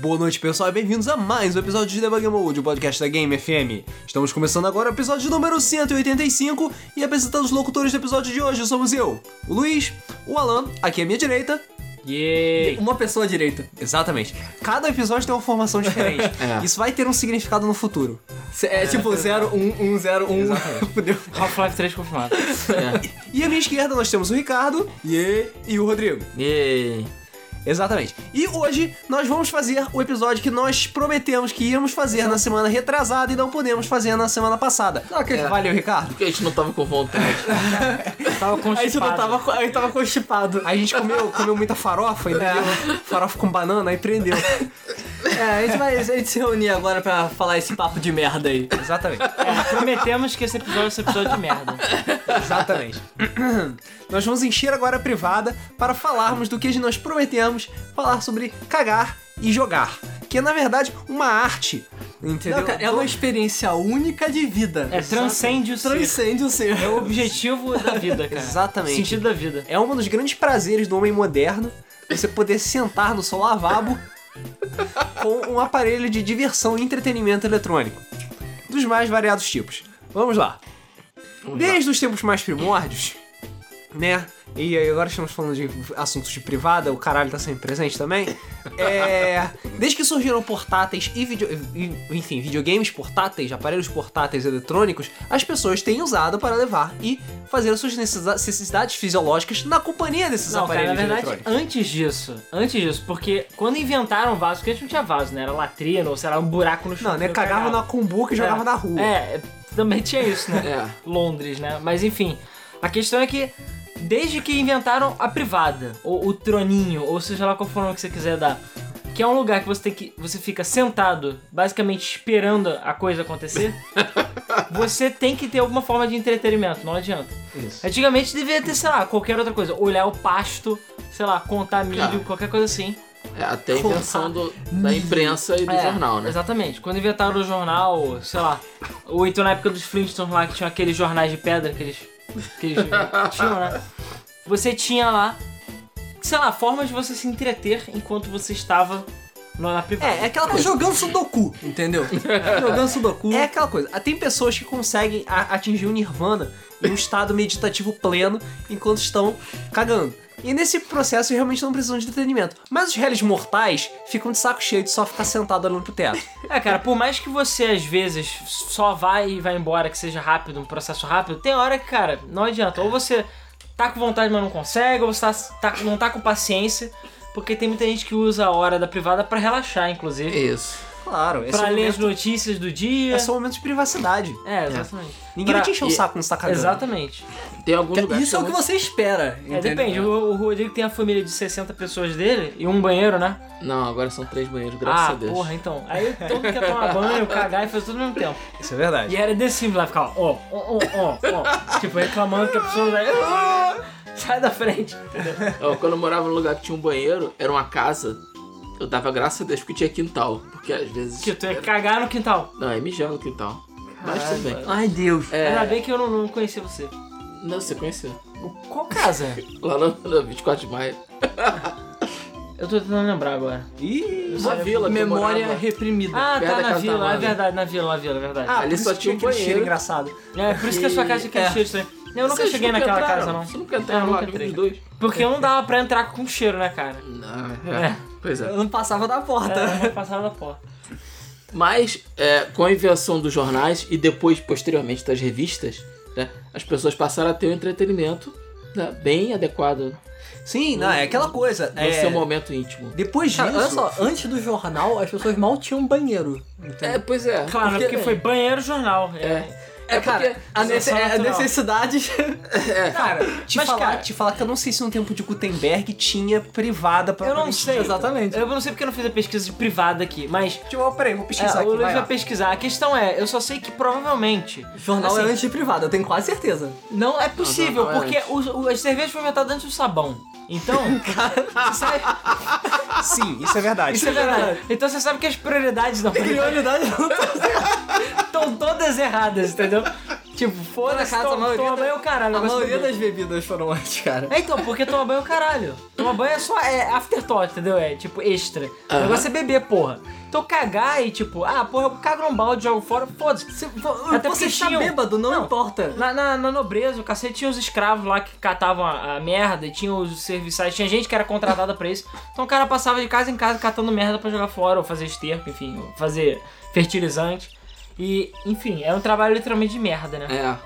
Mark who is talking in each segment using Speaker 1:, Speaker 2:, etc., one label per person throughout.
Speaker 1: Boa noite, pessoal, e bem-vindos a mais um episódio de Debug Mode, o podcast da Game FM. Estamos começando agora o episódio número 185 e apresentando os locutores do episódio de hoje somos eu, o Luiz, o Alan, aqui à minha direita.
Speaker 2: Yay!
Speaker 3: Uma pessoa à direita.
Speaker 1: Exatamente. Cada episódio tem uma formação diferente.
Speaker 2: É.
Speaker 1: Isso vai ter um significado no futuro.
Speaker 3: C- É, tipo 0, 1, 1, 0, 1. Fudeu.
Speaker 2: Half-Life 3 confirmado.
Speaker 1: E à minha esquerda nós temos o Ricardo
Speaker 3: Yeah.
Speaker 1: e o Rodrigo.
Speaker 2: Yay!
Speaker 1: Exatamente. E hoje nós vamos fazer o episódio que nós prometemos que íamos fazer na semana retrasada e não podemos fazer na semana passada. É.
Speaker 3: Ok.
Speaker 1: Valeu, Ricardo.
Speaker 4: Porque a gente não tava com vontade.
Speaker 2: Tava constipado.
Speaker 3: Aí tu não tava, aí tava constipado.
Speaker 1: Aí a gente comeu, comeu muita farofa, entendeu? Farofa com banana e prendeu.
Speaker 3: É, a gente vai a gente se reunir agora pra falar esse papo de merda aí.
Speaker 1: Exatamente.
Speaker 2: É, prometemos que esse episódio é esse episódio de merda. É,
Speaker 1: Exatamente. nós vamos encher agora a privada para falarmos do que nós prometemos falar sobre cagar e jogar. Que é, na verdade, uma arte. Entendeu?
Speaker 3: Não, cara, é uma experiência única de vida.
Speaker 2: É, transcende o ser.
Speaker 3: Transcende o ser.
Speaker 2: É o objetivo da vida, cara.
Speaker 1: Exatamente.
Speaker 2: Sentido da vida.
Speaker 1: É um dos grandes prazeres do homem moderno você poder sentar no seu lavabo com um aparelho de diversão e entretenimento eletrônico. Dos mais variados tipos. Vamos lá. Desde os tempos mais primórdios, né? E aí agora estamos falando de assuntos de privada, o caralho tá sempre presente também. É, desde que surgiram portáteis e, video, e- enfim, videogames portáteis, aparelhos portáteis eletrônicos, as pessoas têm usado para levar e fazer suas necessida- necessidades fisiológicas na companhia desses
Speaker 2: Não, cara,
Speaker 1: aparelhos
Speaker 2: na verdade,
Speaker 1: eletrônicos.
Speaker 2: antes disso, antes disso, porque quando inventaram vaso, porque antes não tinha vaso, né? Era latrina ou sei lá, um buraco no chão.
Speaker 1: Não, né?
Speaker 2: que eu
Speaker 1: Cagava na cumbuca e jogava
Speaker 2: É.
Speaker 1: na rua.
Speaker 2: É, também tinha isso, né?
Speaker 4: É.
Speaker 2: Londres, né? Mas enfim, a questão é que desde que inventaram a privada, ou o troninho, ou seja lá qual for o nome que você quiser dar, que é um lugar que você tem que você fica sentado, basicamente esperando a coisa acontecer, você tem que ter alguma forma de entretenimento, não adianta.
Speaker 1: Isso.
Speaker 2: Antigamente devia ter, sei lá, qualquer outra coisa, olhar o pasto, sei lá, contar milho,
Speaker 4: Cara.
Speaker 2: qualquer coisa assim.
Speaker 4: É, até a invenção do- da imprensa e do
Speaker 2: É,
Speaker 4: jornal, né?
Speaker 2: Exatamente. Quando inventaram o jornal, sei lá, ou então na época dos Flintstones lá, que tinham aqueles jornais de pedra que eles, que eles tinham, né? Você tinha lá, sei lá, formas de você se entreter enquanto você estava no- na privada.
Speaker 1: É, é aquela coisa.
Speaker 3: Jogando Sudoku, entendeu? Jogando Sudoku.
Speaker 1: É aquela coisa. Ah, Tem pessoas que conseguem a- atingir o nirvana em um estado meditativo pleno enquanto estão cagando. E nesse processo realmente não precisam de entretenimento. Mas os réis mortais ficam de saco cheio de só ficar sentado olhando pro teto.
Speaker 2: É, cara, por mais que você às vezes só vai e vai embora, que seja rápido, um processo rápido, tem hora que, cara, não adianta. Ou você tá com vontade, mas não consegue, ou você tá, tá- não tá com paciência, porque tem muita gente que usa a hora da privada pra relaxar, inclusive.
Speaker 4: É Isso.
Speaker 1: Claro, esse é
Speaker 2: pra
Speaker 1: o
Speaker 2: ler as
Speaker 1: momento,
Speaker 2: notícias do dia.
Speaker 1: é só um momento de privacidade.
Speaker 2: É, exatamente.
Speaker 1: Ninguém vai
Speaker 2: Pra-
Speaker 1: te encher o
Speaker 4: e-
Speaker 1: saco quando você tá
Speaker 4: um.
Speaker 1: cagando.
Speaker 2: Exatamente.
Speaker 4: Tem alguns lugares
Speaker 3: Isso é o que
Speaker 4: eu
Speaker 3: você espera,
Speaker 2: É,
Speaker 3: entendeu?
Speaker 2: depende. O, o Rodrigo tem a família de 60 pessoas dele e um banheiro, né?
Speaker 4: não- Não, agora são três banheiros, graças
Speaker 2: ah,
Speaker 4: a Deus.
Speaker 2: porra, então. Aí todo mundo quer tomar banho, cagar e fazer tudo ao mesmo tempo.
Speaker 1: Isso é verdade.
Speaker 2: E era The Sims lá, ficava, ó, ó, ó, ó, ó. Tipo, reclamando que a pessoa vai. "Ah, Sai da frente.
Speaker 4: Ó, É, quando eu morava num lugar que tinha um banheiro, era uma casa, eu dava graças a Deus porque tinha quintal. Porque às vezes.
Speaker 2: Que Tipo, tu ia cagar no quintal.
Speaker 4: Não, é mijar no quintal. Mas tudo bem.
Speaker 3: Ai, Deus.
Speaker 2: Ainda
Speaker 4: É,
Speaker 2: bem que eu não, não conhecia você.
Speaker 4: não, você conheceu.
Speaker 2: Qual casa?
Speaker 4: Lá no, no 24 de maio.
Speaker 2: Eu tô tentando lembrar agora.
Speaker 1: Ih,
Speaker 4: Uma vila que eu
Speaker 3: Memória
Speaker 4: morava.
Speaker 3: reprimida.
Speaker 2: Ah,
Speaker 4: Perto
Speaker 2: tá,
Speaker 4: da
Speaker 2: na
Speaker 4: casa da
Speaker 2: vila, é
Speaker 4: Amanda.
Speaker 2: verdade, na vila, na vila, é verdade.
Speaker 1: ah,
Speaker 4: Ali
Speaker 1: por isso
Speaker 4: só
Speaker 1: que
Speaker 4: tinha um
Speaker 1: aquele cheiro
Speaker 4: banheiro.
Speaker 1: engraçado.
Speaker 2: É, por isso que a sua casa tinha
Speaker 3: É.
Speaker 2: cheiro estranho. né? Eu nunca
Speaker 4: Vocês
Speaker 2: cheguei
Speaker 4: nunca
Speaker 2: naquela
Speaker 4: entraram?
Speaker 2: casa, não.
Speaker 4: Você nunca
Speaker 2: É, eu
Speaker 4: entrou lá,
Speaker 2: nunca
Speaker 4: nenhum
Speaker 2: entrei.
Speaker 4: dos dois?
Speaker 2: Porque eu não dava pra entrar com cheiro, né, cara?
Speaker 4: Não, é. Pois é.
Speaker 3: Eu não passava da porta.
Speaker 1: Tá.
Speaker 2: É, não passava da porta.
Speaker 4: Mas é, com a invenção dos jornais e depois, posteriormente, das revistas, né, as pessoas passaram a ter um entretenimento né, bem adequado
Speaker 1: Sim, não, é aquela coisa.
Speaker 4: no
Speaker 1: É,
Speaker 4: seu momento íntimo.
Speaker 1: depois disso.
Speaker 3: Cara, olha só, antes do jornal, as pessoas mal tinham banheiro.
Speaker 4: É,
Speaker 3: entendeu?
Speaker 4: pois é.
Speaker 2: Claro,
Speaker 3: Porque-
Speaker 2: porque, foi banheiro jornal.
Speaker 4: É.
Speaker 3: É, cara,
Speaker 4: porque-
Speaker 3: a, nece-
Speaker 2: só
Speaker 3: é, a
Speaker 2: natural.
Speaker 3: necessidade.
Speaker 1: Cara, te
Speaker 2: Mas,
Speaker 1: falar,
Speaker 2: cara-
Speaker 1: te falar que eu não sei se no tempo de Gutenberg tinha privada pra
Speaker 2: Eu não sei.
Speaker 3: Exatamente.
Speaker 2: Eu não sei porque eu não fiz a pesquisa de privada aqui, mas.
Speaker 1: Tipo, peraí, vou pesquisar
Speaker 2: É,
Speaker 1: aqui.
Speaker 2: o Luiz
Speaker 1: vai
Speaker 2: vai
Speaker 1: lá.
Speaker 2: pesquisar. A questão é, eu só sei que provavelmente.
Speaker 3: jornal
Speaker 2: assim,
Speaker 3: é antiprivado, eu tenho quase certeza.
Speaker 2: Não é possível,
Speaker 4: Não, não, não,
Speaker 2: porque o, o, a cerveja foi inventada antes do sabão. Então, você sabe,
Speaker 1: Sim, isso é verdade.
Speaker 2: isso é verdade. Então você sabe que as prioridades da humanidade
Speaker 3: Prioridade.
Speaker 2: estão todas erradas, entendeu?
Speaker 3: Tipo, foda-se,
Speaker 2: Tom-
Speaker 3: cara, a maioria,
Speaker 2: toma
Speaker 3: da-
Speaker 2: banho, caralho,
Speaker 3: a
Speaker 2: negócio
Speaker 3: maioria
Speaker 2: do-
Speaker 3: das bebidas foram antes, cara.
Speaker 2: É então, porque tomar banho é o caralho. Tomar banho é só é afterthought, entendeu? É tipo extra. O
Speaker 4: Aham.
Speaker 2: negócio é beber, porra. Então cagar e tipo, ah, porra, eu cago num balde, jogo fora, foda-se.
Speaker 3: Se, vo-
Speaker 2: Até porque
Speaker 3: você está
Speaker 2: tinham-
Speaker 3: bêbado, não,
Speaker 2: Não.
Speaker 3: importa.
Speaker 2: Na, na, na nobreza, o cacete tinha os escravos lá que catavam a, a merda, tinha os serviçais, tinha gente que era contratada pra isso. Então o cara passava de casa em casa catando merda pra jogar fora, ou fazer esterco, enfim, ou fazer fertilizante. E, enfim, era um trabalho literalmente de merda, né?
Speaker 4: É.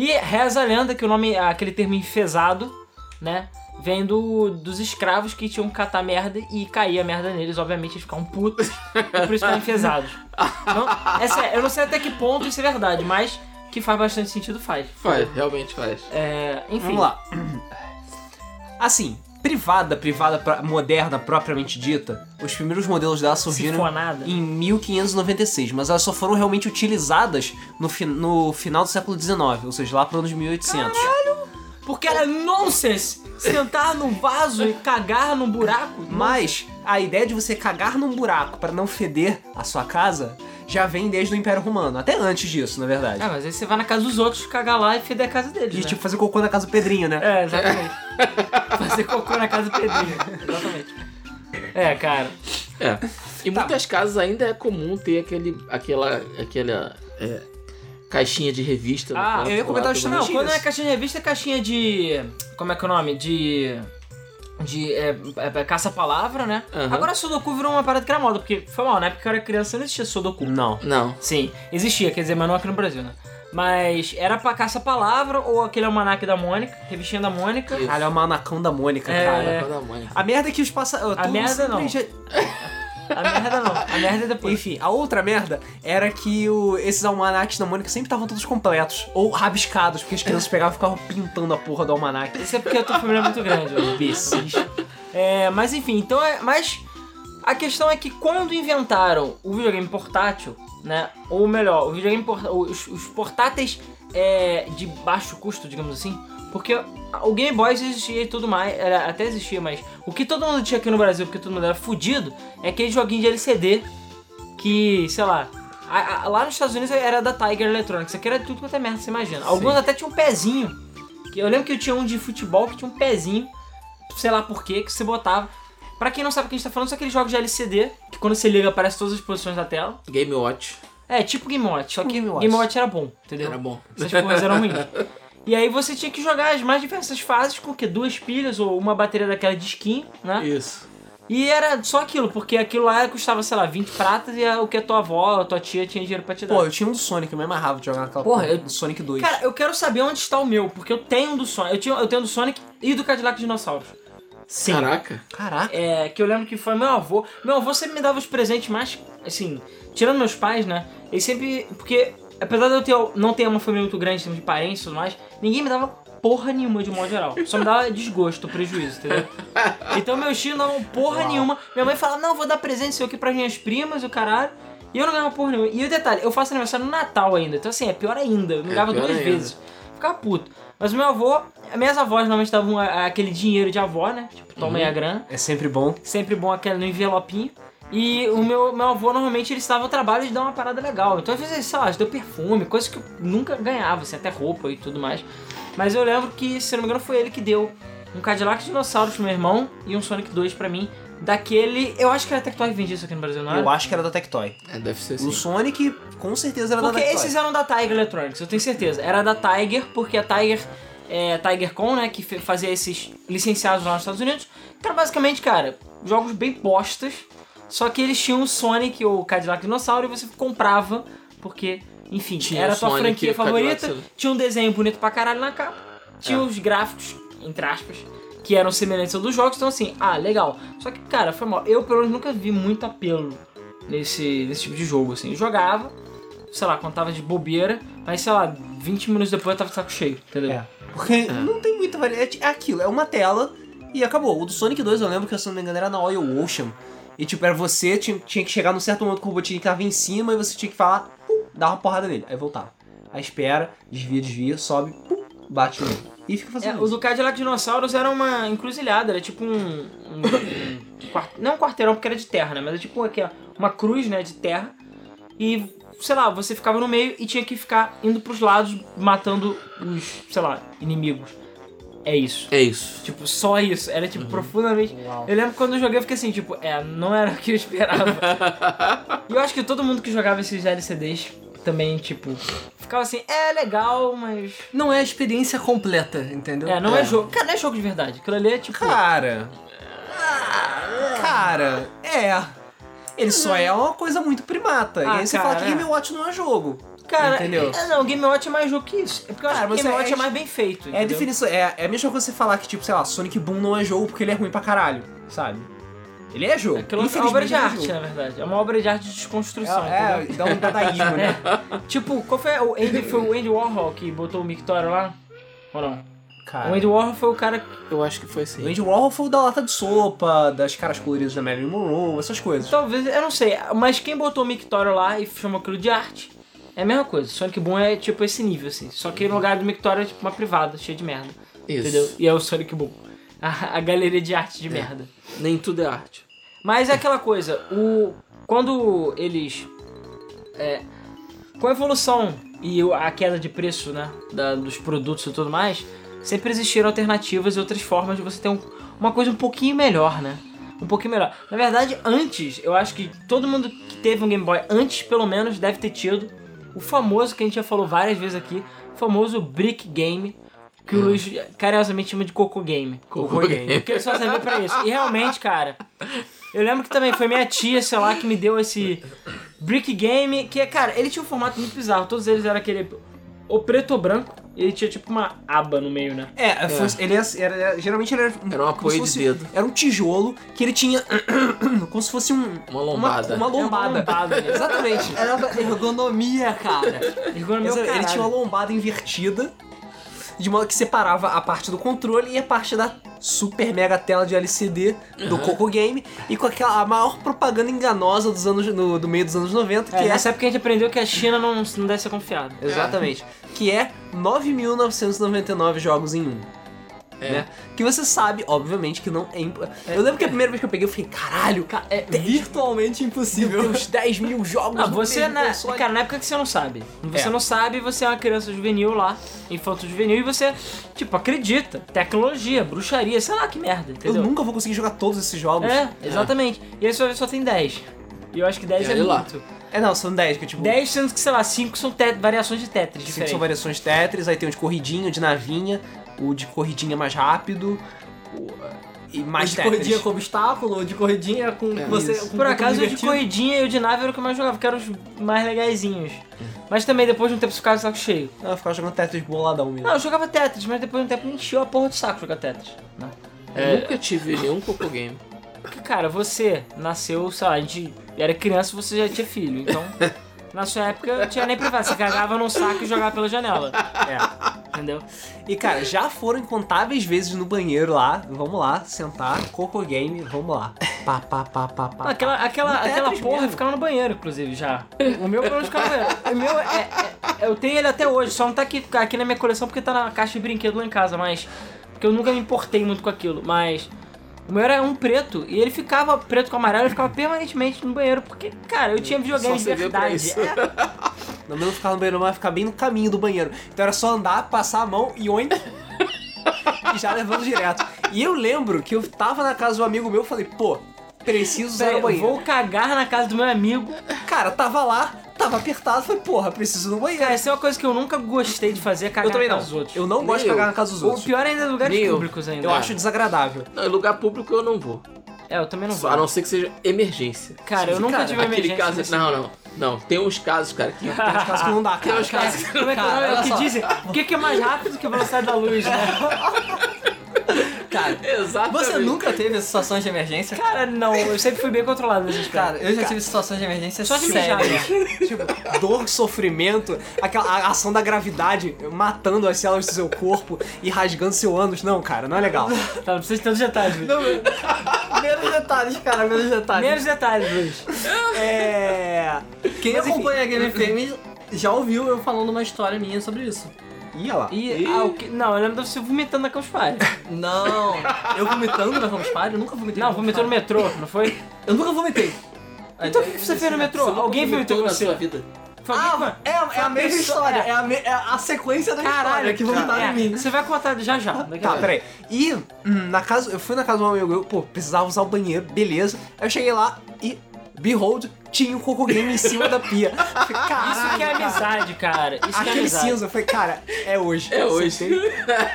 Speaker 2: E reza a lenda que o nome, aquele termo enfesado, né? Vem do, dos escravos que tinham que catar merda e cair a merda neles, obviamente eles ficavam putos, e por isso ficaram enfesados. Não, é sério, eu não sei até que ponto isso é verdade, mas que faz bastante sentido faz.
Speaker 4: Faz, realmente faz.
Speaker 2: É, enfim.
Speaker 1: Vamos lá. Assim, privada, privada pra- moderna propriamente dita, os primeiros modelos dela surgiram
Speaker 2: Sifonada.
Speaker 1: em 1596, mas elas só foram realmente utilizadas no, fin- no final do século XIX, ou seja, lá para anos 1800.
Speaker 2: Porque era nonsense sentar num vaso e cagar num buraco.
Speaker 1: Mas a ideia de você cagar num buraco para não feder a sua casa já vem desde o Império Romano, até antes disso, na verdade.
Speaker 2: É, mas aí você vai na casa dos outros cagar lá e feder a casa deles.
Speaker 1: E
Speaker 2: né?
Speaker 1: tipo, fazer cocô na casa do Pedrinho, né?
Speaker 2: É, exatamente. Fazer cocô na casa do Pedrinho. Exatamente. É, cara.
Speaker 4: É. Em muitas casas ainda é comum ter aquele, aquela, aquela é, caixinha de revista. no
Speaker 2: Ah,
Speaker 4: canto
Speaker 1: eu ia
Speaker 4: lá
Speaker 1: comentar
Speaker 4: do-
Speaker 1: justamente-
Speaker 2: Não, quando é
Speaker 1: Mentiras.
Speaker 2: caixinha de revista, é caixinha de. Como é que é o nome? De. De. é, é, é, caça-palavra, né?
Speaker 4: Aham.
Speaker 2: Agora Sudoku virou uma parada que era moda, porque foi mal, na época que eu era criança não existia Sudoku.
Speaker 1: Não.
Speaker 4: Não.
Speaker 2: Sim, existia, quer dizer, mas não aqui no Brasil, né? Mas era pra caça-palavra ou aquele almanac da Mônica, revistinha da Mônica.
Speaker 4: Isso.
Speaker 1: Caralho, é o manacão da Mônica,
Speaker 2: É.
Speaker 1: cara.
Speaker 4: É. da mãe.
Speaker 1: A merda é que os passarinhos.
Speaker 2: A merda não. A merda não, a merda é depois.
Speaker 1: Enfim, a outra merda era que o- esses almanacs da Mônica sempre estavam todos completos. Ou rabiscados, porque as crianças pegavam e ficavam pintando a porra do almanac.
Speaker 2: Isso é porque a tua família é muito grande, ó.
Speaker 1: Imbecis.
Speaker 2: É, mas enfim, então é. Mas a questão é que quando inventaram o videogame portátil, né? Ou melhor, o videogame porta- os, os portáteis é, de baixo custo, digamos assim, porque o Game Boy já existia e tudo mais, era- até existia, mas o que todo mundo tinha aqui no Brasil, porque todo mundo era fudido, é aquele joguinho de LCD que, sei lá. a- a- lá nos Estados Unidos era da Tiger Electronics, aqui era tudo quanto é merda, você imagina. Alguns até tinham um pezinho. que eu lembro que eu tinha um de futebol que tinha um pezinho sei lá por quê, que você botava. Pra quem não sabe o que a gente tá falando, são aqueles jogos de LCD, que quando você liga aparece todas as posições da tela.
Speaker 4: Game Watch.
Speaker 2: É, tipo Game Watch, só que
Speaker 1: Game
Speaker 2: Game
Speaker 1: Watch.
Speaker 2: Watch, era bom, entendeu?
Speaker 4: Era bom.
Speaker 2: Essas porras eram ruins. E aí você tinha que jogar as mais diversas fases com o quê? Duas pilhas ou uma bateria daquela de skin, né?
Speaker 4: Isso.
Speaker 2: E era só aquilo, porque aquilo lá custava, sei lá, 20 pratas e era o que a tua avó, a tua tia tinha dinheiro pra te dar.
Speaker 1: Pô, eu tinha um do Sonic, eu me amarrava de jogar aquela
Speaker 2: Porra,
Speaker 1: porra.
Speaker 2: eu-
Speaker 1: Do Sonic 2.
Speaker 2: Cara, eu quero saber onde está o meu, porque eu tenho um do Sonic. Eu, tinha, eu tenho um do Sonic e do Cadillac Dinossauros. Sim.
Speaker 4: Caraca.
Speaker 1: Caraca.
Speaker 2: É, que eu lembro que foi meu avô. Meu avô sempre me dava os presentes mais, assim, tirando meus pais, né? Ele sempre. Porque, apesar de eu ter- não ter uma família muito grande, em termos de parentes e tudo mais, ninguém me dava porra nenhuma de modo geral. Só me dava desgosto, prejuízo, entendeu? Então meus tios não davam porra nenhuma. Minha mãe falava, não, vou dar presente seu aqui pras minhas primas, o caralho. E eu não ganhava porra nenhuma. E o detalhe, eu faço aniversário no Natal ainda. Então assim, é pior ainda. Eu não
Speaker 4: É
Speaker 2: ganhava
Speaker 4: pior
Speaker 2: duas
Speaker 4: ainda.
Speaker 2: vezes. Ficava puto. Mas meu avô, minhas avós normalmente davam a- aquele dinheiro de avó, né? Tipo, toma
Speaker 4: Uhum.
Speaker 2: aí a grana
Speaker 1: É sempre bom.
Speaker 2: sempre bom aquele no envelopinho. E o meu, meu avô normalmente ele estava ao trabalho de dar uma parada legal. Então às vezes, sei lá, deu perfume, coisa que eu nunca ganhava, assim, até roupa e tudo mais. Mas eu lembro que, se não me engano, foi ele que deu um Cadillac Dinossauro pro meu irmão e um Sonic 2 pra mim. Daquele. Eu acho que era a Tectoy que vendia isso aqui no Brasil, não era?
Speaker 1: Eu acho que era da Tectoy.
Speaker 4: É, deve ser
Speaker 1: O
Speaker 4: assim.
Speaker 1: Sonic, com certeza, era
Speaker 2: Porque
Speaker 1: da Tectoy.
Speaker 2: esses eram da Tiger Electronics, eu tenho certeza. Era da Tiger, porque a Tiger. É, Tiger Con, né? Que fe- fazia esses licenciados lá nos Estados Unidos. Então, basicamente, cara, jogos bem postas. Só que eles tinham o Sonic ou o Cadillac Dinossauro e você comprava, porque, enfim,
Speaker 4: Tinha
Speaker 2: era a
Speaker 4: o
Speaker 2: tua
Speaker 4: Sonic,
Speaker 2: franquia
Speaker 4: o Cadillac
Speaker 2: favorita.
Speaker 4: Dinossauro.
Speaker 2: Tinha um desenho bonito pra caralho na capa. Tinha
Speaker 4: É.
Speaker 2: os gráficos, entre aspas, que eram semelhantes aos dos jogos. Então, assim, ah, legal. Só que, cara, foi mal. Eu, pelo menos, nunca vi muito apelo nesse, nesse tipo de jogo, assim. Eu jogava, sei lá, quando tava de bobeira, mas sei lá, 20 minutos depois eu tava de saco cheio, entendeu?
Speaker 1: É. Porque não tem muita variedade. É aquilo, é uma tela e acabou. O do Sonic 2 eu lembro que, se eu não me engano, era na Oil Ocean. E tipo, era você, tinha, tinha que chegar num certo momento que o robotinho tava em cima e você tinha que falar, pum, dar uma porrada nele. Aí voltava. Aí espera, desvia, desvia, sobe, pum, bate nele. E fica
Speaker 2: É,
Speaker 1: fazendo
Speaker 2: o
Speaker 1: isso.
Speaker 2: do Cadillac Dinossauros era uma encruzilhada, era tipo um. um- um quar- não um quarteirão porque era de terra, né? Mas é tipo aqui, ó, uma cruz, né, de terra. E, sei lá, você ficava no meio e tinha que ficar indo pros lados, matando os, sei lá, inimigos. É isso.
Speaker 4: É isso.
Speaker 2: Tipo, só isso. Era, tipo, profundamente. Eu lembro que quando eu joguei, eu fiquei assim, tipo, é, não era o que eu esperava. e eu acho que todo mundo que jogava esses LCDs também, tipo, ficava assim, é legal, mas.
Speaker 3: Não é a experiência completa, entendeu?
Speaker 2: É, não é, jogo. Cara, não é jogo de verdade. Aquilo ali é tipo.
Speaker 1: Cara. Cara, é. Ele só é uma coisa muito primata. e
Speaker 2: Ah,
Speaker 1: aí você
Speaker 2: cara,
Speaker 1: fala que
Speaker 2: é.
Speaker 1: Game Watch não é jogo.
Speaker 2: Cara,
Speaker 1: Entendeu?
Speaker 2: É, não, Game Watch é mais jogo que isso. É porque eu acho
Speaker 1: Cara,
Speaker 2: que Game
Speaker 1: você
Speaker 2: Watch é,
Speaker 1: é-
Speaker 2: mais bem
Speaker 1: É
Speaker 2: feito.
Speaker 1: a
Speaker 2: entendeu?
Speaker 1: definição. É, é a mesma coisa que você falar que, tipo, sei lá, Sonic Boom não é jogo porque ele é ruim pra caralho, sabe? Ele é jogo.
Speaker 2: Aquilo é uma
Speaker 1: Infelizmente,
Speaker 2: obra de
Speaker 1: ele é
Speaker 2: arte,
Speaker 1: jogo.
Speaker 2: na verdade. É uma obra de arte de desconstrução.
Speaker 1: É, é,
Speaker 2: entendeu?
Speaker 1: dá um dadaísmo, né?
Speaker 2: Tipo, qual foi o Andy, foi o Andy Warhol que botou o Mictório lá? Ou não?
Speaker 1: Cara.
Speaker 2: O Andy Warhol foi o cara.
Speaker 4: Eu acho que foi assim.
Speaker 1: O Andy Warhol foi o da lata de sopa, das caras coloridas da Marilyn Monroe, essas coisas.
Speaker 2: Talvez, eu não sei, mas quem botou o Mictório lá e chamou aquilo de arte é a mesma coisa. Sonic Boom é tipo esse nível, assim. Só que no lugar do Mictório é tipo uma privada, cheia de merda.
Speaker 4: Isso.
Speaker 2: Entendeu? E é o Sonic Boom. A, a galeria de arte de merda.
Speaker 4: Nem tudo é arte.
Speaker 2: Mas é aquela coisa, o quando eles é, com a evolução e o- a queda de preço, né, da- dos produtos e tudo mais, sempre existiram alternativas e outras formas de você ter um- uma coisa um pouquinho melhor, né? Um pouquinho melhor. Na verdade, antes, eu acho que todo mundo que teve um Game Boy antes, pelo menos, deve ter tido o famoso que a gente já falou várias vezes aqui, o famoso Brick Game, que o Luiz carinhosamente chama de Coco Game.
Speaker 4: Hum. Coco Game.
Speaker 2: Porque ele só serviu pra isso. E realmente, cara, eu lembro que também foi minha tia, sei lá, que me deu esse Brick Game, que, é, cara, ele tinha um formato muito bizarro. Todos eles eram aquele ou preto ou branco, e ele tinha tipo uma aba no meio, né?
Speaker 1: É, foi- ele é- era, era- geralmente ele era. um-
Speaker 4: Era um
Speaker 1: como se
Speaker 4: apoio de
Speaker 1: fosse-
Speaker 4: dedo.
Speaker 1: Era um tijolo que ele tinha. como se fosse um.
Speaker 4: Uma lombada.
Speaker 1: Uma, uma lombada.
Speaker 2: lombada, né?
Speaker 1: Exatamente.
Speaker 3: Era uma ergonomia, cara.
Speaker 2: Ergonomia,
Speaker 1: Ele
Speaker 2: caralho.
Speaker 1: tinha uma lombada invertida, de modo que separava a parte do controle e a parte da super mega tela de LCD do Coco Game, e com aquela a maior propaganda enganosa dos anos, no- do meio dos anos 90,
Speaker 2: É,
Speaker 1: que é.
Speaker 2: nessa época a gente aprendeu que a China não, não deve ser confiada.
Speaker 1: Exatamente. Que é 9.999 jogos em um.
Speaker 4: É.
Speaker 1: Né? Que você sabe, obviamente, que não é, imp... Eu lembro que a primeira vez que eu peguei, eu fiquei, caralho, cara,
Speaker 2: É,
Speaker 3: Virtualmente impossível.
Speaker 1: tem uns 10 mil jogos
Speaker 2: Ah,
Speaker 1: no
Speaker 2: você
Speaker 1: mesmo
Speaker 2: na,
Speaker 1: console.
Speaker 2: cara, na época que você não sabe. Você
Speaker 1: É.
Speaker 2: não sabe, você é uma criança juvenil lá, infanto juvenil, e você, tipo, acredita. Tecnologia, bruxaria, sei lá que merda,
Speaker 1: Eu
Speaker 2: entendeu?
Speaker 1: nunca vou conseguir jogar todos esses jogos.
Speaker 2: É, exatamente. E aí você vai ver só tem 10. E eu acho que 10
Speaker 4: E
Speaker 2: é
Speaker 4: olha lá.
Speaker 2: muito.
Speaker 1: É, não, são 10 que eu, tipo...
Speaker 2: 10 sendo que, sei lá, 5 são te- variações de Tetris
Speaker 1: Sim, que
Speaker 2: diferentes.
Speaker 1: são variações Tetris, aí tem o de corridinho, de navinha, o de corridinha mais rápido, o- e mais
Speaker 3: de
Speaker 1: Tetris.
Speaker 3: corridinha com obstáculo, de corridinha com
Speaker 4: É,
Speaker 3: você.
Speaker 4: isso.
Speaker 3: com
Speaker 2: Por
Speaker 3: um
Speaker 2: acaso, o de
Speaker 3: divertido.
Speaker 2: corridinha e o de nave era o que eu mais jogava, que eram os mais legaisinhos. Mas também, depois de um tempo, você ficava de saco cheio.
Speaker 1: Não, Ah, eu ficava jogando Tetris boladão mesmo.
Speaker 2: Não, eu jogava Tetris, mas depois de um tempo me encheu a porra do saco jogar Tetris. né?
Speaker 4: Eu Nunca tive nenhum Coco Game.
Speaker 2: Porque, cara, você nasceu, sei lá, a gente era criança você já tinha filho, então... Na sua época, eu tinha nem privado. Você cagava num saco e jogava pela janela. É. Entendeu?
Speaker 1: E cara, já foram incontáveis vezes no banheiro lá, vamos lá, sentar, Coco Game, vamos lá. Pá, pá, pá, pá, pá.
Speaker 2: Aquela, aquela,
Speaker 1: Tetris
Speaker 2: aquela porra
Speaker 1: mesmo.
Speaker 2: ficava no banheiro, inclusive, já. O meu, pelo menos, ficava no banheiro. O meu, é, é- eu tenho ele até hoje, só não tá aqui, aqui na minha coleção porque tá na caixa de brinquedo lá em casa, mas. Porque eu nunca me importei muito com aquilo, mas. O meu era um preto, e ele ficava preto com amarelo, ele ficava permanentemente no banheiro, porque, cara, eu tinha videogame de
Speaker 4: Só servia pra
Speaker 2: verdade.
Speaker 4: isso.
Speaker 2: É,
Speaker 1: Não mesmo ficar no banheiro, mas ficar bem no caminho do banheiro. Então era só andar, passar a mão e oink. e já levando direto. E eu lembro que eu tava na casa de um amigo meu e falei, pô, preciso usar
Speaker 2: Peraí,
Speaker 1: o banheiro.
Speaker 2: vou cagar na casa do meu amigo.
Speaker 1: Cara, tava lá, tava apertado, falei, porra, preciso ir no banheiro.
Speaker 2: Cara, essa é uma coisa que eu nunca gostei de fazer, é cagar
Speaker 1: eu também
Speaker 2: na
Speaker 1: não.
Speaker 2: casa dos outros.
Speaker 1: Eu não
Speaker 4: Nem
Speaker 1: gosto de cagar
Speaker 4: eu.
Speaker 1: na casa dos
Speaker 2: Ou
Speaker 1: outros.
Speaker 2: pior é. ainda, é lugares
Speaker 4: Nem eu.
Speaker 2: públicos ainda.
Speaker 1: Eu acho desagradável.
Speaker 4: Não, em lugar público eu não vou.
Speaker 2: É, eu também não
Speaker 4: A
Speaker 2: vou.
Speaker 4: não ser que seja emergência.
Speaker 2: Cara, eu nunca
Speaker 1: Cara,
Speaker 2: tive uma
Speaker 4: Aquele
Speaker 2: emergência.
Speaker 4: caso.
Speaker 2: nesse
Speaker 4: Não, não. Não, tem uns casos, cara, que.
Speaker 1: Tem uns casos que não dá, cara.
Speaker 4: uns casos que
Speaker 2: Como é que,
Speaker 3: Cara,
Speaker 2: é o
Speaker 3: olha
Speaker 2: que
Speaker 3: só.
Speaker 2: dizem? O que que é mais rápido que a velocidade da luz, né?
Speaker 3: Cara,
Speaker 4: Exatamente.
Speaker 3: você nunca teve situações de emergência?
Speaker 2: Cara, não, eu sempre fui bem controlado nessas
Speaker 3: Cara,
Speaker 2: caras.
Speaker 3: eu já tive situações de emergência
Speaker 2: Só de mijar,
Speaker 3: sérias.
Speaker 2: né?
Speaker 1: Tipo, dor, sofrimento, aquela a ação da gravidade matando as células do seu corpo e rasgando seu ânus. Não, cara, não é legal.
Speaker 2: Tá, não precisa de tantos detalhes, Luiz.
Speaker 3: Menos detalhes, cara, menos detalhes.
Speaker 2: Menos detalhes, Luiz.
Speaker 1: É.
Speaker 3: Quem
Speaker 1: Mas, enfim.
Speaker 3: acompanha a Game FM já ouviu eu falando uma história minha sobre isso.
Speaker 1: Ih, olha lá.
Speaker 2: E, ah, o que... Não, eu lembro de você vomitando na Campus Party.
Speaker 3: Não, eu vomitando na Campus Party? Eu nunca vomitei
Speaker 2: Não,
Speaker 3: na Campus
Speaker 2: vomitou no
Speaker 3: Party.
Speaker 2: metrô, não foi?
Speaker 3: Eu nunca vomitei.
Speaker 2: Então o que você fez no metrô?
Speaker 4: Você nunca
Speaker 2: Alguém viu
Speaker 4: vomitou
Speaker 2: em
Speaker 4: na
Speaker 2: você?
Speaker 4: sua vida.
Speaker 2: Foi alguém
Speaker 1: Ah,
Speaker 2: que-
Speaker 1: é, é a mesma
Speaker 2: pessoa-
Speaker 1: história.
Speaker 2: é.
Speaker 1: É a, me- é a sequência da história que vão dar
Speaker 2: é,
Speaker 1: em mim. né?
Speaker 2: Você vai contar já já. daqui
Speaker 1: Tá,
Speaker 2: a pouco.
Speaker 1: peraí. E hum, na casa, eu fui na casa de um amigo meu, pô, precisava usar o banheiro, beleza. Aí eu cheguei lá e, behold, tinha um Coco Game em cima da pia. Eu Falei, Caraca,
Speaker 2: Isso que é amizade, cara. Isso que é
Speaker 1: Ah, Aquele
Speaker 2: amizade.
Speaker 1: cinza, eu falei, cara, é hoje.
Speaker 4: É hoje.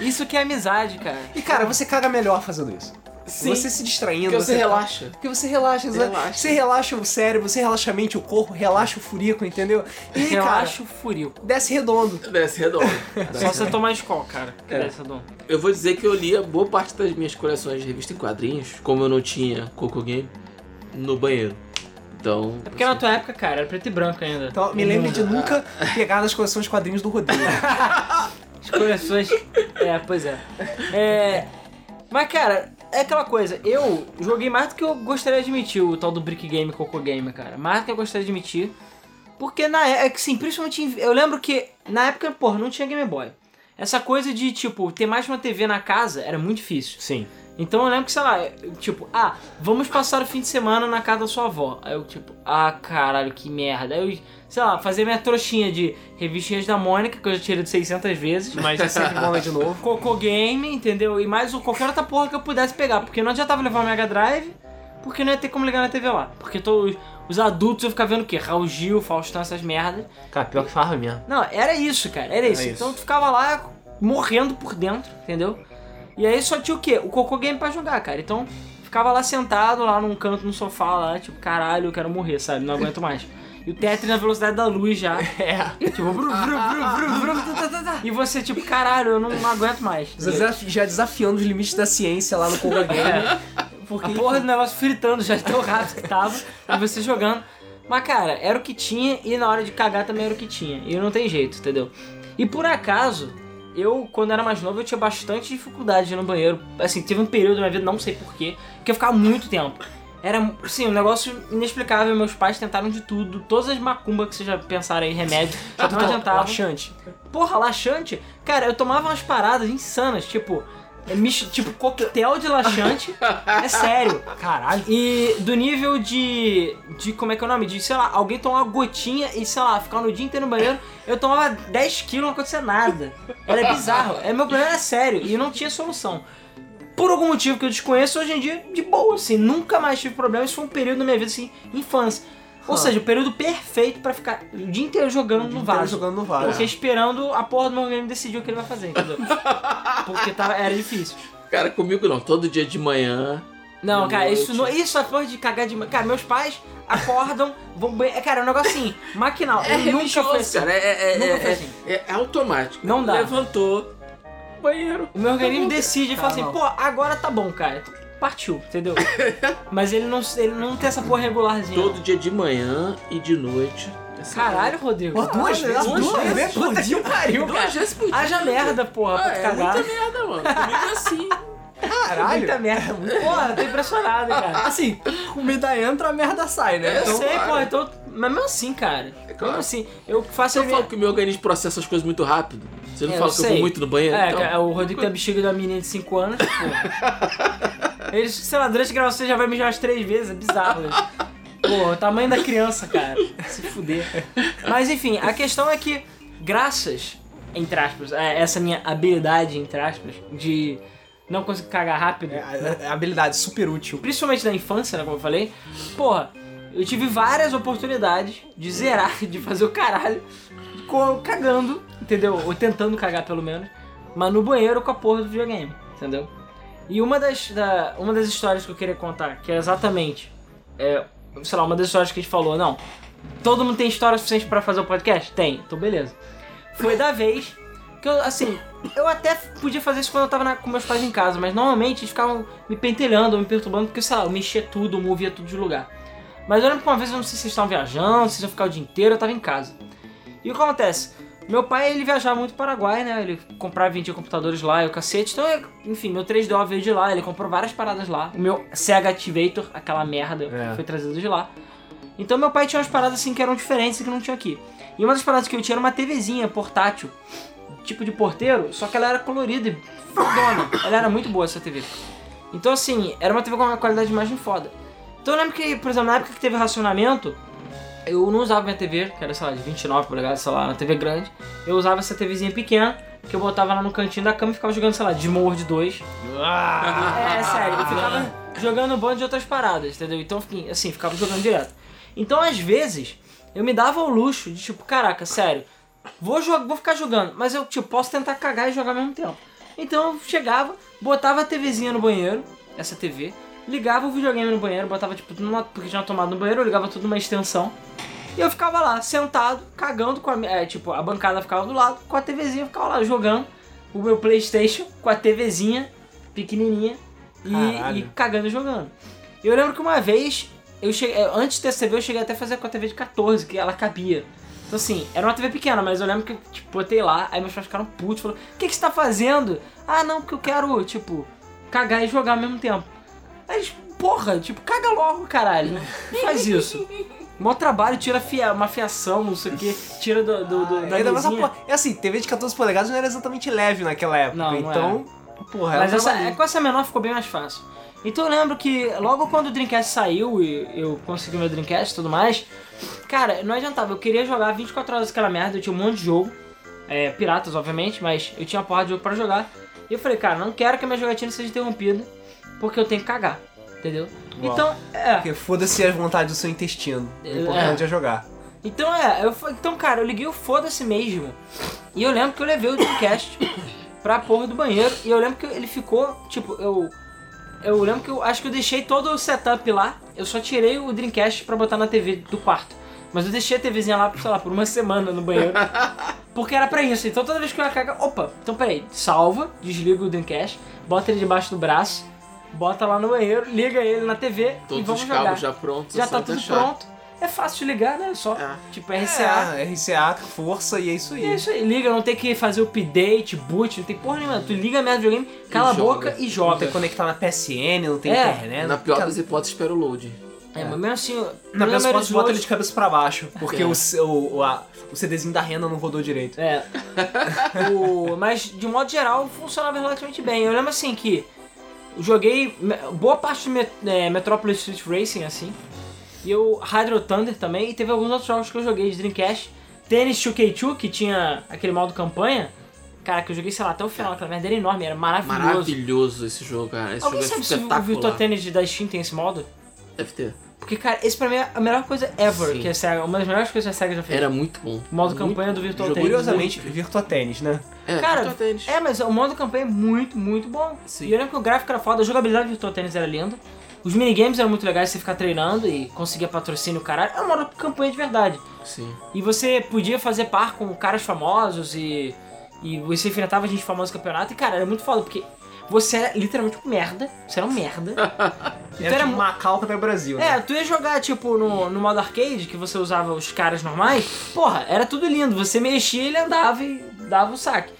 Speaker 2: Isso que é amizade, cara.
Speaker 1: E cara, você caga melhor fazendo isso.
Speaker 4: Sim.
Speaker 1: Você se distraindo.
Speaker 4: Porque você
Speaker 1: tá-
Speaker 4: relaxa.
Speaker 1: Porque você relaxa, exa-
Speaker 4: Relaxa.
Speaker 1: Você relaxa o cérebro, você relaxa a mente, o corpo, relaxa o furico, entendeu? E,
Speaker 2: eu
Speaker 1: cara,
Speaker 2: acho furico.
Speaker 1: desce redondo.
Speaker 4: Desce redondo.
Speaker 2: Só você tomar escola, cara. Que
Speaker 4: É.
Speaker 2: dessa, Dom.
Speaker 4: Eu vou dizer que eu lia boa parte das minhas coleções de revista em quadrinhos, como eu não tinha Coco Game, no banheiro. Então.
Speaker 2: É porque na tua época, cara, era preto e branco ainda.
Speaker 1: Então, me lembre de nunca pegar nas coleções de quadrinhos do rodeio.
Speaker 2: As coleções. é, pois é. É. Mas, cara, é aquela coisa. Eu joguei mais do que eu gostaria de admitir o tal do Brick Game Coco Game, cara. Mais do que eu gostaria de admitir. Porque na época, é que sim, principalmente. em- Eu lembro que na época, porra, não tinha Game Boy. Essa coisa de, tipo, ter mais de uma TV na casa era muito difícil.
Speaker 4: Sim.
Speaker 2: Então eu lembro que, sei lá, eu- tipo, ah, vamos passar o fim de semana na casa da sua avó. Aí eu, tipo, ah, caralho, que merda. Aí eu, sei lá, fazia minha trouxinha de revistinhas da Mônica, que eu já tirei 600 vezes.
Speaker 1: Mas é sempre bom ler de novo.
Speaker 2: Cocô Game, entendeu? E mais o- qualquer outra porra que eu pudesse pegar. Porque não adiantava levar o Mega Drive, porque não ia ter como ligar na TV lá. Porque todos os adultos iam ficar vendo o quê? Raul Gil, Faustão, essas merdas.
Speaker 3: Cara, pior que farra mesmo.
Speaker 2: Não, era isso, cara, era isso.
Speaker 3: isso.
Speaker 2: Então tu ficava lá morrendo por dentro, entendeu? E aí só tinha o quê? O Cocô Game pra jogar, cara. Então ficava lá sentado, lá num canto, no sofá, lá, tipo, caralho, eu quero morrer, sabe? Não aguento mais. E o Tetris na velocidade da luz já.
Speaker 1: É.
Speaker 2: Tipo, bru, bru, bru, bru, bru, tá, tá, tá. E você, tipo, caralho, eu não, não aguento mais.
Speaker 1: Você desaf- já desafiando os limites da ciência lá no Coco Game.
Speaker 2: Porque a porra do negócio fritando já de tão rápido que tava, e você jogando. Mas, cara, era o que tinha e na hora de cagar também era o que tinha. E não tem jeito, entendeu? E por acaso, eu, quando era mais novo, eu tinha bastante dificuldade de ir no banheiro. Assim, teve um período na minha vida, não sei porquê, que eu ficava muito tempo. Era, assim, um negócio inexplicável. Meus pais tentaram de tudo, todas as macumbas que vocês já pensaram aí, remédio, já não adiantava.
Speaker 1: Laxante.
Speaker 2: Porra, laxante? Cara, eu tomava umas paradas insanas, tipo. é mis- Tipo, coquetel de laxante. É sério.
Speaker 1: Caralho.
Speaker 2: E do nível de. de como é que é o nome? De, sei lá, alguém tomar uma gotinha e, sei lá, ficar no dia inteiro no banheiro, eu tomava 10 quilos não acontecia nada. Era bizarro. É, meu problema era sério e não tinha solução. Por algum motivo que eu desconheço, hoje em dia, de boa, assim, nunca mais tive problema. Isso foi um período da minha vida, assim, infância. Ou
Speaker 1: Hã.
Speaker 2: seja, o período perfeito pra ficar Ah. o dia inteiro jogando no
Speaker 1: Tava
Speaker 2: vaso.
Speaker 1: tá jogando no vaso.
Speaker 2: Porque esperando a porra do meu game decidir o que ele vai fazer, entendeu? Porque tava, era difícil.
Speaker 4: Cara, comigo não. Todo dia de manhã.
Speaker 2: Não,
Speaker 4: Meu
Speaker 2: cara,
Speaker 4: Deus.
Speaker 2: isso, não, isso é porra de cagar de. ma- Cara, meus pais acordam, vão. ban- é, Cara, é um negócio assim, maquinal.
Speaker 4: É
Speaker 2: eu nunca fui
Speaker 4: religioso,
Speaker 2: assim.
Speaker 4: cara. É, é,
Speaker 2: Nunca
Speaker 4: é,
Speaker 2: foi
Speaker 4: é-
Speaker 2: assim.
Speaker 4: é- é automático.
Speaker 2: Não dá.
Speaker 4: Levantou. Banheiro.
Speaker 2: O meu organismo decide e fala assim,
Speaker 1: Tá, não.
Speaker 2: pô, agora tá bom, cara. Então, Partiu, entendeu? Mas ele não, ele não tem essa porra regularzinha.
Speaker 4: Todo dia de manhã e de noite. Essa-
Speaker 2: Caralho, Rodrigo.
Speaker 1: Pô, duas vezes, duas, vezes. Puta que pariu,
Speaker 4: Duas vezes por dia.
Speaker 2: Haja merda, porra, pra
Speaker 4: Ah,
Speaker 2: tu
Speaker 4: é
Speaker 2: cagar.
Speaker 4: muita merda, mano. Comigo é assim.
Speaker 1: caralho.
Speaker 2: Muita merda, muito. Porra, eu tô impressionado, cara.
Speaker 3: Assim, comida entra, a merda sai, né?
Speaker 2: Eu
Speaker 4: Então,
Speaker 2: sei,
Speaker 4: claro.
Speaker 2: porra, então. Mas mesmo assim, cara. Mesmo
Speaker 4: claro.
Speaker 2: assim, eu faço a
Speaker 4: Você
Speaker 2: minha-
Speaker 4: fala que o meu organismo processa as coisas muito rápido. Você não
Speaker 2: É, eu
Speaker 4: fala que eu
Speaker 2: sei.
Speaker 4: vou muito no banheiro?
Speaker 2: É,
Speaker 4: então?
Speaker 2: cara, o Rodrigo tem a bexiga da menina de 5 anos, pô. Ele, sei lá, durante a gravação já vai mijar umas 3 vezes, é bizarro. isso. Pô, o tamanho da criança, cara. Se fuder. Mas enfim, a questão é que, graças, entre aspas, a essa minha habilidade, entre aspas, de não conseguir cagar rápido,
Speaker 1: É, é- é habilidade super útil.
Speaker 2: principalmente na infância, né, como eu falei, porra, eu tive várias oportunidades de zerar, de fazer o caralho, co- cagando, entendeu? Ou tentando cagar pelo menos, mas no banheiro com a porra do videogame, entendeu? E uma das, da- uma das histórias que eu queria contar, que é exatamente, é, sei lá, uma das histórias que a gente falou, não, todo mundo tem história suficiente pra fazer o podcast? Tem, então beleza. Foi da vez que eu, assim, eu até podia fazer isso quando eu tava na- com meus pais em casa, mas normalmente eles ficavam me pentelhando, me perturbando, porque, sei lá, eu mexia tudo, eu movia tudo de lugar. Mas eu lembro que uma vez, eu não sei se vocês estavam viajando, se vocês iam ficar o dia inteiro, eu tava em casa. E o que acontece? Meu pai, ele viajava muito pro Paraguai, né? Ele comprava e vendia computadores lá, eu cacete. Então, eu- enfim, meu 3DO veio de lá, ele comprou várias paradas lá. O meu Sega Activator, aquela merda,
Speaker 1: É.
Speaker 2: foi trazido de lá. Então, meu pai tinha umas paradas assim que eram diferentes e que não tinha aqui. E uma das paradas que eu tinha era uma TVzinha portátil, tipo de porteiro, só que ela era colorida e fodona. Ela era muito boa essa TV. Então, assim, era uma TV com uma qualidade de imagem foda. Então eu lembro que, por exemplo, na época que teve racionamento, eu não usava minha TV, que era, sei lá, de 29 polegadas, sei lá, uma TV grande. Eu usava essa TVzinha pequena, que eu botava lá no cantinho da cama e ficava jogando, sei lá, Dismord 2. É, sério, eu ficava jogando um bando de outras paradas, entendeu? Então, enfim, assim, ficava jogando direto. Então, às vezes, eu me dava o luxo de, tipo, caraca, sério, vou, jo- vou ficar jogando, mas eu, tipo, posso tentar cagar e jogar ao mesmo tempo. Então, eu chegava, botava a TVzinha no banheiro, essa TV, ligava o videogame no banheiro, botava, tipo, numa, porque tinha uma tomada no banheiro, eu ligava tudo numa extensão. E eu ficava lá, sentado, cagando com a minha. É, tipo, a bancada ficava do lado, com a TVzinha, eu ficava lá jogando o meu PlayStation com a TVzinha pequenininha e,
Speaker 1: Caralho.
Speaker 2: e cagando e jogando. Eu lembro que uma vez, eu cheguei, é, antes dessa TV, eu cheguei até a fazer com a TV de 14, que ela cabia. Então assim, era uma TV pequena, mas eu lembro que tipo, botei lá, aí meus pais ficaram putos, falaram, o que, que você tá fazendo? Ah não, porque eu quero, tipo, cagar e jogar ao mesmo tempo. Aí eles, porra, tipo, caga logo, caralho. Não faz isso. Mó trabalho, tira fia, uma fiação, não sei o que, tira do, do, do- da
Speaker 1: Ah, Ainda mais essa
Speaker 2: mesinha.
Speaker 1: porra. É assim, TV de 14 polegadas não era exatamente leve naquela época.
Speaker 2: Não, não
Speaker 1: então, porra, era
Speaker 2: Mas
Speaker 1: um
Speaker 2: essa,
Speaker 1: trabalhinho.
Speaker 2: é, com essa menor ficou bem mais fácil. Então eu lembro que logo quando o Dreamcast saiu e eu consegui meu Dreamcast e tudo mais, cara, não adiantava, eu queria jogar 24 horas aquela merda, eu tinha um monte de jogo, é, piratas obviamente, mas eu tinha uma porra de jogo pra jogar. E eu falei, cara, não quero que a minha jogatina seja interrompida, porque eu tenho que cagar, entendeu?
Speaker 1: Uau.
Speaker 2: Então, é,
Speaker 1: Porque foda-se as vontades do seu intestino. O
Speaker 2: É.
Speaker 1: importante é, jogar.
Speaker 2: Então é, eu fa- então cara, eu liguei o foda-se mesmo. E eu lembro que eu levei o Dreamcast pra porra do banheiro e eu lembro que ele ficou, tipo, eu eu lembro que eu acho que eu deixei todo o setup lá. Eu só tirei o Dreamcast pra botar na TV do quarto. Mas eu deixei a TVzinha lá, sei lá, por uma semana no banheiro. Porque era pra isso. Então toda vez que eu ia cagar, opa, então peraí, salva, desliga o Dreamcast, bota ele debaixo do braço, bota lá no banheiro, liga ele na TV e
Speaker 4: Todos
Speaker 2: vamos
Speaker 4: os
Speaker 2: jogar.
Speaker 4: cabos já prontos.
Speaker 2: Já
Speaker 4: é só
Speaker 2: tá tudo
Speaker 4: encaixar.
Speaker 2: pronto. É fácil de ligar, né? Só
Speaker 4: É.
Speaker 2: tipo RCA.
Speaker 1: É, RCA, força e é isso
Speaker 2: E É
Speaker 1: aí.
Speaker 2: isso aí, liga, não tem que fazer update, boot, não tem porra nenhuma. Tu liga a merda do videogame, cala a
Speaker 4: joga.
Speaker 2: boca e
Speaker 1: Não
Speaker 2: joga.
Speaker 1: tem que conectar na PSN, não tem
Speaker 2: É.
Speaker 1: internet.
Speaker 4: Na pior
Speaker 1: cara,
Speaker 4: das hipóteses, espera o load.
Speaker 2: É, mas mesmo assim,
Speaker 1: na
Speaker 2: pelo
Speaker 1: minha
Speaker 2: menos
Speaker 1: foto bota ele
Speaker 2: hoje-
Speaker 1: de cabeça pra baixo, porque
Speaker 4: É.
Speaker 1: o, c- o, o, a- o CDzinho da renda não rodou direito.
Speaker 2: É. O- mas de modo geral funcionava relativamente bem. Eu lembro assim que joguei me- boa parte de Met, é, Metropolis Street Racing, assim. E eu Hydro Thunder também. E teve alguns outros jogos que eu joguei de Dreamcast. Tênis 2K2, que tinha aquele modo campanha. Cara, que eu joguei, sei lá, até o final, aquela merda era enorme, era maravilhoso.
Speaker 4: Maravilhoso esse jogo, cara. Esse
Speaker 2: Alguém
Speaker 4: jogo é
Speaker 2: sabe se o Virtua
Speaker 4: espetacular.
Speaker 2: Tennis da Steam tem esse modo?
Speaker 4: Deve ter.
Speaker 2: Porque, cara, esse pra mim é a melhor coisa ever
Speaker 4: Sim.
Speaker 2: que é a SEGA, uma das melhores coisas que a SEGA já fez.
Speaker 4: Era muito bom.
Speaker 2: O modo
Speaker 4: Muito
Speaker 2: campanha do Virtua Tennis.
Speaker 1: Curiosamente, Virtua Tennis, né?
Speaker 4: É,
Speaker 2: Cara,
Speaker 4: Virtua Tennis.
Speaker 2: É, mas o modo campanha é muito, muito bom.
Speaker 4: Sim.
Speaker 2: E eu lembro que o gráfico era foda, a jogabilidade do Virtua Tennis era linda. Os minigames eram muito legais, você ficar treinando e conseguia patrocínio, caralho. Era um modo campanha de verdade.
Speaker 4: Sim.
Speaker 2: E você podia fazer par com caras famosos e. E você enfrentava gente famosa no campeonato. E, cara, era muito foda, porque você era literalmente um merda. Você era um merda.
Speaker 1: Era,
Speaker 2: era
Speaker 1: tipo
Speaker 2: mu-
Speaker 1: Macau contra o Brasil, né?
Speaker 2: É, tu ia jogar, tipo, no, no modo arcade, que você usava os caras normais, porra, era tudo lindo. Você mexia, ele andava e dava o saque.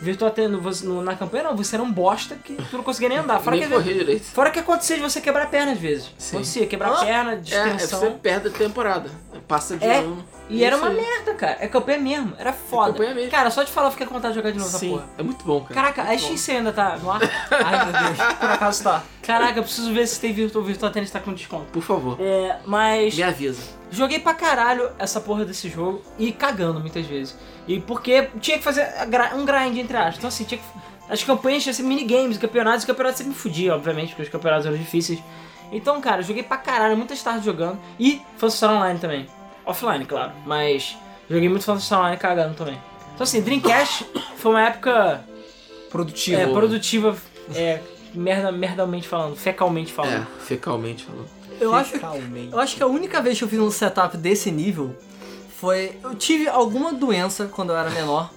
Speaker 2: Virtua Tennis, você- no- na campanha, não, você era um bosta que tu não conseguia nem andar. Fora que,
Speaker 4: Nem correr direito.
Speaker 2: fora que acontecia de você quebrar a perna às vezes.
Speaker 4: Sim.
Speaker 2: Acontecia, quebrar a
Speaker 4: Ah,
Speaker 2: perna,
Speaker 4: É, é,
Speaker 2: distensão.
Speaker 4: você perde a temporada. Passa de
Speaker 2: É,
Speaker 4: ano.
Speaker 2: E era
Speaker 4: Isso
Speaker 2: uma
Speaker 4: aí.
Speaker 2: merda, cara. É campanha mesmo, era foda.
Speaker 4: campanha mesmo.
Speaker 2: Cara, só de falar, eu fiquei com vontade de jogar de novo essa
Speaker 4: Sim,
Speaker 2: porra.
Speaker 4: é muito bom, cara.
Speaker 2: Caraca, a XC ainda tá no ar? Ai, meu Deus.
Speaker 1: Por acaso tá.
Speaker 2: Caraca, eu preciso ver se tem Virtua, Virtua Tennis tá com desconto.
Speaker 4: Por favor,
Speaker 2: É, mas...
Speaker 4: me avisa.
Speaker 2: Joguei pra caralho essa porra desse jogo e cagando muitas vezes. E porque tinha que fazer a gra- um grind, entre aspas. Então assim, tinha que... As campanhas tinham que ser minigames, campeonatos, os campeonatos sempre me fudia, obviamente, porque os campeonatos eram difíceis. Então, cara, eu joguei pra caralho, muitas tardes jogando. E Phantasy Online também. Offline, claro. Mas joguei muito Phantasy Online cagando também. Então assim, Dreamcast foi uma época
Speaker 1: Produtivo.
Speaker 2: é, produtiva, é, merda, merdamente falando, fecalmente
Speaker 4: É,
Speaker 2: falando.
Speaker 4: fecalmente falando.
Speaker 3: Eu acho,
Speaker 1: Fiscalmente.
Speaker 3: eu acho que a única vez que eu fiz um setup desse nível foi. Eu tive alguma doença quando eu era menor.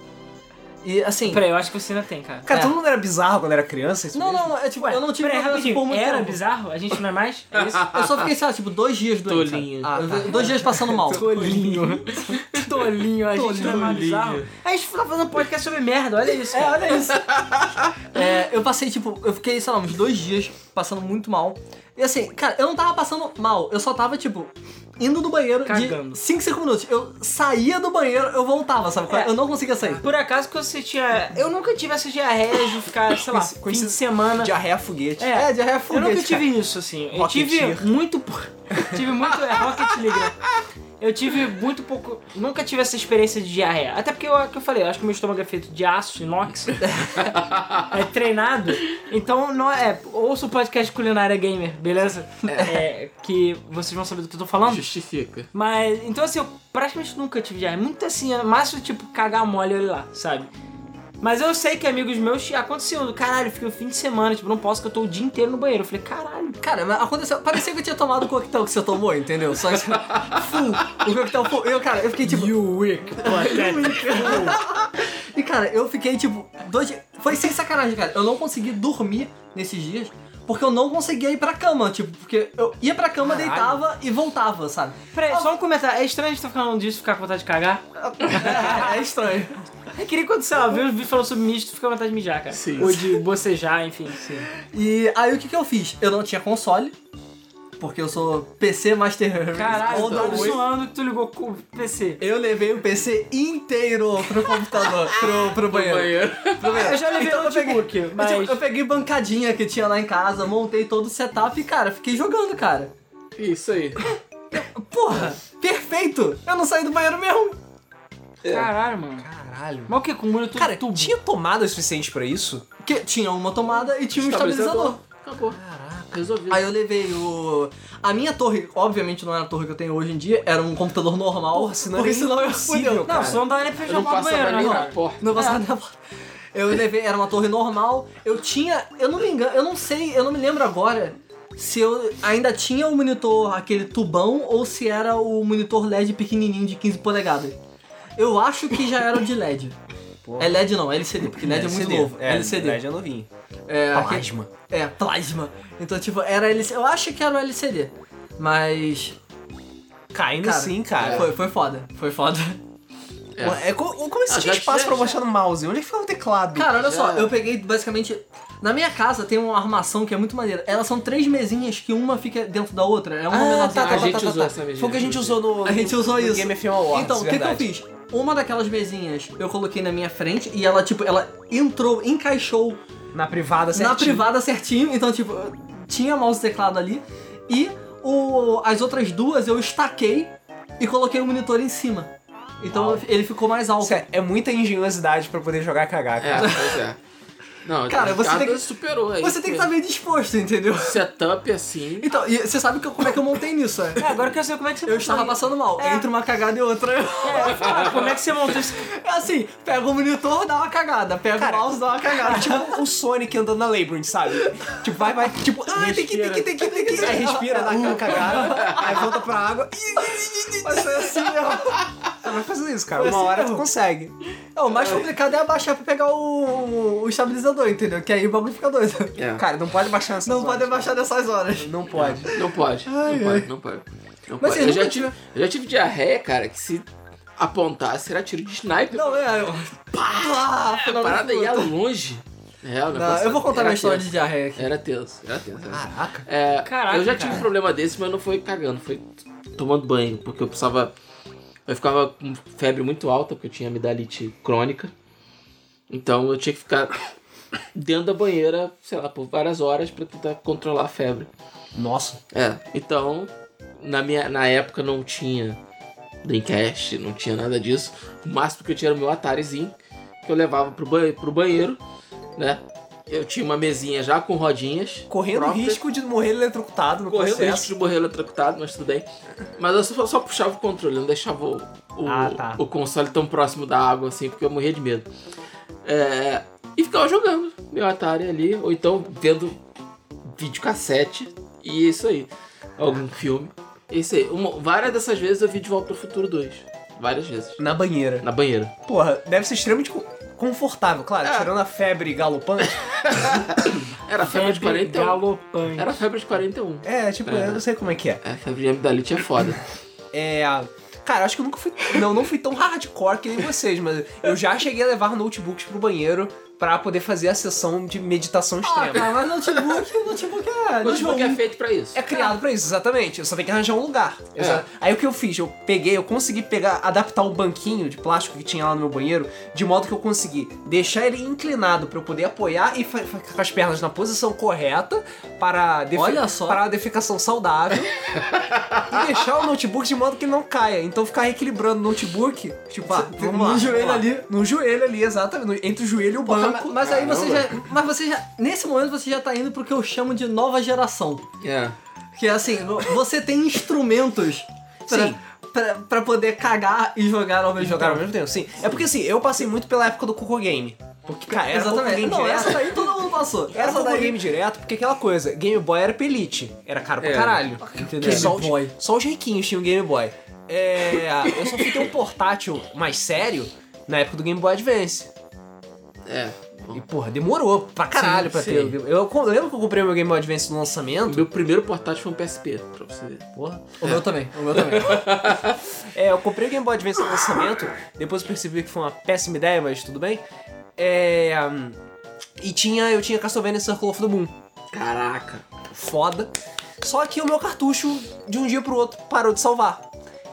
Speaker 3: E assim.
Speaker 2: Peraí, eu acho que você ainda tem, cara.
Speaker 1: Cara,
Speaker 3: É.
Speaker 1: todo mundo era bizarro quando era criança, isso
Speaker 3: Não,
Speaker 1: mesmo?
Speaker 3: não, é tipo,
Speaker 2: Ué,
Speaker 3: eu não tive
Speaker 2: peraí,
Speaker 3: doença
Speaker 2: rapidinho,
Speaker 3: por muito
Speaker 2: Era
Speaker 3: tempo.
Speaker 2: bizarro? A gente não é mais? É isso?
Speaker 3: Eu só fiquei, sei lá, tipo, dois dias doente. sabe?
Speaker 4: Tolinho.
Speaker 1: Ah, tá.
Speaker 3: Eu- Dois dias passando mal.
Speaker 2: Tolinho. Tolinho, a gente não é mais
Speaker 4: Tolinho.
Speaker 2: bizarro. A gente tá fazendo podcast sobre merda, olha isso.
Speaker 3: É,
Speaker 2: cara.
Speaker 3: olha isso. É, eu passei, tipo, eu fiquei, sei lá, uns dois dias passando muito mal. E assim, cara, eu não tava passando mal, eu só tava, tipo, indo do banheiro
Speaker 2: Cagando.
Speaker 3: de 5, 5 minutos. Eu saía do banheiro, eu voltava, sabe? qual é?
Speaker 2: É.
Speaker 3: Eu não conseguia sair.
Speaker 2: Por acaso que você tinha. Eu nunca tive essa diarreia de ficar, sei lá,
Speaker 3: Coinci-
Speaker 2: fim
Speaker 3: coinci-
Speaker 2: de semana.
Speaker 3: Diarreia foguete.
Speaker 2: É.
Speaker 3: diarreia
Speaker 2: Eu
Speaker 3: foguete.
Speaker 2: nunca tive
Speaker 3: cara.
Speaker 2: isso, assim. Eu
Speaker 3: Rocketeer.
Speaker 2: tive muito. pou- tive muito. É Rocket League, né? Eu tive muito pouco. Nunca tive essa experiência de diarreia. Até porque eu, que eu falei, eu acho que meu estômago é feito de aço, inox. é treinado. Então, não é. Ouça o podcast Culinária Gamer, beleza? É, que vocês vão saber do que eu tô falando.
Speaker 4: Justifica.
Speaker 2: Mas, então assim, eu praticamente nunca tive diarreia. Muito assim, é máximo tipo cagar mole e olha lá, sabe? Mas eu sei que amigos meus aconteceu, do caralho, fiquei o fim de semana, tipo, não posso que eu tô o dia inteiro no banheiro. Eu falei, caralho.
Speaker 3: Cara, mas aconteceu. Parecia que eu tinha tomado o coquetel que você tomou, entendeu? Só que. Full. O coquetel full. Eu, cara, eu fiquei tipo.
Speaker 2: You wick,
Speaker 3: E cara, eu fiquei tipo. Dois... dias- Foi sem sacanagem, cara. Eu não consegui dormir nesses dias. Porque eu não conseguia ir pra cama, tipo, porque eu ia pra cama,
Speaker 1: Caralho.
Speaker 3: deitava e voltava, sabe?
Speaker 2: Peraí, só um comentário. É estranho a gente tá falando disso, ficar com vontade de cagar.
Speaker 3: É, é estranho.
Speaker 2: É que nem quando, sei lá, viu o vídeo falando sobre misto, fica com vontade de mijar, cara.
Speaker 4: Sim.
Speaker 2: Ou de bocejar, enfim. Sim.
Speaker 3: E aí o que que eu fiz? Eu não tinha console, porque eu sou PC Master Race
Speaker 2: Caralho,
Speaker 3: all the
Speaker 2: eu tô
Speaker 3: way.
Speaker 2: zoando que tu ligou com o PC.
Speaker 3: Eu levei o PC inteiro pro computador, pro, pro banheiro.
Speaker 4: Banheiro.
Speaker 3: Pro banheiro.
Speaker 2: Eu já levei o notebook,
Speaker 3: eu,
Speaker 2: mas-
Speaker 3: tipo, eu peguei bancadinha que tinha lá em casa, montei todo o setup e, cara, fiquei jogando, cara.
Speaker 4: Isso aí.
Speaker 3: Porra, perfeito! Eu não saí do banheiro mesmo.
Speaker 2: Caralho, mano.
Speaker 1: Caralho.
Speaker 2: Mas o que? Com o muro tudo
Speaker 1: Cara,
Speaker 2: tubo.
Speaker 1: tinha tomada o suficiente pra isso?
Speaker 3: Que tinha uma tomada e tinha um estabilizador.
Speaker 4: Acabou. Resolvido.
Speaker 3: Aí eu levei o. A minha torre, obviamente não era a torre que eu tenho hoje em dia, era um computador normal.
Speaker 1: Porra, senão
Speaker 3: porque
Speaker 1: era
Speaker 3: senão eu
Speaker 1: impossível,
Speaker 3: fudeu.
Speaker 2: Não,
Speaker 1: cara.
Speaker 2: só não dá nem pra
Speaker 4: Eu não
Speaker 2: jogar no
Speaker 4: passava
Speaker 2: banheiro, né,
Speaker 4: nem
Speaker 2: mano?
Speaker 4: na porta.
Speaker 3: Não passava nem a porta. Eu levei, era uma torre normal. Eu tinha, eu não me engano, eu não sei, eu não me lembro agora se eu ainda tinha o monitor, aquele tubão, ou se era o monitor LED pequenininho de 15 polegadas. Eu acho que já era o de LED.
Speaker 1: Porra.
Speaker 3: É LED não, é LCD, porque LED é muito
Speaker 1: LCD.
Speaker 3: novo.
Speaker 1: É,
Speaker 3: LCD.
Speaker 1: LED é novinho.
Speaker 3: É, aquele-
Speaker 1: Plasma.
Speaker 3: é, plasma. Então, tipo, era LCD. Eu acho que era o LCD. Mas.
Speaker 1: Caindo
Speaker 3: Cara, é,
Speaker 1: sim, cara.
Speaker 3: Foi, foi foda. Foi foda.
Speaker 4: É.
Speaker 1: Ué, é co- como é que
Speaker 4: Ah,
Speaker 1: você tinha
Speaker 4: já-
Speaker 1: espaço
Speaker 4: já-
Speaker 1: pra mostrar no mouse? Onde é que ficava o teclado?
Speaker 3: Cara, olha só,
Speaker 4: Já.
Speaker 3: eu peguei basicamente. Na minha casa tem uma armação que é muito maneira. Elas são três mesinhas que uma fica dentro da outra. É uma
Speaker 1: ah,
Speaker 3: menorzinha.
Speaker 1: tá, tá, tá,
Speaker 4: A gente
Speaker 1: tá, tá,
Speaker 4: usou
Speaker 1: tá.
Speaker 4: essa medida,
Speaker 1: Foi o que a gente
Speaker 4: inclusive.
Speaker 1: usou no,
Speaker 3: A gente usou
Speaker 1: no
Speaker 3: isso.
Speaker 1: Game FM Awards,
Speaker 3: Então, o que, que eu
Speaker 1: verdade.
Speaker 3: fiz? Uma daquelas mesinhas eu coloquei na minha frente e ela, tipo, ela entrou, encaixou
Speaker 1: Na privada, certinho.
Speaker 3: na privada certinho. Então, tipo, tinha mouse e teclado ali. E o, as outras duas eu estaquei e coloquei o monitor em cima. Então ele ficou mais alto.
Speaker 1: Isso é, é muita engenhosidade pra poder jogar cagar,
Speaker 4: É,
Speaker 1: cara.
Speaker 4: pois é. Não,
Speaker 3: Cara, você
Speaker 4: cada
Speaker 3: tem que-
Speaker 4: superou é aí.
Speaker 3: Você tem que
Speaker 4: porque
Speaker 3: estar bem disposto, entendeu?
Speaker 4: Setup assim.
Speaker 3: Então, e você sabe que eu- como é que eu montei nisso, né?
Speaker 2: É, agora que eu sei como é que você
Speaker 3: Eu estava
Speaker 2: montou
Speaker 3: passando mal,
Speaker 2: É.
Speaker 3: entre uma cagada e outra.
Speaker 2: isso. É, eu ia falar, como é que você montou isso?
Speaker 3: Assim, pega o monitor, dá uma cagada, pega
Speaker 1: Cara,
Speaker 3: o mouse, dá uma
Speaker 4: É.
Speaker 3: cagada.
Speaker 1: tipo o Sonic andando na Labyrinth, sabe? Tipo, vai, vai, tipo, ah, tem que, tem que, tem que, tem que. Aí respira, dá aquela cagada, aí volta pra água.
Speaker 3: Mas foi assim mesmo.
Speaker 1: Tá, vai fazendo isso, cara.
Speaker 3: Foi
Speaker 1: Uma
Speaker 3: assim
Speaker 1: hora tu
Speaker 3: mesmo.
Speaker 1: consegue.
Speaker 3: Não, o mais complicado é abaixar pra pegar o, o estabilizador, entendeu? Que aí o bagulho fica doido.
Speaker 4: É.
Speaker 1: Cara, não pode baixar nessa
Speaker 3: Não pode abaixar nessas horas.
Speaker 1: Não pode.
Speaker 4: Não pode. não, pode não pode. Não pode.
Speaker 3: vocês
Speaker 4: Eu já,
Speaker 3: assim, nunca
Speaker 4: tive, eu já tive diarreia, cara, que se apontasse era tiro de sniper.
Speaker 3: Não, é. eu- Pá, filha
Speaker 4: a
Speaker 3: da
Speaker 4: parada
Speaker 3: puta.
Speaker 4: ia longe. É, o
Speaker 3: Não,
Speaker 4: negócio
Speaker 3: eu vou contar
Speaker 4: era
Speaker 3: minha história de
Speaker 4: tenso.
Speaker 3: diarreia aqui.
Speaker 4: Era tenso, era tenso. Era tenso.
Speaker 1: Caraca.
Speaker 4: É,
Speaker 2: Caraca,
Speaker 4: eu já tive
Speaker 2: cara.
Speaker 4: um problema desse, mas não foi cagando, foi tomando banho, porque eu precisava. Eu ficava com febre muito alta, porque eu tinha amidalite crônica. Então eu tinha que ficar dentro da banheira, sei lá, por várias horas pra tentar controlar a febre.
Speaker 1: Nossa.
Speaker 4: É, então, na, minha, na época não tinha Dreamcast, não tinha nada disso. O máximo que eu tinha era o meu Atarizinho, que eu levava pro, banhe pro banheiro, né? Eu tinha uma mesinha já com rodinhas.
Speaker 1: Correndo
Speaker 4: própria.
Speaker 1: risco de morrer eletrocutado no
Speaker 4: Correndo
Speaker 1: processo.
Speaker 4: risco de morrer eletrocutado, mas tudo bem. Mas eu só, só puxava o controle, eu não deixava o, o,
Speaker 1: Ah, tá.
Speaker 4: o console tão próximo da água assim, porque eu morria de medo. É, e ficava jogando meu Atari ali, ou então vendo videocassete e é isso aí. Algum filme. É Isso aí. Uma- várias dessas vezes eu vi De Volta pro Futuro 2. Várias vezes.
Speaker 1: Na banheira.
Speaker 4: Na banheira.
Speaker 1: Porra, deve ser extremamente co- confortável, claro,
Speaker 4: É.
Speaker 1: tirando a febre galopante.
Speaker 4: Era febre de 41.
Speaker 2: galopante.
Speaker 4: Era febre de 41.
Speaker 1: É, tipo, eu não sei como é que é.
Speaker 4: É, febre de amidalite é foda.
Speaker 1: É. Cara, acho que eu nunca fui. Não, não fui tão hardcore que nem vocês, mas eu já cheguei a levar notebooks pro banheiro pra poder fazer a sessão de meditação
Speaker 3: Ah,
Speaker 1: extrema.
Speaker 3: cara, mas notebook, notebook é.
Speaker 4: Mas o
Speaker 3: notebook
Speaker 4: jogo é feito pra isso.
Speaker 1: É criado pra isso, exatamente. Eu só tenho que arranjar um lugar.
Speaker 3: É.
Speaker 1: Exa- Aí o que eu fiz? Eu peguei, eu consegui pegar, adaptar o banquinho de plástico que tinha lá no meu banheiro, de modo que eu consegui deixar ele inclinado pra eu poder apoiar e fa- fa- com as pernas na posição correta para, a defe-
Speaker 3: Olha só.
Speaker 1: para a defecação saudável e deixar o notebook de modo que ele não caia. Então ficar equilibrando o notebook, tipo, ah, vamos
Speaker 3: no
Speaker 1: lá,
Speaker 3: um joelho
Speaker 1: vamos lá.
Speaker 3: ali.
Speaker 1: No joelho ali, exatamente. no- Entre o joelho e o
Speaker 3: Porra,
Speaker 1: banco.
Speaker 3: ma- mas aí você já.
Speaker 4: Caramba.
Speaker 3: Mas você já. Nesse momento você já tá indo pro que eu chamo de nova geração.
Speaker 4: É.
Speaker 3: Que é assim, vo- você tem instrumentos pra,
Speaker 1: Sim.
Speaker 3: pra, pra poder cagar e jogar ao mesmo
Speaker 1: Jogar ao
Speaker 3: tempo.
Speaker 1: mesmo tempo, sim. É porque assim, eu passei muito pela época do Coco Game. Porque, cara, era Coco
Speaker 3: Exatamente.
Speaker 1: Game
Speaker 3: Não,
Speaker 1: direto.
Speaker 3: essa daí todo mundo passou.
Speaker 1: Era
Speaker 3: essa
Speaker 1: Coco
Speaker 3: daí.
Speaker 1: Game direto, porque aquela coisa, Game Boy era pra elite. Era caro pra
Speaker 4: É.
Speaker 1: caralho. Entendeu?
Speaker 3: Game
Speaker 1: só, os-
Speaker 3: Boy.
Speaker 1: só os riquinhos tinham Game Boy. É, eu só fui ter um portátil mais sério na época do Game Boy Advance.
Speaker 4: É.
Speaker 1: E, porra, demorou pra caralho pra
Speaker 4: sim.
Speaker 1: ter. o Game- Eu, eu lembro que eu comprei meu Game Boy Advance no lançamento.
Speaker 4: Meu primeiro portátil foi um PSP, pra você ver.
Speaker 1: Porra.
Speaker 3: O meu também, o meu também.
Speaker 1: É, eu comprei o Game Boy Advance no lançamento, depois percebi que foi uma péssima ideia, mas tudo bem. É, hum, e tinha, eu tinha Castlevania Circle of the Moon.
Speaker 4: Caraca.
Speaker 1: foda. Só que o meu cartucho, de um dia pro outro, parou de salvar.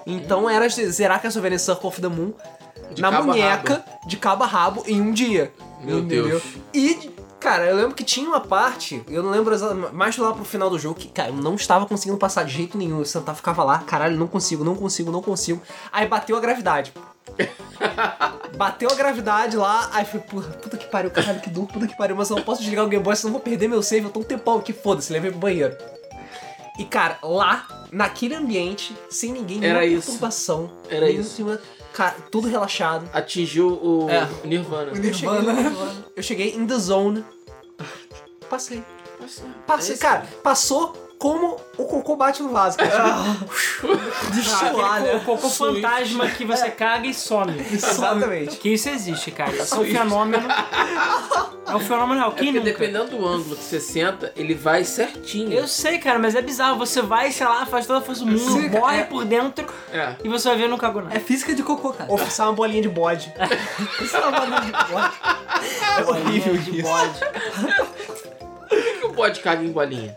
Speaker 1: Então era zerar Castlevania Circle of the Moon
Speaker 4: De
Speaker 1: na
Speaker 4: cabo a
Speaker 1: munheca, de cabo a rabo, em um dia.
Speaker 4: Meu Deus.
Speaker 1: E, cara, eu lembro que tinha uma parte, eu não lembro exatamente, mais lá pro final do jogo, que, cara, eu não estava conseguindo passar de jeito nenhum. Eu sentava, ficava lá, caralho, não consigo, não consigo, não consigo. Aí bateu a gravidade. Bateu a gravidade lá, aí foi, porra, puta que pariu, caralho, que duro, puta que pariu, mas eu não posso desligar o Game Boy, senão eu vou perder meu save, eu tô um tempão aqui, foda-se, levei pro banheiro. E cara, lá, naquele ambiente, sem ninguém,
Speaker 4: Era
Speaker 1: nenhuma
Speaker 4: isso.
Speaker 1: perturbação,
Speaker 4: Era
Speaker 1: nenhuma-
Speaker 4: isso.
Speaker 1: cara, tudo relaxado.
Speaker 4: Atingiu o
Speaker 3: É.
Speaker 4: Nirvana.
Speaker 3: O
Speaker 1: Eu cheguei,
Speaker 3: Nirvana.
Speaker 1: eu cheguei in the zone. Passei. Passei,
Speaker 4: É isso.
Speaker 1: cara, passou como o cocô bate no vaso. cara. Tipo, né?
Speaker 2: Aquele
Speaker 3: De
Speaker 4: é
Speaker 3: chualha.
Speaker 2: co- cocô fantasma que você caga e some.
Speaker 1: Exatamente.
Speaker 2: Que isso existe, cara. Isso é um fenômeno. É um fenômeno real.
Speaker 4: É
Speaker 2: Quem
Speaker 4: porque
Speaker 2: nunca?
Speaker 4: dependendo do ângulo que você senta, ele vai certinho.
Speaker 2: Eu sei, cara, mas é bizarro. Você vai, sei lá, faz toda a força do mundo,
Speaker 3: Sim, cara,
Speaker 2: morre
Speaker 3: é.
Speaker 2: por dentro
Speaker 4: É.
Speaker 2: e você vai ver não cagou nada.
Speaker 3: É física de cocô, cara.
Speaker 1: Oficiar é uma bolinha de bode.
Speaker 3: Isso é uma bolinha de bode.
Speaker 1: É horrível
Speaker 2: de
Speaker 1: isso.
Speaker 2: bode.
Speaker 4: Por que o bode caga em bolinha?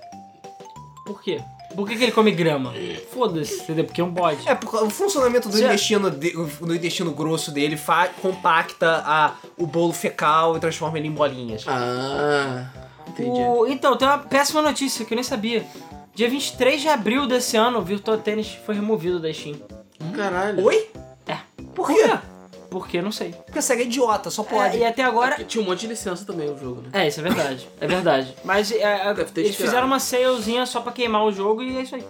Speaker 2: Por quê? Por que, que ele come grama? Foda-se, entendeu? Porque é um bode.
Speaker 1: É, porque o funcionamento do
Speaker 2: Você-
Speaker 1: intestino, de- do intestino grosso dele fa- compacta a- o bolo fecal e transforma ele em bolinhas.
Speaker 4: Ah, entendi.
Speaker 2: O- Então, tem uma péssima notícia que eu nem sabia. Dia 23 de abril desse ano, o Virtua Tennis foi removido da Steam.
Speaker 4: Caralho.
Speaker 1: Oi?
Speaker 2: É.
Speaker 1: Por quê?
Speaker 2: Por quê? Não sei.
Speaker 1: Porque a SEGA é idiota, só
Speaker 2: É,
Speaker 1: pode.
Speaker 2: e até agora
Speaker 4: Porque tinha um monte de licença também o jogo, né?
Speaker 2: É, isso é verdade. É verdade. Mas é, é,
Speaker 4: Deve ter
Speaker 2: eles
Speaker 4: tirado.
Speaker 2: fizeram uma salezinha só pra queimar o jogo e é isso aí.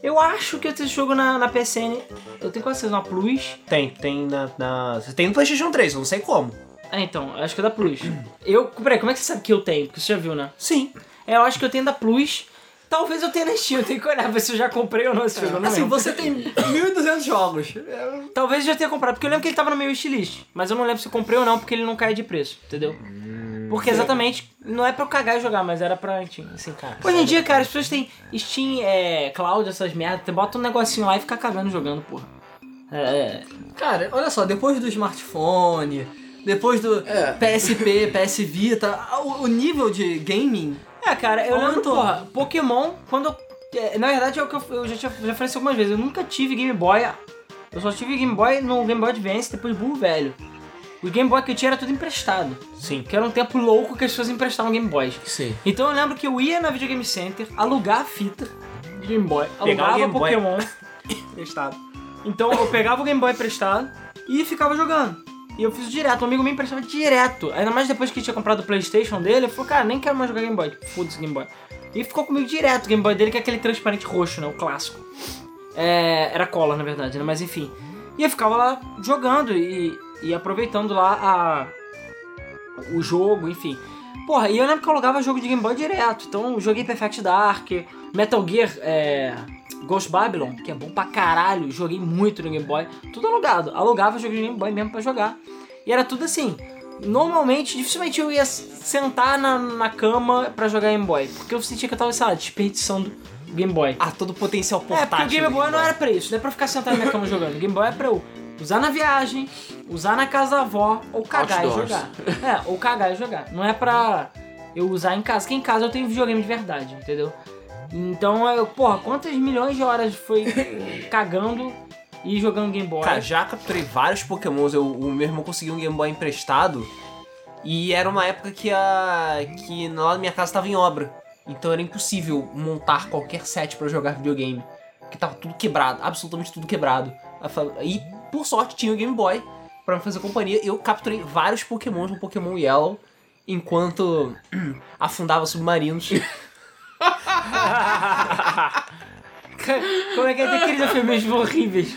Speaker 2: Eu acho que esse jogo na, na PSN, eu tenho quase certeza, na Plus.
Speaker 1: Tem, tem na, na- Você tem no PlayStation 3, eu não sei como.
Speaker 2: É, então, acho que é da Plus. Eu, peraí, como é que você sabe que eu tenho? Porque você já viu, né?
Speaker 1: Sim.
Speaker 2: É, eu acho que eu tenho da Plus. Talvez eu tenha na Steam, eu tenho que olhar pra ver se eu já comprei ou não esse jogo. eu não
Speaker 3: Assim,
Speaker 2: lembro.
Speaker 3: você tem 1.200 jogos. É,
Speaker 2: Talvez eu já tenha comprado, porque eu lembro que ele tava no meu wishlist. Mas eu não lembro se eu comprei ou não, porque ele não cai de preço, entendeu? Porque exatamente, não é pra eu cagar e jogar, mas era pra, assim, cara. Hoje em dia, cara, as pessoas têm Steam, é, Cloud, essas merdas, você bota um negocinho lá e fica cagando jogando, porra. É, é.
Speaker 3: Cara, olha só, depois do smartphone, depois do
Speaker 4: É.
Speaker 3: PSP, PS Vita, a- o, o nível de gaming.
Speaker 2: É, cara, eu lembro,
Speaker 3: Aumentou.
Speaker 2: porra, Pokémon, quando eu. é, na verdade, é o que eu, eu já, tinha, já falei isso algumas vezes, eu nunca tive Game Boy. Eu só tive Game Boy no Game Boy Advance, depois burro velho. O Game Boy que eu tinha era tudo emprestado.
Speaker 1: Sim.
Speaker 2: Que era um tempo louco que as pessoas emprestavam Game Boys.
Speaker 4: Sim.
Speaker 2: Então eu lembro que eu ia na Video Game Center, alugar a fita de Game Boy,
Speaker 1: Pegar o
Speaker 2: alugava
Speaker 1: Game Boy.
Speaker 2: Pokémon.
Speaker 1: Testado.
Speaker 2: Então eu pegava o Game Boy emprestado e ficava jogando. E eu fiz direto, um amigo me emprestava direto. Ainda mais depois que ele tinha comprado o Playstation dele, eu falei, cara, nem quero mais jogar Game Boy. Foda-se Game Boy. E ficou comigo direto o Game Boy dele, que é aquele transparente roxo, né? O clássico. É, era cola, na verdade, né? Mas enfim. E eu ficava lá jogando e, e aproveitando lá a, o jogo, enfim. Porra, e eu lembro que eu alugava jogo de Game Boy direto. Então eu joguei Perfect Dark, Metal Gear é, Ghost Babylon, que é bom pra caralho. Joguei muito no Game Boy. Tudo alugado. Alugava jogo de Game Boy mesmo pra jogar. E era tudo assim. Normalmente, dificilmente eu ia s- sentar na, na cama pra jogar Game Boy. Porque eu sentia que eu tava, sei lá, desperdiçando o Game Boy.
Speaker 1: Ah, todo o potencial
Speaker 2: É,
Speaker 1: portátil.
Speaker 2: porque o Game
Speaker 1: do
Speaker 2: Boy não era pra isso, não é pra eu ficar sentado na minha cama jogando. O Game Boy é pra eu Usar na viagem, usar na casa da avó, ou cagar
Speaker 4: Outdoors.
Speaker 2: e jogar. É, ou cagar e jogar. Não é pra eu usar em casa, que em casa eu tenho videogame de verdade, entendeu? Então, eu, porra, quantas milhões de horas foi cagando e jogando Game Boy?
Speaker 1: Cara, já capturei vários pokémons. Eu, o meu irmão conseguiu um Game Boy emprestado. E era uma época que a. que lá na minha casa tava em obra. Então era impossível montar qualquer set pra jogar videogame. Porque tava tudo quebrado, absolutamente tudo quebrado. Aí fa- E por sorte tinha o Game Boy pra me fazer companhia. Eu capturei vários pokémons no Pokémon Yellow enquanto afundava submarinos.
Speaker 2: Como é que é aqueles eufemismos horríveis?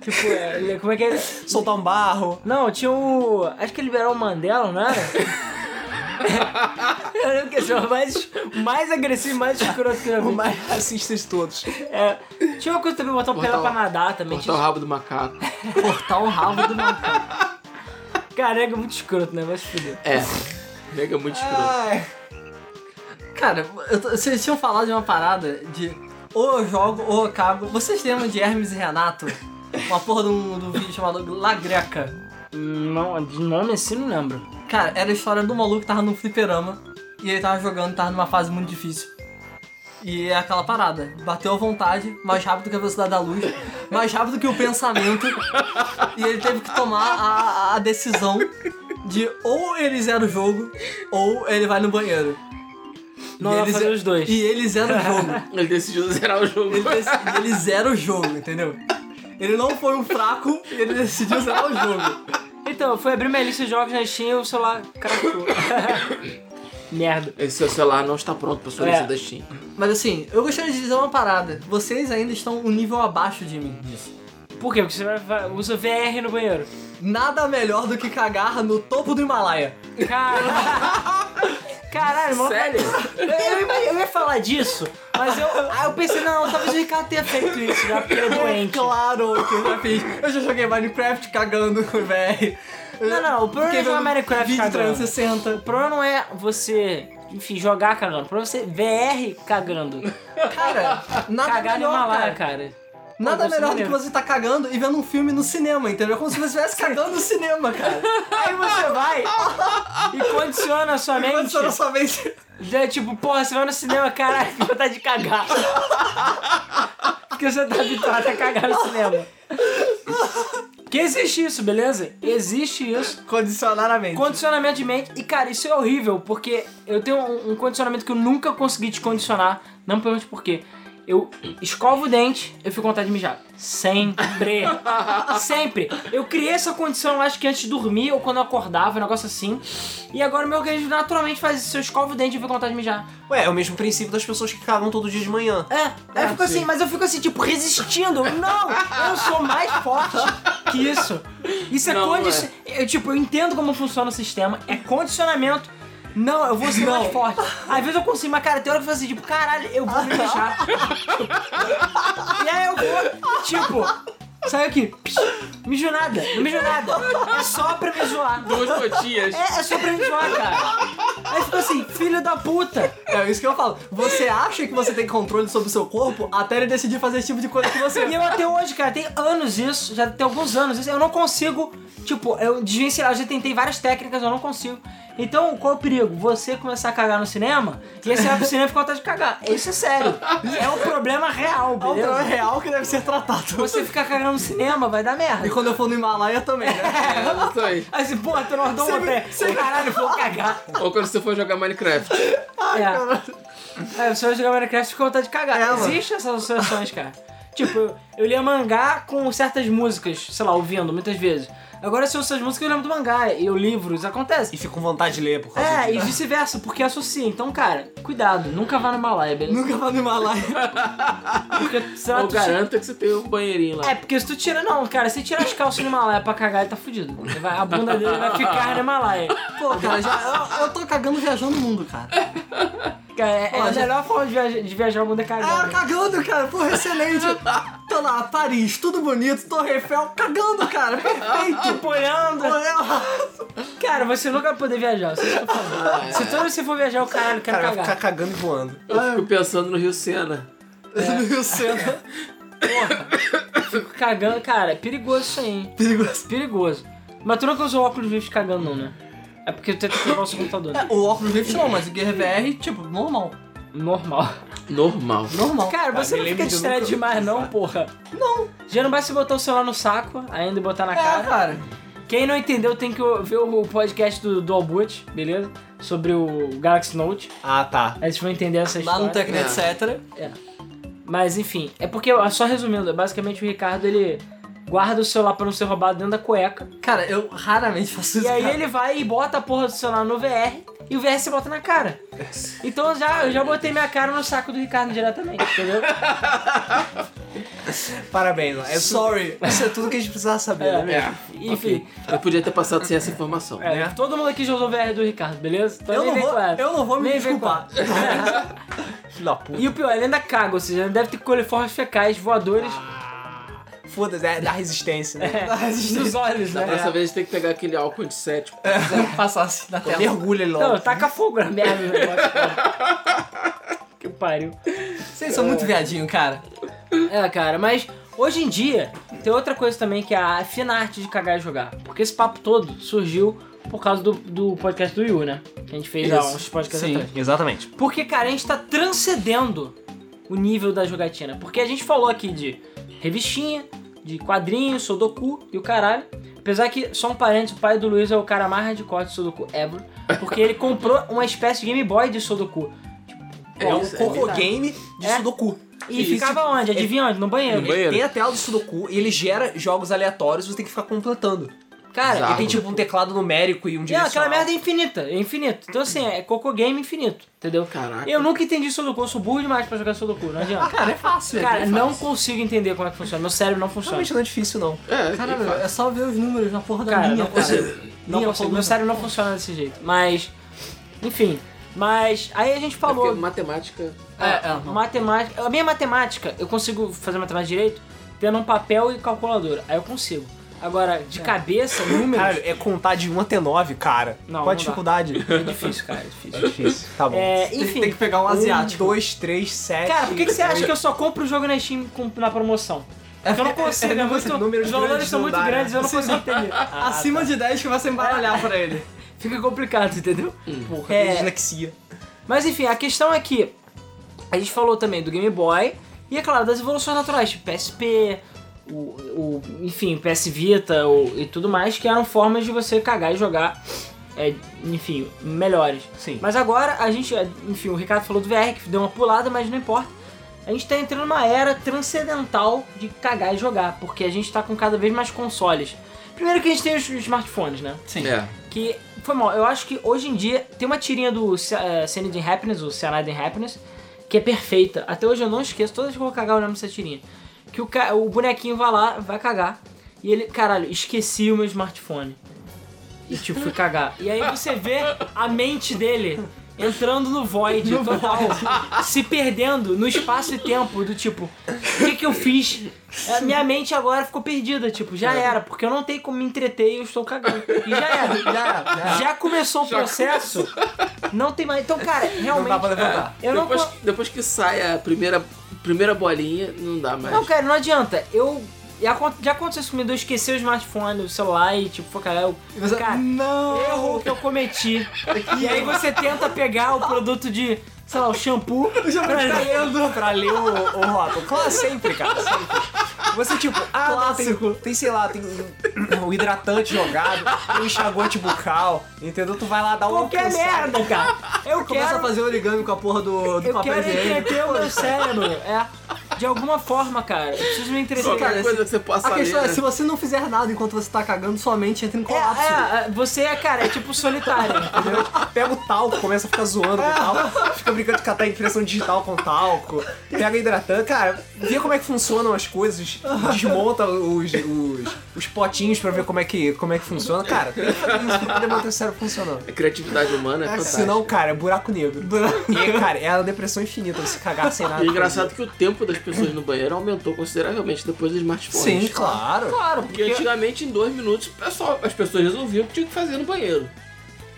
Speaker 2: Tipo, é, como é que é.
Speaker 1: soltar um barro.
Speaker 2: Não, tinha o. Acho que é liberal Mandela, não era? Eu lembro que esse era o mais, mais agressivo, mais escroto que eu já
Speaker 1: O
Speaker 2: vi.
Speaker 1: mais racista de todos.
Speaker 2: É, tinha uma coisa também, botar o pé
Speaker 4: Cortar
Speaker 2: lá
Speaker 4: o-
Speaker 2: pra nadar também.
Speaker 4: Cortar o rabo do macaco.
Speaker 2: tinha que cortar o rabo do macaco. Careca, muito escroto, né? Vai se fuder.
Speaker 4: É. Nega muito escroto.
Speaker 1: Ai.
Speaker 3: Cara, eu tô- vocês tinham falado de uma parada de ou eu jogo ou eu cago. Vocês lembram de Hermes e Renato? Uma porra de um, de um vídeo chamado La Greca.
Speaker 2: Não, de nome assim não lembro.
Speaker 3: Cara, era a história do maluco que tava num fliperama e ele tava jogando, tava numa fase muito difícil. E é aquela parada, bateu à vontade, mais rápido que a velocidade da luz, mais rápido que o pensamento, e ele teve que tomar a, a decisão de ou ele zera o jogo, ou ele vai no banheiro.
Speaker 2: Não,
Speaker 3: E
Speaker 2: dá
Speaker 3: ele
Speaker 2: pra fazer
Speaker 3: ze-
Speaker 2: os dois.
Speaker 3: é- E ele zera o jogo.
Speaker 4: Ele decidiu zerar o jogo.
Speaker 3: Ele, dec- ele zera o jogo, entendeu? Ele não foi um fraco e ele decidiu zerar o jogo.
Speaker 2: Então, eu fui abrir minha lista de jogos na Steam e o celular cracou. Merda.
Speaker 4: Esse seu celular não está pronto pra sua
Speaker 2: É.
Speaker 4: lista da Steam.
Speaker 3: Mas assim, eu gostaria de dizer uma parada. Vocês ainda estão um nível abaixo de mim nisso.
Speaker 2: Por quê? Porque você vai- vai, usa VR no banheiro.
Speaker 3: Nada melhor do que cagar no topo do Himalaia.
Speaker 2: Caralho. Caralho, mano.
Speaker 4: Sério?
Speaker 2: Eu, eu ia- eu ia falar disso, mas eu, ah, eu pensei, não, talvez o Ricardo tenha feito isso já, porque ele é doente.
Speaker 3: Claro que eu já fiz. Eu já joguei Minecraft cagando com o VR.
Speaker 2: Não, não, o problema é jogar Minecraft
Speaker 3: vídeo
Speaker 2: cagando.
Speaker 3: 360.
Speaker 2: O problema não é você, enfim, jogar cagando. O problema é você VR cagando.
Speaker 3: Cara, nada
Speaker 2: Cagar no
Speaker 3: melhor,
Speaker 2: Himalaia,
Speaker 3: cara.
Speaker 2: tá cara.
Speaker 3: Nada
Speaker 2: Pô,
Speaker 3: melhor do que
Speaker 2: deve ser
Speaker 3: você tá cagando e vendo um filme no cinema, entendeu? É Como se você estivesse cagando no cinema, cara.
Speaker 2: Aí você vai e condiciona a sua mente.
Speaker 3: Quando você na sua vez...
Speaker 2: É tipo, porra, você vai no cinema, caralho, que vontade de cagar. Porque você tá habituado a cagar no cinema. Que existe isso, beleza? Existe isso.
Speaker 3: Condicionar a mente.
Speaker 2: Condicionamento de mente. E, cara, isso é horrível, porque eu tenho um, um condicionamento que eu nunca consegui descondicionar. Não me pergunte por quê. Eu escovo o dente, eu fico com vontade de mijar. Sempre. Sempre. Eu criei essa condição, acho que antes de dormir ou quando eu acordava, um negócio assim. E agora meu organismo naturalmente faz isso. Eu escovo o dente e fico com vontade de mijar.
Speaker 1: Ué, é o mesmo princípio das pessoas que cagam todo dia de manhã.
Speaker 2: É, aí eu fico assim, mas eu fico assim, tipo, resistindo. Não, eu sou mais forte que isso. Isso é
Speaker 4: Não,
Speaker 2: condicionamento. Eu, tipo, eu entendo como funciona o sistema, é condicionamento. Não, eu vou ser mais forte. Às vezes eu consigo, mas cara, tem hora que eu falo assim, tipo, caralho, eu vou me mijar. e aí eu vou, tipo, saiu aqui, psh, mijo nada, não mijo nada. É só pra me zoar.
Speaker 4: Duas gotinhas.
Speaker 2: É, é só pra me zoar, cara. Aí ficou assim, filho da puta.
Speaker 3: É isso que eu falo. Você acha que você tem controle sobre o seu corpo até ele decidir fazer esse tipo de coisa com
Speaker 2: E
Speaker 3: você.
Speaker 2: eu até hoje, cara, tem anos isso, já tem alguns anos isso, eu não consigo, tipo, eu desvencilhar, eu já tentei várias técnicas, eu não consigo. Então, qual é o perigo? Você começar a cagar no cinema, e aí você vai pro cinema e fica com vontade de cagar. Isso é sério. É um problema real,
Speaker 3: É um
Speaker 2: beleza?
Speaker 3: problema real que deve ser tratado.
Speaker 2: Você ficar cagando no cinema vai dar merda.
Speaker 3: E quando eu for no Himalaia também, né?
Speaker 4: É, não sei.
Speaker 2: Aí você, porra, tu não andou uma pé. Caralho, vou cagar.
Speaker 4: Ou quando você for jogar Minecraft.
Speaker 2: É. Aí você vai jogar Minecraft e fica com vontade de cagar.
Speaker 3: É, mano.
Speaker 2: Existem essas associações, cara. tipo, eu, eu lia mangá com certas músicas, sei lá, ouvindo muitas vezes. Agora se eu ouço essas músicas, eu lembro do mangá. E eu livros, acontece.
Speaker 1: E fico com vontade de ler por causa
Speaker 2: É,
Speaker 1: disso.
Speaker 2: e vice-versa, porque associa. Então, cara, cuidado, nunca vá no Himalaia, beleza?
Speaker 3: Nunca vou no Himalaia.
Speaker 2: Porque será
Speaker 4: Eu garanto que você tem um banheirinho lá.
Speaker 2: É, porque se tu tira. Não, cara, se tirar as calças no Himalaia pra cagar, ele tá fudido. Ele vai- a bunda dele vai ficar no Himalaia.
Speaker 3: Pô, cara, já, eu, eu tô cagando viajando o mundo, cara. É,
Speaker 2: Cara, é, é a
Speaker 3: Olha.
Speaker 2: melhor forma de viajar, de viajar o mundo é
Speaker 3: Ah,
Speaker 2: cagar. né?
Speaker 3: cagando, cara. Porra, excelente. Tô lá, Paris, tudo bonito, Torre Eiffel, cagando, cara. Perfeito.
Speaker 2: Tipo, olhando.
Speaker 3: Pô, é-
Speaker 2: Cara, você nunca vai poder viajar, você tá falando. Se todo você for viajar, o caralho quer
Speaker 1: Ah, é. Cara, vai
Speaker 2: cagar.
Speaker 1: ficar cagando e voando.
Speaker 3: É. um
Speaker 4: Eu fico pensando no Rio Sena.
Speaker 3: No Rio Sena.
Speaker 2: Porra, fico cagando. Cara, é perigoso isso aí, hein?
Speaker 3: Perigoso.
Speaker 2: Perigoso. Mas tu nunca usou óculos Rift cagando, não, né? É porque tu tem que levar o seu computador. né?
Speaker 3: É, O óculos Rift não, mas o Gear VR, tipo, normal.
Speaker 2: Normal.
Speaker 4: Normal.
Speaker 3: Normal.
Speaker 2: Cara, você
Speaker 1: me
Speaker 2: não
Speaker 1: lembro
Speaker 2: fica
Speaker 1: de eu
Speaker 2: distraído
Speaker 1: nunca
Speaker 2: demais, não,
Speaker 1: usar.
Speaker 2: porra. Não. Já não basta botar o celular no saco, ainda e botar na
Speaker 3: É,
Speaker 2: cara.
Speaker 3: cara.
Speaker 2: Quem não entendeu tem que ver o podcast do, do Albut, beleza? Sobre o Galaxy Note.
Speaker 1: Ah, tá.
Speaker 2: Aí vocês vão entender essa
Speaker 3: Lá
Speaker 2: história.
Speaker 3: no Tecno,
Speaker 4: É.
Speaker 3: etc.
Speaker 2: Mas enfim, é porque, ó, só resumindo, é basicamente o Ricardo ele guarda o celular pra não ser roubado dentro da cueca.
Speaker 3: Cara, eu raramente faço isso.
Speaker 2: E aí
Speaker 3: cara.
Speaker 2: ele vai e bota a porra do celular no VR e o VR se bota na cara. Então eu já, eu já botei minha cara no saco do Ricardo diretamente, entendeu?
Speaker 1: Parabéns. É só...
Speaker 3: Sorry.
Speaker 1: Isso é tudo que a gente precisava saber, né?
Speaker 2: É,
Speaker 4: É.
Speaker 2: enfim,
Speaker 4: Eu podia ter passado sem essa informação.
Speaker 2: é,
Speaker 1: Né?
Speaker 2: todo mundo aqui já usou o VR do Ricardo, beleza? Então
Speaker 3: Eu
Speaker 2: nem
Speaker 3: não,
Speaker 2: vem
Speaker 3: vou,
Speaker 2: com essa.
Speaker 3: eu não vou me
Speaker 2: Nem vem com
Speaker 3: desculpar.
Speaker 1: Filho da puta.
Speaker 2: E o pior, ele ainda caga, ou seja, ele deve ter coliformes fecais, voadores
Speaker 1: Foda-se, é da resistência, né?
Speaker 3: Ah,
Speaker 2: nos olhos,
Speaker 4: Da
Speaker 2: né?
Speaker 4: próxima vez tem que pegar aquele álcool antissético.
Speaker 3: Passar assim na tela.
Speaker 1: Mergulha ele
Speaker 2: Não,
Speaker 1: logo.
Speaker 2: taca fogo na merda. no negócio, cara. que pariu.
Speaker 3: Vocês são muito viadinho, cara.
Speaker 2: É, cara, mas hoje em dia tem outra coisa também que é a fina arte de cagar e jogar. Porque esse papo todo surgiu por causa do, do podcast do Yu, né? Que a gente fez há
Speaker 4: Isso.
Speaker 2: uns podcasts
Speaker 1: Sim,
Speaker 2: atrás.
Speaker 1: exatamente.
Speaker 2: Porque, cara, a gente tá transcendendo o nível da jogatina. Porque a gente falou aqui de revistinha, de quadrinho, Sudoku e o caralho. Apesar que, só um parente, o pai do Luiz é o cara mais hardcore de Sudoku ever. Porque ele comprou uma espécie de Game Boy de Sudoku.
Speaker 4: É
Speaker 1: É um
Speaker 4: isso, é
Speaker 1: cocô
Speaker 4: verdade.
Speaker 1: game de
Speaker 2: É.
Speaker 1: Sudoku.
Speaker 2: E
Speaker 1: Isso.
Speaker 2: ficava onde? Adivinha onde? No banheiro.
Speaker 4: No banheiro.
Speaker 1: Tem a tela do Sudoku e ele gera jogos aleatórios, você tem que ficar completando.
Speaker 2: Cara,
Speaker 4: Exato.
Speaker 1: E tem tipo um teclado numérico e um
Speaker 2: Não,
Speaker 1: direcional.
Speaker 2: aquela merda é infinita, é infinito. Então assim, é Coco Game infinito, entendeu?
Speaker 4: Caraca.
Speaker 2: Eu nunca entendi Sudoku, eu sou burro demais pra jogar Sudoku, não adianta.
Speaker 1: Cara, é fácil. é
Speaker 2: Cara,
Speaker 1: bem
Speaker 2: não
Speaker 1: fácil.
Speaker 2: consigo entender como é que funciona, meu cérebro não funciona.
Speaker 1: Realmente não é difícil, não.
Speaker 4: É,
Speaker 3: Caralho,
Speaker 4: e-
Speaker 3: é só ver os números na porra da
Speaker 2: Cara,
Speaker 3: linha,
Speaker 2: não consigo. Não
Speaker 3: Minha
Speaker 2: consigo, meu
Speaker 3: coluna.
Speaker 2: cérebro não funciona desse jeito. Mas, enfim, mas aí a gente
Speaker 4: é porque
Speaker 2: falou...
Speaker 4: matemática.
Speaker 2: É, é, matemática. A minha matemática, eu consigo fazer matemática direito tendo um papel e calculadora. Aí eu consigo. Agora, de cabeça, números,
Speaker 1: Cara, é contar de 1 até 9, cara. Qual
Speaker 2: Não,
Speaker 1: a
Speaker 2: não dá.
Speaker 1: dificuldade?
Speaker 2: é difícil, cara, é difícil.
Speaker 1: É difícil. Tá bom.
Speaker 2: É, enfim.
Speaker 1: Tem que pegar um asiático. 1, 2, 3, 7.
Speaker 2: Cara, por que,
Speaker 1: É
Speaker 2: que você acha que eu só compro o jogo na Steam com- na promoção? Porque eu não consigo,
Speaker 1: é,
Speaker 2: é
Speaker 1: não
Speaker 2: muito,
Speaker 1: consigo, números
Speaker 2: os valores
Speaker 1: grandes
Speaker 2: são
Speaker 1: não
Speaker 2: muito
Speaker 1: dá, né?
Speaker 2: grandes, eu não consigo entender.
Speaker 3: Acima de 10 que vai se embaralhar pra ele.
Speaker 2: Fica complicado, entendeu?
Speaker 1: Porra,
Speaker 2: É.
Speaker 1: dislexia.
Speaker 2: Mas enfim, a questão é que a gente falou também do Game Boy e, é claro, das evoluções naturais, tipo PSP, o, o, enfim, PS Vita o- e tudo mais, que eram formas de você cagar e jogar, é, enfim, melhores.
Speaker 1: Sim.
Speaker 2: Mas agora a gente, é, enfim, o Ricardo falou do VR, que deu uma pulada, mas não importa. A gente tá entrando numa era transcendental de cagar e jogar, porque a gente tá com cada vez mais consoles. Primeiro que a gente tem os smartphones, né?
Speaker 3: Sim.
Speaker 4: É.
Speaker 2: Que foi mal, eu acho que hoje em dia tem uma tirinha do Ce- eh, Cyanide in Happiness, o Cyanide in Happiness, que é perfeita. Até hoje eu não esqueço, todas que eu vou cagar eu lembro dessa tirinha. Que o, ca- o bonequinho vai lá, vai cagar, e ele, caralho, esqueci o meu smartphone. E tipo, fui cagar. E aí você vê a mente dele entrando no void total, se perdendo no espaço e tempo, do tipo, o que, que eu fiz? É, Minha mente agora ficou perdida, tipo, já era, porque eu não tenho como me entreter e eu estou cagando. E já era. Já, começou o processo, não tem mais. Então, cara, realmente. é,
Speaker 1: Não dá pra levantar.
Speaker 2: Eu não,
Speaker 4: depois,
Speaker 2: con-
Speaker 4: depois que sai a primeira, primeira bolinha, não dá mais.
Speaker 2: não, cara, não adianta. Eu. Já acon- já aconteceu isso comigo, eu esqueci o smartphone, o celular e tipo, foi, cara, eu.
Speaker 3: E você-
Speaker 2: Cara,
Speaker 3: não!
Speaker 2: erro que eu cometi. E aí você tenta pegar o produto de, sei lá, o shampoo pra ler,
Speaker 1: Pra ler o, o rótulo. Claro, sempre, cara. Sempre. Você, tipo, ah, não, tem, tem, sei lá, tem o hidratante jogado, tem o enxaguante bucal, entendeu? Tu vai lá dar uma
Speaker 2: qualquer
Speaker 1: alcançada.
Speaker 2: merda, cara. Eu
Speaker 3: um Começa a
Speaker 2: quero.
Speaker 3: fazer origami com a porra do,
Speaker 4: um
Speaker 3: do
Speaker 2: Eu
Speaker 3: papel
Speaker 2: quero
Speaker 3: higiênico.
Speaker 2: entreter o meu cérebro. É. De alguma forma, cara. Eu preciso me entreter.
Speaker 4: Qualquer
Speaker 3: cara,
Speaker 4: coisa
Speaker 3: esse-
Speaker 4: que você possa
Speaker 3: A questão
Speaker 4: ler, né?
Speaker 3: é, se você não fizer nada enquanto você tá cagando, sua mente entra em
Speaker 2: É,
Speaker 3: colapso.
Speaker 2: é, é, você é, cara, é tipo solitário.
Speaker 1: Entendeu? Pega o talco, começa a ficar zoando com o talco, fica brincando de catar impressão digital com talco, pega hidratante, cara, vê como é que funcionam as coisas, desmonta os, os, os potinhos pra ver como é que, como é que funciona. Cara, tem que fazer isso pra poder manter o cérebro funcionando.
Speaker 4: A criatividade humana é fantástica.
Speaker 1: Senão, cara, é buraco negro. E, cara, é a depressão infinita, você cagar sem nada.
Speaker 4: E é engraçado que o tempo das pessoas no banheiro aumentou consideravelmente depois dos smartphones.
Speaker 1: Sim, claro.
Speaker 2: Claro,
Speaker 4: Porque antigamente, em dois minutos, o pessoal- as pessoas resolviam o que tinha que fazer no banheiro.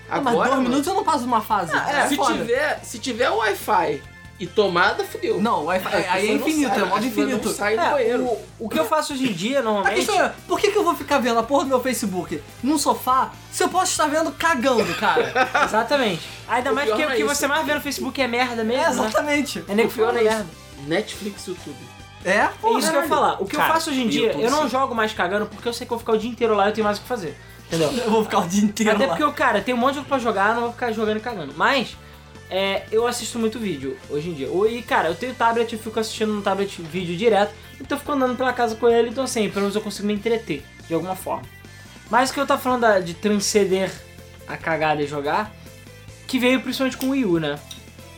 Speaker 3: Ah, mas
Speaker 4: Agora,
Speaker 3: dois
Speaker 2: Ah,
Speaker 4: mano,
Speaker 2: é,
Speaker 3: É minutos eu não passo uma fase.
Speaker 4: se, tiver, se tiver um Wi-Fi e tomada, fudeu.
Speaker 3: Não, Wi-Fi.
Speaker 4: As
Speaker 3: Aí é
Speaker 4: pessoas não
Speaker 3: infinito,
Speaker 4: saem,
Speaker 3: é modo
Speaker 4: as pessoas
Speaker 3: infinito.
Speaker 4: Não sai do
Speaker 2: É,
Speaker 4: banheiro. Tá
Speaker 2: o, o que eu faço hoje em dia,
Speaker 3: A
Speaker 2: normalmente.
Speaker 3: questão é, por que, que eu vou ficar vendo a porra do meu Facebook num sofá se eu posso estar vendo cagando, cara?
Speaker 2: Exatamente. Ainda mais
Speaker 4: pior
Speaker 2: porque
Speaker 4: não
Speaker 2: o
Speaker 4: é
Speaker 2: que
Speaker 4: isso.
Speaker 2: você mais vê no Facebook é merda
Speaker 3: é,
Speaker 2: mesmo. né?
Speaker 3: exatamente.
Speaker 2: É nego fiel na merda.
Speaker 4: Netflix, YouTube.
Speaker 3: É,
Speaker 2: É
Speaker 3: porra.
Speaker 2: isso que eu ia falar. O que
Speaker 1: Cara,
Speaker 2: eu faço hoje em dia,
Speaker 1: YouTube,
Speaker 2: eu não
Speaker 1: sim.
Speaker 2: jogo mais cagando porque eu sei que eu vou ficar o dia inteiro lá e eu tenho mais o que fazer. Entendeu?
Speaker 3: Eu vou ficar o dia inteiro
Speaker 2: Até
Speaker 3: lá.
Speaker 2: porque, eu, cara, tem um monte de jogo pra jogar, eu não vou ficar jogando e cagando. Mas, é, eu assisto muito vídeo hoje em dia. Ou- E, cara, eu tenho tablet, eu fico assistindo no tablet vídeo direto, então eu fico andando pela casa com ele, então assim, pelo menos eu consigo me entreter de alguma forma. Mas o que eu tava falando da- de transcender a cagada e jogar, que veio principalmente com o Wii U, né?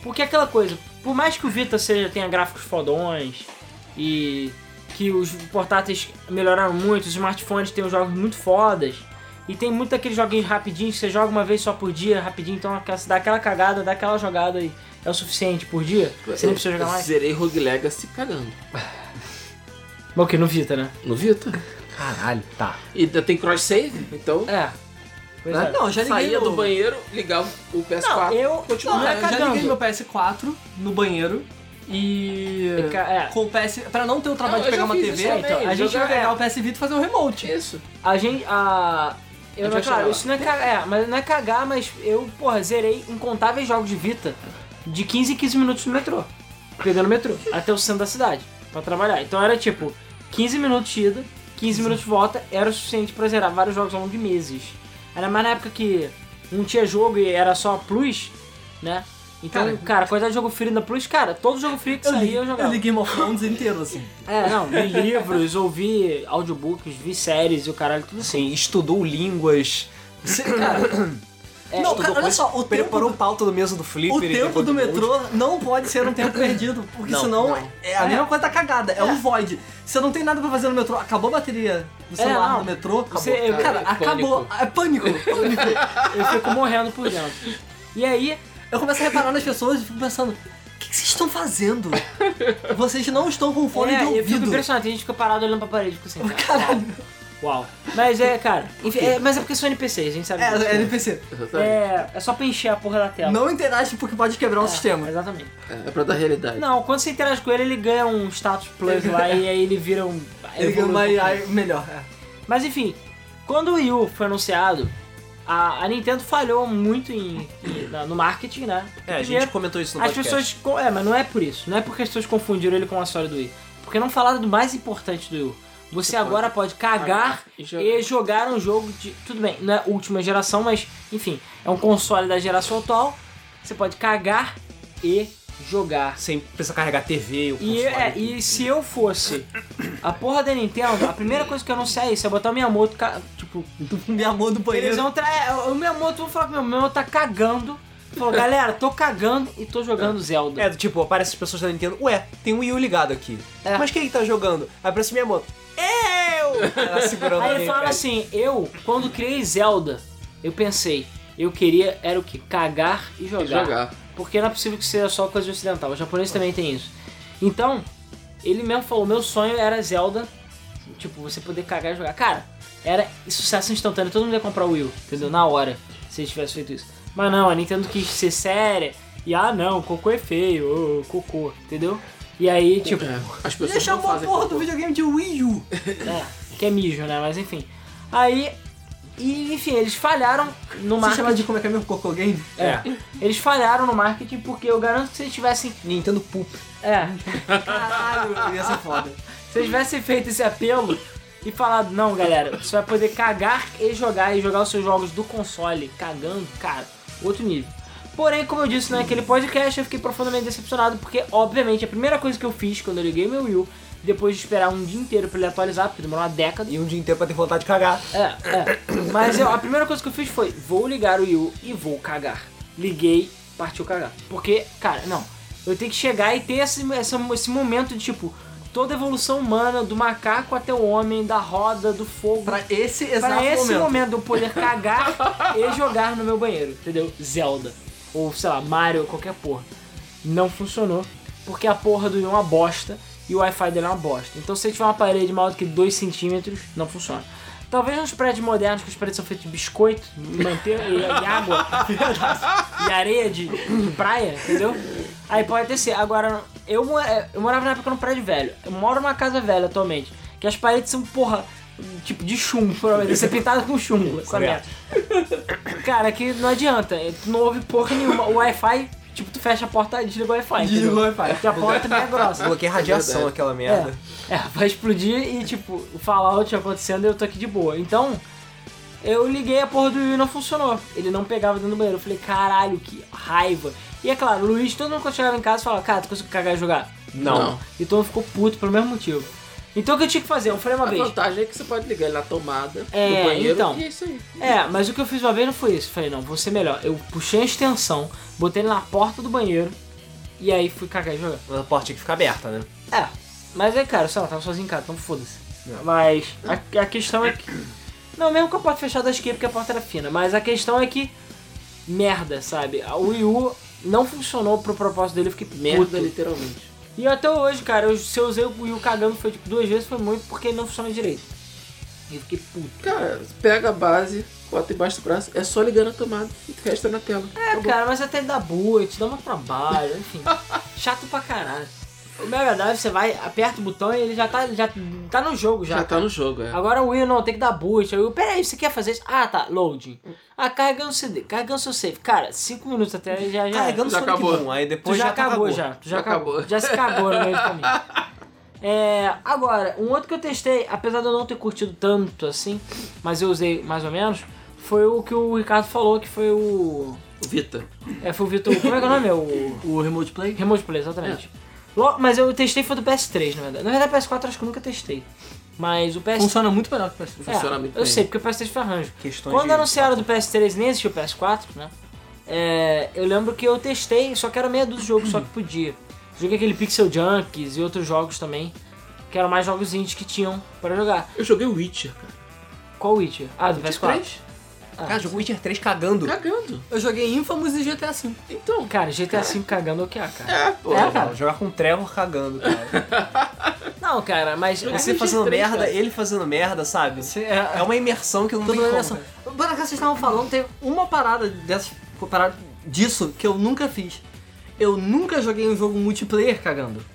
Speaker 2: Porque é aquela coisa, por mais que o Vita seja, tenha gráficos fodões e que os portáteis melhoraram muito, os smartphones têm jogos muito fodas, e tem muito aqueles joguinhos rapidinhos que você joga uma vez só por dia, rapidinho, então aquela- você dá aquela cagada, dá aquela jogada e é o suficiente por dia. Você não precisa jogar
Speaker 4: Eu
Speaker 2: mais.
Speaker 4: Zerei Rogue Legacy cagando.
Speaker 2: Bom, que no Vita, né?
Speaker 4: No Vita.
Speaker 1: Caralho, tá.
Speaker 4: E ainda tem cross save, então
Speaker 2: É. Pois
Speaker 3: Ah,
Speaker 2: é.
Speaker 3: Não, eu já liguei
Speaker 4: saía
Speaker 3: no-
Speaker 4: do banheiro, ligava o PS4.
Speaker 2: Não, eu
Speaker 4: continuava.
Speaker 3: Não,
Speaker 2: Não é
Speaker 3: eu já
Speaker 2: cagando.
Speaker 3: liguei meu PS4 no banheiro e...
Speaker 2: É ca- é.
Speaker 3: Com o PS... Pra não ter o trabalho
Speaker 4: Não, eu
Speaker 3: de pegar
Speaker 4: já
Speaker 3: uma
Speaker 4: fiz
Speaker 3: TV,
Speaker 4: isso também,
Speaker 3: a gente vai
Speaker 4: jogar-
Speaker 3: pegar o PS Vita e fazer o remote.
Speaker 4: É Isso.
Speaker 2: A gente. A. Eu
Speaker 4: gente
Speaker 2: não,
Speaker 4: vai chegar
Speaker 2: claro,
Speaker 4: lá.
Speaker 2: isso não é cagar, é, mas não é cagar, mas eu, porra, zerei incontáveis jogos de Vita de 15 em 15 minutos no metrô. Pegando o metrô, até o centro da cidade, pra trabalhar. Então era tipo, 15 minutos de ida, 15 minutos de volta, era o suficiente pra zerar vários jogos ao longo de meses. Era mais na época que não tinha jogo e era só Plus, né? Então, cara,
Speaker 3: Cara,
Speaker 2: quantidade de jogo free na Plus, cara, todo jogo free que
Speaker 3: Eu, li,
Speaker 2: saía eu
Speaker 3: eu
Speaker 2: jogava.
Speaker 3: liguei meu Thrones inteiro, assim.
Speaker 2: É, não, li livros, ouvi audiobooks, vi séries e o caralho, tudo assim.
Speaker 1: Sim, estudou línguas.
Speaker 3: Você- cara,
Speaker 2: É,
Speaker 3: não,
Speaker 2: tudo
Speaker 3: cara, olha só, o tempo,
Speaker 1: Preparou pauta do mesa do Flipper.
Speaker 3: o
Speaker 1: e
Speaker 3: tempo
Speaker 1: depois
Speaker 3: do metrô não pode ser um tempo perdido, porque
Speaker 1: Não,
Speaker 3: senão
Speaker 1: não.
Speaker 3: é a
Speaker 2: É. É,
Speaker 3: mesma coisa da cagada, é, um void. Você não tem nada pra fazer no metrô, acabou a bateria do celular
Speaker 2: não.
Speaker 3: no metrô, acabou.
Speaker 2: Você-
Speaker 3: cara,
Speaker 4: cara, é
Speaker 3: acabou. É pânico. pânico.
Speaker 2: Eu fico morrendo por dentro. E aí,
Speaker 3: Eu começo a reparar nas pessoas e fico pensando, o que, que vocês estão fazendo? Vocês não estão com fone
Speaker 2: é,
Speaker 3: de
Speaker 2: eu fico
Speaker 3: ouvido.
Speaker 2: impressionado, tem gente que fica parado olhando pra parede, fica assim, cara,
Speaker 3: Caralho.
Speaker 2: uau. Mas é, cara, enfim, é- mas é porque são NPCs, a gente sabe
Speaker 3: É,
Speaker 2: disso,
Speaker 3: é
Speaker 2: né?
Speaker 3: NPC.
Speaker 4: Exatamente.
Speaker 2: é, é só pra encher a porra da tela.
Speaker 3: Não interage porque pode quebrar o sistema.
Speaker 2: Exatamente.
Speaker 4: É, é pra dar realidade.
Speaker 2: Não, quando você interage com ele, ele ganha um status plus lá e aí ele vira um...
Speaker 3: Ele ganha
Speaker 2: evolui um
Speaker 3: uma
Speaker 2: pouco.
Speaker 3: AI melhor. é.
Speaker 2: Mas enfim, quando o Wii U foi anunciado, a, a Nintendo falhou muito em, em- na- no marketing, né?
Speaker 1: É, a
Speaker 2: Primeiro,
Speaker 1: gente comentou isso no
Speaker 2: As
Speaker 1: podcast.
Speaker 2: pessoas. co- É, mas não é por isso. Não é porque as pessoas confundiram ele com a história do Wii. Porque não falaram do mais importante do Wii. Você agora pode cagar
Speaker 4: E jogar.
Speaker 2: e jogar um jogo de. Tudo bem, não é última geração, mas enfim, é um console da geração atual. Você pode cagar e jogar.
Speaker 1: Sem precisar carregar TV, o
Speaker 2: E,
Speaker 1: console.
Speaker 2: é, e se eu fosse a porra da Nintendo, a primeira coisa que eu anunciar é isso: é botar o Miyamoto, ca- tipo,
Speaker 3: Me amou do banheiro.
Speaker 2: eles vão trazer. O Miyamoto, eu vou falar pro meu, meu Miyamoto tá cagando. Falou, galera, tô cagando e tô jogando Zelda.
Speaker 1: É, do tipo, aparece as pessoas da Nintendo, ué, tem um Wii U ligado aqui.
Speaker 2: É.
Speaker 1: Mas quem tá jogando? Aí aparece minha moto. Eu! Ela segurando a
Speaker 2: Aí ele
Speaker 1: minha
Speaker 2: fala
Speaker 1: cara.
Speaker 2: assim, eu, quando criei Zelda, eu pensei, eu queria, era o quê? Cagar e jogar.
Speaker 4: E jogar.
Speaker 2: Porque não é possível que seja só coisa de ocidental, os japoneses também tem isso. Então, ele mesmo falou, meu sonho era Zelda, tipo, você poder cagar e jogar. Cara, era sucesso instantâneo, todo mundo ia comprar o Wii, U, entendeu? Na hora, se eles tivessem feito isso. Mas não, a Nintendo quis ser séria, e ah não, cocô é feio, ô, cocô, entendeu? E aí, tipo,
Speaker 4: É, as pessoas
Speaker 3: Ele chamou
Speaker 4: não
Speaker 3: a
Speaker 4: fazem
Speaker 3: porra
Speaker 4: cocô.
Speaker 3: do videogame de Wii U.
Speaker 2: É, que é mijo, né? Mas enfim. Aí. E, enfim, eles falharam no
Speaker 3: Você chama
Speaker 2: marketing.
Speaker 3: de como é que é meu Coco Game?
Speaker 1: É.
Speaker 2: Eles falharam no marketing porque eu garanto que se eles tivessem.
Speaker 1: Nintendo Poop.
Speaker 2: É.
Speaker 3: Caralho, ia ser foda.
Speaker 2: Se eles tivessem feito esse apelo e falado, não, galera, você vai poder cagar e jogar e jogar os seus jogos do console, cagando, cara, outro nível. Porém, como eu disse naquele podcast, eu fiquei profundamente decepcionado porque, obviamente, a primeira coisa que eu fiz quando eu liguei meu Wii, U, depois de esperar um dia inteiro pra ele atualizar, porque demorou uma década,
Speaker 1: E um dia inteiro pra ter vontade de cagar.
Speaker 2: É, é. Mas eu- a primeira coisa que eu fiz foi, vou ligar o Wii U e vou cagar. Liguei, partiu cagar. Porque, cara, não. Eu tenho que chegar e ter esse, essa- esse momento de, tipo, toda a evolução humana, do macaco até o homem, da roda, do fogo.
Speaker 3: Pra esse exato
Speaker 2: Pra esse
Speaker 3: momento.
Speaker 2: momento. de eu poder cagar e jogar no meu banheiro, entendeu? Zelda. Ou, sei lá, Mario, qualquer porra. Não funcionou, porque a porra do Wii é uma bosta e o Wi-Fi dele é uma bosta. Então se você tiver uma parede maior do que 2 centímetros, não funciona. Talvez nos prédios modernos, que os prédios são feitos de biscoito, de manteiga e, e água e areia de, de praia, entendeu? Aí pode até ser. Agora, eu, mo- é, eu morava na época num prédio velho. Eu moro numa casa velha atualmente, que as paredes são, porra, tipo de chumbo, provavelmente. Deve ser pintado com chumbo, essa merda. Cara, que não adianta. é, Tu não ouve porra nenhuma. O Wi-Fi, tipo, tu fecha a porta e desliga o Wi-Fi.
Speaker 3: Desliga
Speaker 2: entendeu?
Speaker 3: o Wi-Fi.
Speaker 2: Porque a porta também é grossa.
Speaker 1: Bloqueia radiação
Speaker 4: verdade.
Speaker 1: aquela merda.
Speaker 2: É, é, vai explodir e tipo, o Fallout acontecendo e eu tô aqui de boa. Então, eu liguei a porra do Wii e não funcionou. Ele não pegava dentro do banheiro. Eu falei, caralho, que raiva. E é claro, o Luiz, todo mundo quando chegava em casa falava, cara, tu conseguiu cagar e jogar?
Speaker 4: Não.
Speaker 2: E todo mundo ficou puto pelo mesmo motivo. Então o que eu tinha que fazer? Eu falei uma
Speaker 4: A
Speaker 2: vez.
Speaker 4: vantagem é que você pode ligar ele na tomada
Speaker 2: É,
Speaker 4: do banheiro
Speaker 2: então.
Speaker 4: e é isso aí.
Speaker 2: É, mas o que eu fiz uma vez não foi isso. Falei, não, vou ser melhor. Eu puxei a extensão, botei ele na porta do banheiro e aí fui cagar e jogar.
Speaker 1: A porta tinha que ficar aberta, né?
Speaker 2: É, mas é, cara, sei lá, tava sozinho em casa, então foda-se. Mas a, a questão é que. Não, mesmo com a porta fechada, eu esquei porque a porta era fina. Mas a questão é que. Merda, sabe? O Wii U não funcionou pro propósito dele, eu fiquei
Speaker 4: Merda,
Speaker 2: merda.
Speaker 4: literalmente.
Speaker 2: E até hoje, cara, eu, se eu usei o Wii U cagando foi tipo duas vezes, foi muito porque ele não funciona direito. E eu fiquei puto.
Speaker 4: Cara, pega a base, bota embaixo do braço, é só ligar na tomada e o resto é na tela.
Speaker 2: É, cara, mas até dá boot, dá um trabalho, enfim. chato pra caralho. O Mega Drive, você vai, aperta o botão e ele já tá, já tá no jogo já.
Speaker 4: Já tá no jogo, é.
Speaker 2: Agora o Will não, tem que dar boot. Aí o Will, peraí, você quer fazer isso? Ah, tá, loading. Ah, carregando o CD, carregando seu save. Cara, 5 minutos até já. já
Speaker 1: Carregando
Speaker 4: Já
Speaker 1: Sonic
Speaker 4: acabou.
Speaker 1: Boom, aí
Speaker 2: Tu
Speaker 1: depois tá
Speaker 2: já, acabou, já. Tu já,
Speaker 4: Já
Speaker 2: acabou.
Speaker 4: acabou.
Speaker 2: Já se cagou no meio do caminho. É, agora, um outro que eu testei, apesar de eu não ter curtido tanto assim, mas eu usei mais ou menos, foi o que o Ricardo falou, que foi o.
Speaker 4: Vita.
Speaker 2: É, foi o Vitor. Como é que é o nome? É O
Speaker 3: O Remote Play?
Speaker 2: Remote Play, exatamente. Lo- mas eu testei foi do PS3, na verdade. Na verdade, PS4 eu acho que eu nunca testei. Mas o PS3.
Speaker 3: Funciona muito melhor que o PS3.
Speaker 4: funciona muito
Speaker 2: É, Eu
Speaker 4: bem.
Speaker 2: sei, porque o PS3 foi arranjo.
Speaker 1: Questões
Speaker 2: Quando
Speaker 1: de-
Speaker 2: anunciaram do PS3 nem existia o PS4, né? É, eu lembro que eu testei, só que era meia dúzia de jogos, só que podia. Joguei aquele Pixel Junkies e outros jogos também, que eram mais jogos indies que tinham pra jogar.
Speaker 4: Eu joguei Witcher, cara.
Speaker 2: Qual Witcher? Ah, do PS4.
Speaker 4: Três?
Speaker 1: Cara, jogou Witcher 3 cagando.
Speaker 4: Cagando.
Speaker 3: Eu joguei Infamous e GTA V.
Speaker 4: Então.
Speaker 2: Cara, GTA V cagando é o que há, cara.
Speaker 4: É, pô.
Speaker 2: É,
Speaker 1: Não, jogar com o Trevor cagando, cara.
Speaker 2: Não, cara, mas... assim,
Speaker 1: Você
Speaker 4: Witcher
Speaker 1: fazendo
Speaker 4: 3,
Speaker 1: merda,
Speaker 4: cara.
Speaker 1: ele fazendo merda, sabe? É uma imersão que eu não
Speaker 3: Todo
Speaker 1: tenho
Speaker 3: mundo
Speaker 1: como.
Speaker 3: nessa. Por acaso vocês estavam falando, tem uma parada dessas. Parada disso que eu nunca fiz. Eu nunca joguei um jogo multiplayer cagando.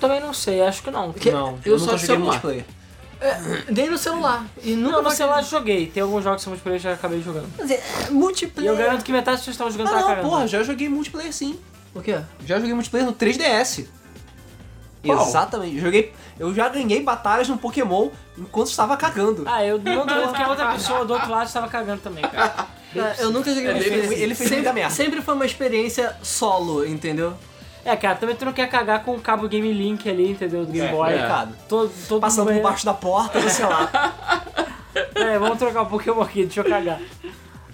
Speaker 2: Também não sei, acho que não.
Speaker 1: cara. Não,
Speaker 4: Eu
Speaker 1: eu,
Speaker 4: só
Speaker 1: nunca
Speaker 4: de
Speaker 1: joguei
Speaker 2: é.
Speaker 4: celular.
Speaker 1: multiplayer.
Speaker 3: Nem no celular. E nunca
Speaker 2: Não, no
Speaker 3: joguei-
Speaker 2: celular eu joguei. Tem alguns jogos que são multiplayer que eu já acabei jogando.
Speaker 3: Quer dizer,
Speaker 2: E eu
Speaker 3: multiplayer.
Speaker 2: garanto que metade das pessoas que estavam
Speaker 1: Ah,
Speaker 2: jogando tava
Speaker 1: não,
Speaker 2: cagando.
Speaker 4: né?
Speaker 1: porra, já joguei multiplayer sim.
Speaker 3: O quê?
Speaker 1: Já joguei multiplayer no 3DS.
Speaker 4: Qual?
Speaker 1: Exatamente. Joguei, eu já ganhei batalhas no Pokémon enquanto estava cagando.
Speaker 2: Ah, eu não duvido que a outra pessoa do outro lado estava cagando também, cara.
Speaker 3: É, Eu nunca joguei
Speaker 4: É, ele
Speaker 3: multiplayer.
Speaker 1: fez- ele fez
Speaker 3: sempre,
Speaker 1: muita merda.
Speaker 3: sempre foi uma experiência solo, entendeu?
Speaker 2: É, cara, também tu não quer cagar com o cabo Game Link ali, entendeu? Do Game Boy.
Speaker 1: é.
Speaker 2: Todo, todo
Speaker 1: Passando por
Speaker 2: mundo-
Speaker 1: baixo da porta, sei lá.
Speaker 2: É, vamos trocar um Pokémon aqui, deixa eu cagar.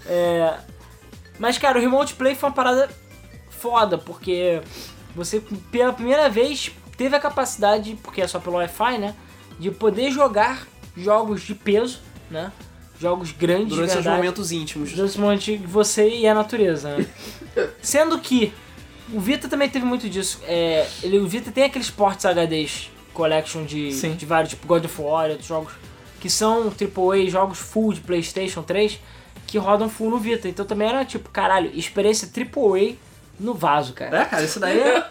Speaker 2: É... Mas, cara, o Remote Play foi uma parada foda, porque você, pela primeira vez, teve a capacidade, porque é só pelo Wi-Fi, né? De poder jogar jogos de peso, né? Jogos grandes, de
Speaker 1: Durante seus
Speaker 2: verdade.
Speaker 1: momentos íntimos.
Speaker 2: Desse monte de você e a natureza, né? Sendo que o Vita também teve muito disso. É, ele, o Vita tem aqueles ports HDs collection de,
Speaker 3: Sim.
Speaker 2: de vários, tipo God of War e outros jogos, que são AAA, jogos full de PlayStation 3, que rodam full no Vita. Então também era tipo, caralho, experiência AAA no vaso, cara.
Speaker 3: É, cara, isso daí é.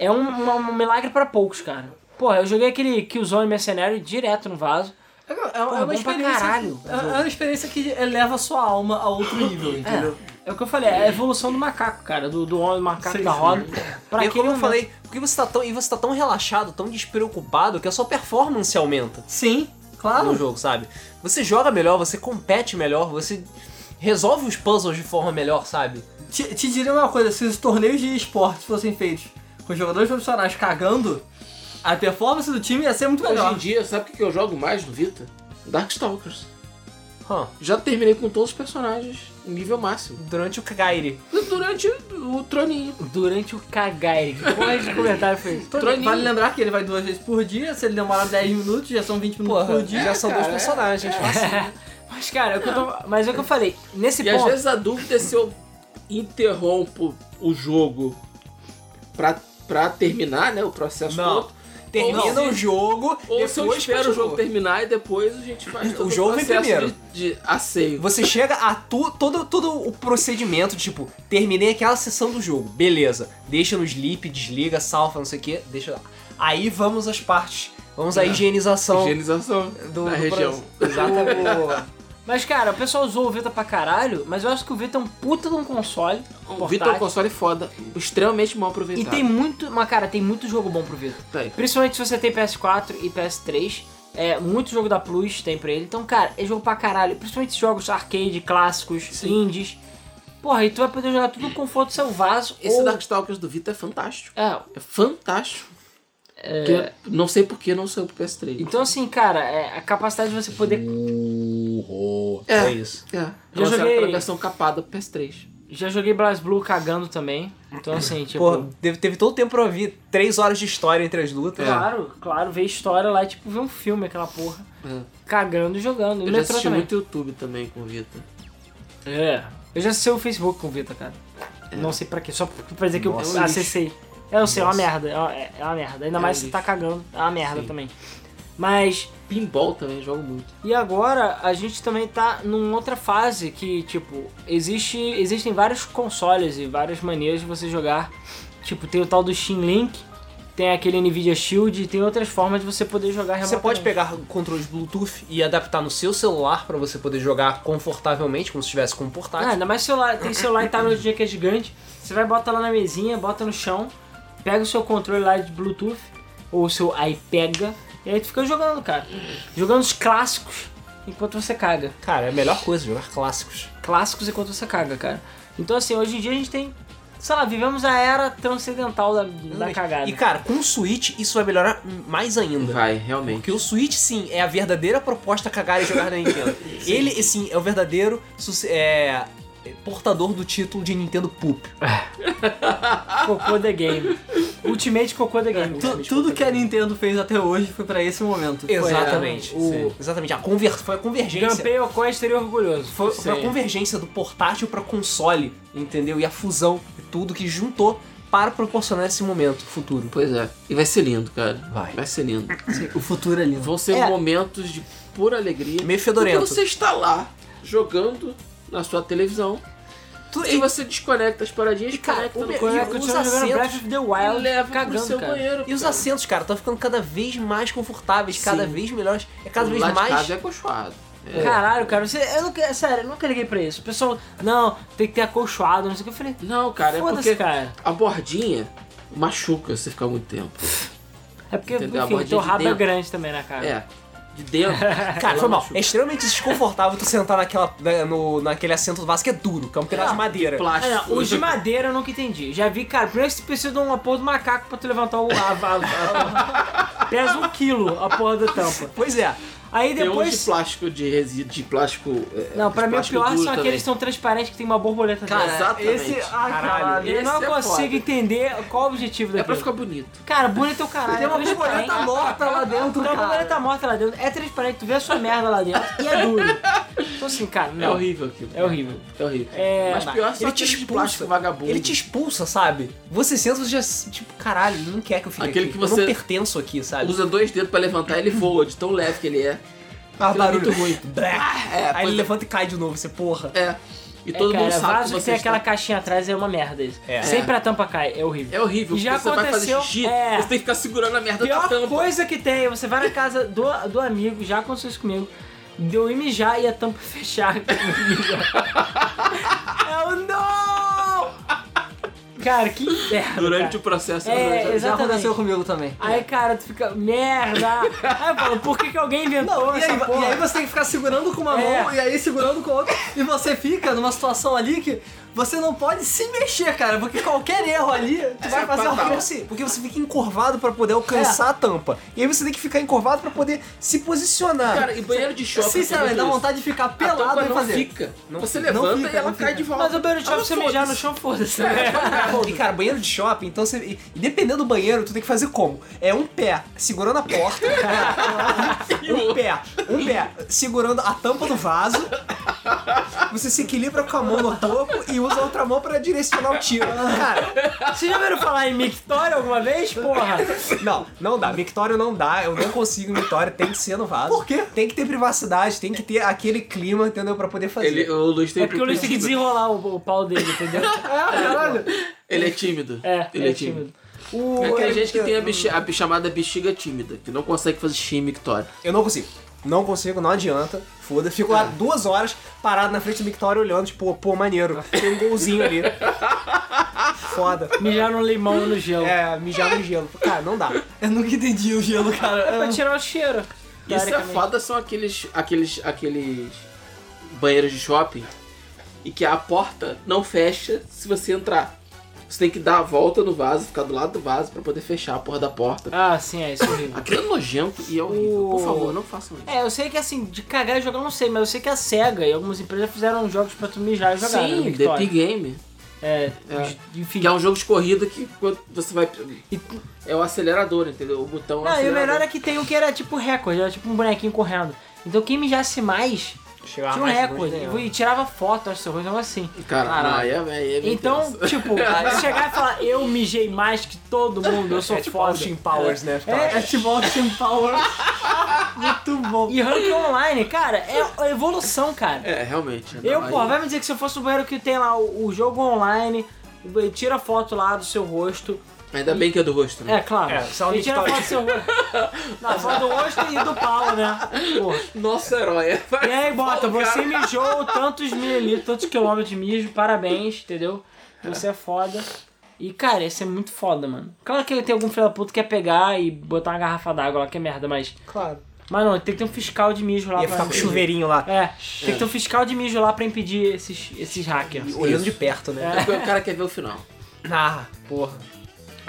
Speaker 2: É um, uma- um milagre pra poucos, cara. Porra, eu joguei aquele Killzone Mercenário direto no vaso.
Speaker 3: É, é
Speaker 2: Porra, bom pra
Speaker 3: uma experiência.
Speaker 2: caralho.
Speaker 3: é, é uma experiência que eleva a sua alma a outro nível, entendeu?
Speaker 2: É o que eu falei, é a evolução do macaco, cara, do, do homem macaco
Speaker 3: Sim,
Speaker 2: da
Speaker 3: sim.
Speaker 2: roda. Pra
Speaker 1: e é
Speaker 2: aquele
Speaker 1: como eu
Speaker 2: momento.
Speaker 1: falei, porque você tá tão, e você tá tão relaxado, tão despreocupado, que a sua performance aumenta tá?
Speaker 3: Sim,
Speaker 1: no
Speaker 3: claro.
Speaker 1: jogo, sabe? Você joga melhor, você compete melhor, você resolve os puzzles de forma melhor, sabe?
Speaker 3: Te, te diria uma coisa, se os torneios de esportes fossem feitos com jogadores profissionais cagando, a performance do time ia ser muito
Speaker 4: Hoje
Speaker 3: melhor.
Speaker 4: em dia, sabe o que que eu jogo mais no Vita? Darkstalkers.
Speaker 1: Hum,
Speaker 4: Já terminei com todos os personagens, nível máximo.
Speaker 1: durante o Kagaire.
Speaker 4: Durante o troninho.
Speaker 2: Durante o cagai. é Que porra de comentário foi esse?
Speaker 3: Então,
Speaker 4: Troninho.
Speaker 3: Vale lembrar que ele vai duas vezes por dia, se ele demorar 10 minutos, já são 20 minutos por
Speaker 1: Porra,
Speaker 3: dia.
Speaker 1: já são
Speaker 4: é.
Speaker 1: dois personagens.
Speaker 2: Mas, cara, é o que eu tô- mas é o que eu falei. Nesse
Speaker 4: E às
Speaker 2: ponto,
Speaker 4: vezes a dúvida é se eu interrompo o jogo pra, pra terminar, né? O processo
Speaker 1: Não.
Speaker 4: todo.
Speaker 1: Termina
Speaker 4: não.
Speaker 1: o jogo,
Speaker 4: Ou
Speaker 1: depois
Speaker 4: se eu espero o
Speaker 1: continua.
Speaker 4: jogo terminar e depois a gente faz todo
Speaker 1: jogo vem
Speaker 4: processo
Speaker 1: primeiro.
Speaker 4: De, de asseio.
Speaker 1: Você chega a tu- todo, todo o procedimento, tipo, terminei aquela sessão do jogo, beleza. Deixa no sleep, desliga, salva, não sei o que, deixa lá. Aí vamos às partes. Vamos à
Speaker 4: É.
Speaker 1: higienização
Speaker 4: Higienização
Speaker 1: do, do
Speaker 4: da região.
Speaker 1: pro- Exatamente.
Speaker 2: Mas, cara, o pessoal usou o Vita pra caralho, mas eu acho que o Vita é um puta de um console.
Speaker 4: O Vitor é um
Speaker 2: portátil.
Speaker 4: console foda, extremamente mal
Speaker 2: E
Speaker 4: aproveitado. Tá
Speaker 2: tem muito. Mas, cara, tem muito jogo bom pro Vita.
Speaker 4: Tem.
Speaker 2: Principalmente se você tem PS4 e PS3. É, muito jogo da Plus tem pra ele. Então, cara, é jogo pra caralho. Principalmente jogos arcade, clássicos, indies. Porra, e tu vai poder jogar tudo no conforto do seu vaso.
Speaker 4: Esse
Speaker 2: ou...
Speaker 4: Darkstalkers do Vitor é fantástico.
Speaker 2: É,
Speaker 4: É fantástico. Porque não sei por que não saiu pro PS3.
Speaker 2: então assim, cara, é, a capacidade de você poder.
Speaker 4: É,
Speaker 1: é isso.
Speaker 4: É.
Speaker 2: Já
Speaker 4: Eu joguei
Speaker 2: joguei-
Speaker 4: pra versão capada pro PS3.
Speaker 2: Já joguei BlazBlue cagando também. Então assim, tipo.
Speaker 1: Pô, teve, teve todo o tempo pra ouvir três horas de história entre as lutas.
Speaker 2: Claro, claro, ver história lá, é tipo, ver um filme, aquela porra.
Speaker 4: É.
Speaker 2: Cagando e jogando. E
Speaker 4: Eu
Speaker 2: o
Speaker 4: já
Speaker 2: metrô
Speaker 4: assisti
Speaker 2: também.
Speaker 4: muito YouTube também com o Vitor.
Speaker 2: É. Eu já acessei o Facebook com o Vita, cara.
Speaker 4: É.
Speaker 2: Não sei pra quê, só pra dizer que
Speaker 1: Nossa,
Speaker 2: eu
Speaker 1: lixo.
Speaker 2: acessei. É, eu sei, é uma merda. é uma- É, é uma merda. Ainda
Speaker 4: um É
Speaker 2: mais
Speaker 4: um
Speaker 2: se
Speaker 4: lixo.
Speaker 2: tá cagando, é uma merda
Speaker 4: Sim.
Speaker 2: também. Mas,
Speaker 4: Pinball também, jogo muito.
Speaker 2: e agora a gente também tá numa outra fase que, tipo, existe, existem vários consoles e várias maneiras de você jogar. Tipo, tem o tal do Steam Link, tem aquele Nvidia Shield, tem outras formas de você poder jogar remotamente.
Speaker 1: Você pode pegar controles Bluetooth e adaptar no seu celular pra você poder jogar confortavelmente, como se estivesse com um
Speaker 2: Ah,
Speaker 1: portátil.
Speaker 2: ainda mais celular, tem celular e tablet de que é gigante. Você vai bota lá na mesinha, bota no chão, pega o seu controle lá de Bluetooth, ou o seu iPega, e aí tu fica jogando, cara. Jogando os clássicos enquanto você caga.
Speaker 1: Cara, é a melhor coisa, jogar clássicos.
Speaker 2: Clássicos enquanto você caga, cara. Então assim, hoje em dia a gente tem. Sei lá, vivemos a era transcendental da, da cagada.
Speaker 1: E cara, com o Switch isso vai melhorar mais ainda.
Speaker 4: Vai, realmente.
Speaker 1: Porque o Switch, sim, é a verdadeira proposta cagar e jogar na Nintendo. Ele, sim, é o verdadeiro suce- é, portador do título de Nintendo Poop.
Speaker 2: Cocô The Game. Ultimate Cocô The Game.
Speaker 3: Tu-
Speaker 2: Ultimate
Speaker 3: tudo
Speaker 2: Cocô
Speaker 4: é
Speaker 3: que a
Speaker 2: The Game.
Speaker 3: Nintendo fez até hoje foi pra esse momento.
Speaker 1: Exatamente.
Speaker 4: é,
Speaker 1: O-
Speaker 4: sim.
Speaker 1: exatamente. A conver, foi a convergência.
Speaker 2: Gampei Ocó estaria orgulhoso.
Speaker 1: Foi, foi a
Speaker 4: Sim.
Speaker 1: convergência do portátil pra console, entendeu? E a fusão e tudo que juntou para proporcionar esse momento futuro.
Speaker 4: Pois é. E vai ser lindo, cara.
Speaker 1: Vai.
Speaker 4: Vai ser lindo.
Speaker 3: O futuro é lindo.
Speaker 4: Vão ser
Speaker 1: É.
Speaker 4: momentos de pura alegria.
Speaker 1: Meio fedorento.
Speaker 4: Porque você está lá, jogando na sua televisão.
Speaker 1: Tu-
Speaker 4: E você desconecta as paradinhas,
Speaker 1: E, cara,
Speaker 4: conecta
Speaker 1: o
Speaker 4: no
Speaker 1: meu-
Speaker 4: banheiro
Speaker 1: e
Speaker 2: Continua
Speaker 1: os
Speaker 2: jogando
Speaker 1: assentos-
Speaker 2: Breath of the
Speaker 4: e
Speaker 2: Wild,
Speaker 4: leva pro
Speaker 2: cagando,
Speaker 4: seu
Speaker 2: cara.
Speaker 4: banheiro.
Speaker 1: E os
Speaker 4: cara.
Speaker 1: assentos, cara, estão ficando cada vez mais confortáveis, cada
Speaker 4: Sim.
Speaker 1: vez melhores, é cada
Speaker 4: O
Speaker 1: vez
Speaker 4: lá de
Speaker 1: mais.
Speaker 4: casa é acolchoado. É.
Speaker 2: Caralho, cara, você, eu nunca, sério, eu nunca liguei pra isso. O pessoal, não, tem que ter acolchoado, não sei o que. Eu falei,
Speaker 4: Não, cara, é
Speaker 2: foda-se,
Speaker 4: porque
Speaker 2: cara.
Speaker 4: a bordinha machuca se você ficar muito tempo.
Speaker 2: É porque,
Speaker 4: Entendeu? A
Speaker 2: enfim,
Speaker 4: bordinha
Speaker 2: teu
Speaker 4: de
Speaker 2: rabo é
Speaker 4: dentro.
Speaker 2: grande também, né, cara?
Speaker 4: É. De dentro.
Speaker 1: Cara,
Speaker 4: ela
Speaker 1: foi mal.
Speaker 4: machuca.
Speaker 1: É extremamente desconfortável tu sentar naquela, na- no, naquele assento do vaso que é duro, que é um pedaço de madeira.
Speaker 2: Ah,
Speaker 4: Plástico.
Speaker 2: não, os de madeira eu nunca entendi. Já vi, cara, primeiro que você precisa de uma porra do macaco pra tu levantar o. A, a- a- pesa um quilo a porra da tampa.
Speaker 1: Pois é.
Speaker 2: Aí
Speaker 4: Tem uns de
Speaker 2: depois.
Speaker 4: plástico de resíduo, de plástico. é,
Speaker 2: Não,
Speaker 4: de
Speaker 2: pra mim o
Speaker 4: plástico
Speaker 2: pior
Speaker 4: duro
Speaker 2: são aqueles que
Speaker 4: também.
Speaker 2: são transparentes que tem uma borboleta
Speaker 4: Cara,
Speaker 2: dentro.
Speaker 4: exatamente.
Speaker 3: Esse, ah,
Speaker 1: Caralho.
Speaker 3: caralho.
Speaker 2: Eu não
Speaker 4: esse é
Speaker 2: consigo
Speaker 4: foda.
Speaker 2: entender qual o objetivo
Speaker 4: É pra
Speaker 2: daquilo.
Speaker 4: ficar bonito.
Speaker 2: Cara, bonito é o caralho.
Speaker 3: Tem uma
Speaker 2: é transparente.
Speaker 3: borboleta morta lá dentro,
Speaker 2: Então a
Speaker 3: cara.
Speaker 2: borboleta morta lá dentro é transparente, tu vê a sua merda lá dentro e é duro. Então assim, cara,
Speaker 4: É
Speaker 2: não.
Speaker 4: horrível aquilo.
Speaker 2: É horrível.
Speaker 4: É horrível.
Speaker 2: É,
Speaker 4: Mas pior são
Speaker 1: Ele te
Speaker 4: aqueles de
Speaker 1: expulsa.
Speaker 4: plástico vagabundo.
Speaker 1: Ele te expulsa, sabe? Você senta, você já, tipo, caralho, ele não quer que eu fique
Speaker 4: Aquele
Speaker 1: aqui.
Speaker 4: que
Speaker 1: Eu
Speaker 4: você-
Speaker 1: não pertenço aqui, sabe?
Speaker 4: Usa dois dedos pra levantar, ele voa de tão leve que ele é.
Speaker 1: Ah,
Speaker 4: aquilo é
Speaker 1: barulho.
Speaker 4: muito ruim.
Speaker 1: Blá.
Speaker 4: É,
Speaker 1: Aí
Speaker 4: pois
Speaker 1: ele
Speaker 4: é.
Speaker 1: levanta e cai de novo, você porra.
Speaker 4: É. E
Speaker 2: É,
Speaker 4: todo
Speaker 2: cara,
Speaker 4: mundo sabe que
Speaker 2: vaso que
Speaker 4: você
Speaker 2: tem
Speaker 4: está-
Speaker 2: aquela caixinha atrás é uma merda isso.
Speaker 1: É.
Speaker 2: Sempre a tampa cai, é horrível.
Speaker 4: É horrível,
Speaker 2: E
Speaker 4: porque
Speaker 2: já
Speaker 4: você vai fazer
Speaker 2: aconteceu-
Speaker 4: xixi,
Speaker 2: é.
Speaker 4: você tem que ficar segurando a merda da
Speaker 2: Pior
Speaker 4: tampa.
Speaker 2: coisa que tem, é você vai na casa do, do amigo, já aconteceu isso comigo, deu ir mijar e a tampa fechar. Eu não! Cara, que inferno.
Speaker 4: Durante
Speaker 2: cara.
Speaker 4: o processo.
Speaker 2: É,
Speaker 4: durante-
Speaker 3: Já
Speaker 2: exatamente.
Speaker 3: aconteceu comigo também.
Speaker 2: Aí, cara, tu fica, merda! Aí eu falo, por que, que alguém inventou
Speaker 3: Não, e,
Speaker 2: essa
Speaker 3: aí,
Speaker 2: porra?
Speaker 3: e aí você tem que ficar segurando com uma
Speaker 2: É.
Speaker 3: mão e aí segurando com a outra. E você fica numa situação ali que você não pode se mexer, cara, porque qualquer erro ali, tu vai
Speaker 1: Mas é
Speaker 4: é
Speaker 3: fazer
Speaker 4: fatal.
Speaker 3: uma
Speaker 1: horrível assim, porque você fica encorvado pra poder alcançar
Speaker 4: É.
Speaker 1: a tampa. E aí você tem que ficar encorvado pra poder se posicionar.
Speaker 4: Cara, e banheiro de shopping.
Speaker 3: Sinceramente, dá
Speaker 4: tem muito isso.
Speaker 3: vontade de ficar
Speaker 4: A tampa
Speaker 3: pelado e
Speaker 4: não
Speaker 3: fazer.
Speaker 4: fica. você
Speaker 3: fica, não
Speaker 4: levanta
Speaker 3: fica,
Speaker 4: e ela
Speaker 3: não
Speaker 4: cai
Speaker 3: fica.
Speaker 4: de volta.
Speaker 2: Mas o banheiro de
Speaker 4: Ah,
Speaker 2: shopping você
Speaker 4: foda-se.
Speaker 2: mijar no chão, foda-se. né?
Speaker 1: E cara, banheiro de shopping, então você. e- e dependendo do banheiro, tu tem que fazer como? É um pé segurando a porta. um pé, um pé segurando a tampa do vaso. Você se equilibra com a mão no topo e usa a outra mão pra direcionar o tiro. Cara,
Speaker 2: Vocês já viram falar em Mictório alguma vez? Porra!
Speaker 1: não, não dá. Mictório não dá. Eu não consigo Mictório. Tem que ser no vaso. Por quê? Tem que ter privacidade, tem que ter aquele clima, entendeu? Pra poder fazer.
Speaker 4: Ele, o Luiz tem
Speaker 2: É porque o Luiz tem que desenrolar o, o pau dele, entendeu?
Speaker 1: Ah, caralho.
Speaker 4: Ele é tímido.
Speaker 2: É,
Speaker 4: ele é, tímido.
Speaker 1: O...
Speaker 4: É que tem gente que tem a, bexiga, a bi- chamada bexiga tímida, que não consegue fazer xixi em Mictório.
Speaker 1: Eu não consigo. Não consigo, não adianta. Foda. Fico lá duas horas parado na frente do Mictório olhando, tipo, pô, maneiro. Tem um golzinho ali. Foda.
Speaker 2: Mijar no limão no gel.
Speaker 1: É, mijar no gelo. Cara, não dá.
Speaker 3: Eu nunca entendi o gelo, cara.
Speaker 2: É Pra tirar o cheiro.
Speaker 4: Ah. Isso é
Speaker 2: teoricamente.
Speaker 4: foda, são aqueles, aqueles, aqueles banheiros de shopping e que a porta não fecha se você entrar. Você tem que dar a volta no vaso, ficar do lado do vaso pra poder fechar a porra da porta.
Speaker 2: Ah, sim, é isso é horrível.
Speaker 4: Aquilo é nojento e é horrível. Por favor, não façam isso.
Speaker 2: É, eu sei que assim, de cagar e jogar eu não sei, mas eu sei que a SEGA e algumas empresas fizeram jogos pra tu mijar e jogar. né,
Speaker 4: Sim, The
Speaker 2: Victoria?
Speaker 4: Pig Game.
Speaker 2: É,
Speaker 4: É.
Speaker 2: de- enfim.
Speaker 4: Que é um jogo de corrida que quando você vai.
Speaker 2: E-
Speaker 4: É o acelerador, entendeu? O botão.
Speaker 2: Não, e o
Speaker 4: acelerador.
Speaker 2: melhor é que tem um que era tipo recorde, era tipo um bonequinho correndo. Então quem mijasse mais
Speaker 4: Ah,
Speaker 1: Chegava
Speaker 2: tinha um recorde. E, tirava foto, acho que coisa algo assim.
Speaker 4: Cara, não, aí
Speaker 2: Caralho.
Speaker 4: é, aí é meio
Speaker 2: Então,
Speaker 4: tenso.
Speaker 2: tipo, chegar e falar, eu mijei mais que todo mundo, eu sou
Speaker 1: É tipo
Speaker 2: foda.
Speaker 1: Austin Powers, né?
Speaker 3: É tipo Austin Power. Muito bom.
Speaker 2: E ranking online, cara, é a evolução, cara.
Speaker 4: É, realmente.
Speaker 2: Eu,
Speaker 4: não,
Speaker 2: porra,
Speaker 4: aí-
Speaker 2: vai me dizer que se eu fosse o banheiro que tem lá o, o jogo online, tira a foto lá do seu rosto.
Speaker 4: Ainda bem que é do rosto, né?
Speaker 2: É, claro.
Speaker 1: É, só
Speaker 2: e tira a
Speaker 1: Victoria.
Speaker 2: foto do seu rosto. Não, a foto do rosto e do pau, né? Porra.
Speaker 4: Nosso herói. é.
Speaker 2: E aí bota, você mijou tantos mililitros, tantos quilômetros de mijo, parabéns, entendeu? Você é foda. E, cara, isso é muito foda, mano. Claro que tem algum filho da puta que quer pegar e botar uma garrafa d'água lá, que é merda, mas...
Speaker 1: Claro.
Speaker 2: Mas não, tem que ter um fiscal de mijo lá
Speaker 1: Ia
Speaker 2: pra...
Speaker 1: ficar com o chuveirinho lá,
Speaker 2: É, tem que ter um fiscal de mijo lá pra impedir esses, esses hackers.
Speaker 1: olhando de perto, né?
Speaker 4: Porque o cara quer ver o final.
Speaker 1: Ah, porra.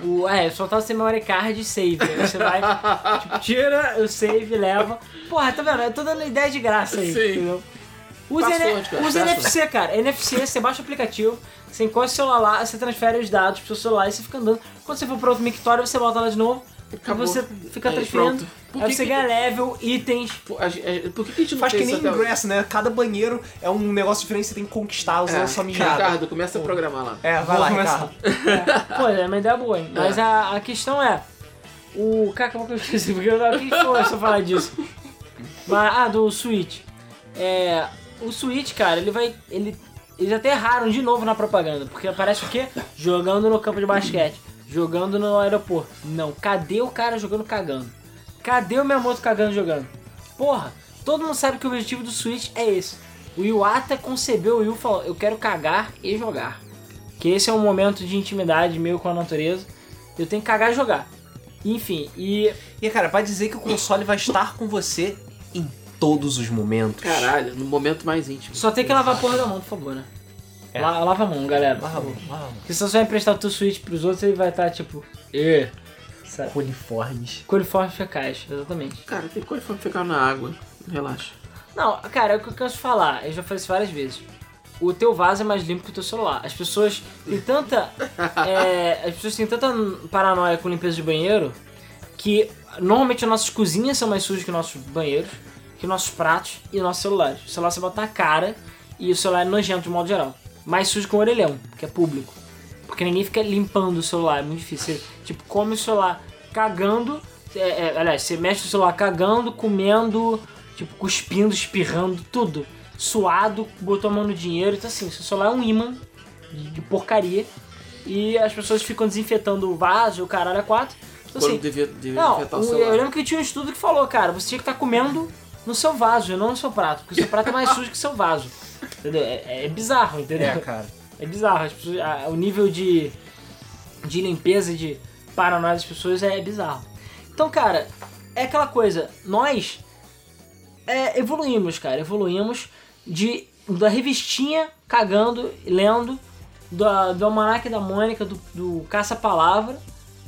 Speaker 2: O, é, só tá sem memory card e save. Aí Você vai, tipo, tira o save, leva. Porra, tá vendo? Eu tô dando ideia de graça aí.
Speaker 4: Sim.
Speaker 2: Entendeu? Usa,
Speaker 4: Passou,
Speaker 2: N-
Speaker 4: cara,
Speaker 2: usa
Speaker 4: passou.
Speaker 2: NFC, cara. NFC, você baixa o aplicativo, você encosta o celular lá, você transfere os dados pro seu celular e você fica andando. Quando você for pro outro mictório, você volta lá de novo.
Speaker 4: Acabou.
Speaker 2: E você fica
Speaker 4: Aí,
Speaker 2: transferindo.
Speaker 4: pronto. Por
Speaker 2: Aí
Speaker 4: que
Speaker 2: você
Speaker 4: que-
Speaker 2: ganha level, itens.
Speaker 4: Por, a, a- por que, que a gente não
Speaker 1: Faz
Speaker 4: tem
Speaker 1: que nem
Speaker 4: isso até hoje?
Speaker 1: ingresso, né? Cada banheiro é um negócio diferente, você tem que conquistar usando
Speaker 4: É,
Speaker 1: a sua mijada.
Speaker 4: Ricardo, começa a programar lá.
Speaker 1: É, vai
Speaker 2: Vou
Speaker 1: lá,
Speaker 2: começar.
Speaker 1: Ricardo.
Speaker 2: Pô, é uma ideia boa, hein? Mas a, a questão é. O. Cara, como que eu esqueci? Porque eu não que foi só falar disso. Mas, ah, do Switch. É. O Switch, cara, ele vai. Ele, eles até erraram de novo na propaganda. Porque aparece o quê? Jogando no campo de basquete. Jogando no aeroporto. Não, cadê o cara jogando cagando? Cadê o Miyamoto cagando jogando? Porra, todo mundo sabe que o objetivo do Switch é esse. O Iwata concebeu o Wii U e falou: Eu quero cagar e jogar. Que esse é um momento de intimidade meu com a natureza. Eu tenho que cagar e jogar. Enfim, e.
Speaker 1: E, cara, vai dizer que o console vai estar com você em todos os momentos.
Speaker 4: Caralho, no momento mais íntimo.
Speaker 2: Só tem que lavar a porra da mão, por favor, né?
Speaker 1: É.
Speaker 2: La- lava a mão, galera.
Speaker 1: Vamos, vamos.
Speaker 2: Porque se você vai emprestar o teu Switch pros outros, ele vai estar tipo. "Ê", Sabe?
Speaker 1: Uniformes.
Speaker 2: Coliforme fecais, exatamente.
Speaker 4: Cara, tem coisa pra ficar na água. Relaxa.
Speaker 2: Não, cara, é o que eu canso de falar. Eu já falei isso várias vezes. O teu vaso é mais limpo que o teu celular. As pessoas têm tanta. é, as pessoas têm tanta paranoia com limpeza de banheiro que normalmente as nossas cozinhas são mais sujas que nossos banheiros, que nossos pratos e nossos celulares. O celular você bota a cara e o celular é nojento de modo geral. Mais sujo com o orelhão, que é público. Porque ninguém fica limpando o celular, é muito difícil. Você, tipo, come o celular cagando. É, é, aliás, você mexe o celular cagando, comendo, tipo, cuspindo, espirrando, tudo. Suado, botou a mão no dinheiro. Então, assim, seu celular é um imã de, de porcaria. E as pessoas ficam desinfetando o vaso, o caralho, a quatro. Então,
Speaker 4: Quando
Speaker 2: assim,
Speaker 4: devia, devia
Speaker 2: não,
Speaker 4: afetar
Speaker 2: o-
Speaker 4: o
Speaker 2: eu
Speaker 4: celular.
Speaker 2: lembro que tinha um estudo que falou, cara, você tinha que estar comendo no seu vaso, e não no seu prato, porque o seu prato é mais sujo que o seu vaso. Entendeu? É, é bizarro, entendeu?
Speaker 1: É, cara.
Speaker 2: É bizarro. as pessoas- a- o nível de, de limpeza, de paranoia das pessoas é bizarro. Então, cara, é aquela coisa. Nós é, evoluímos, cara. Evoluímos de da revistinha cagando, e lendo, da, do Almanac da Mônica, do, do Caça-Palavra,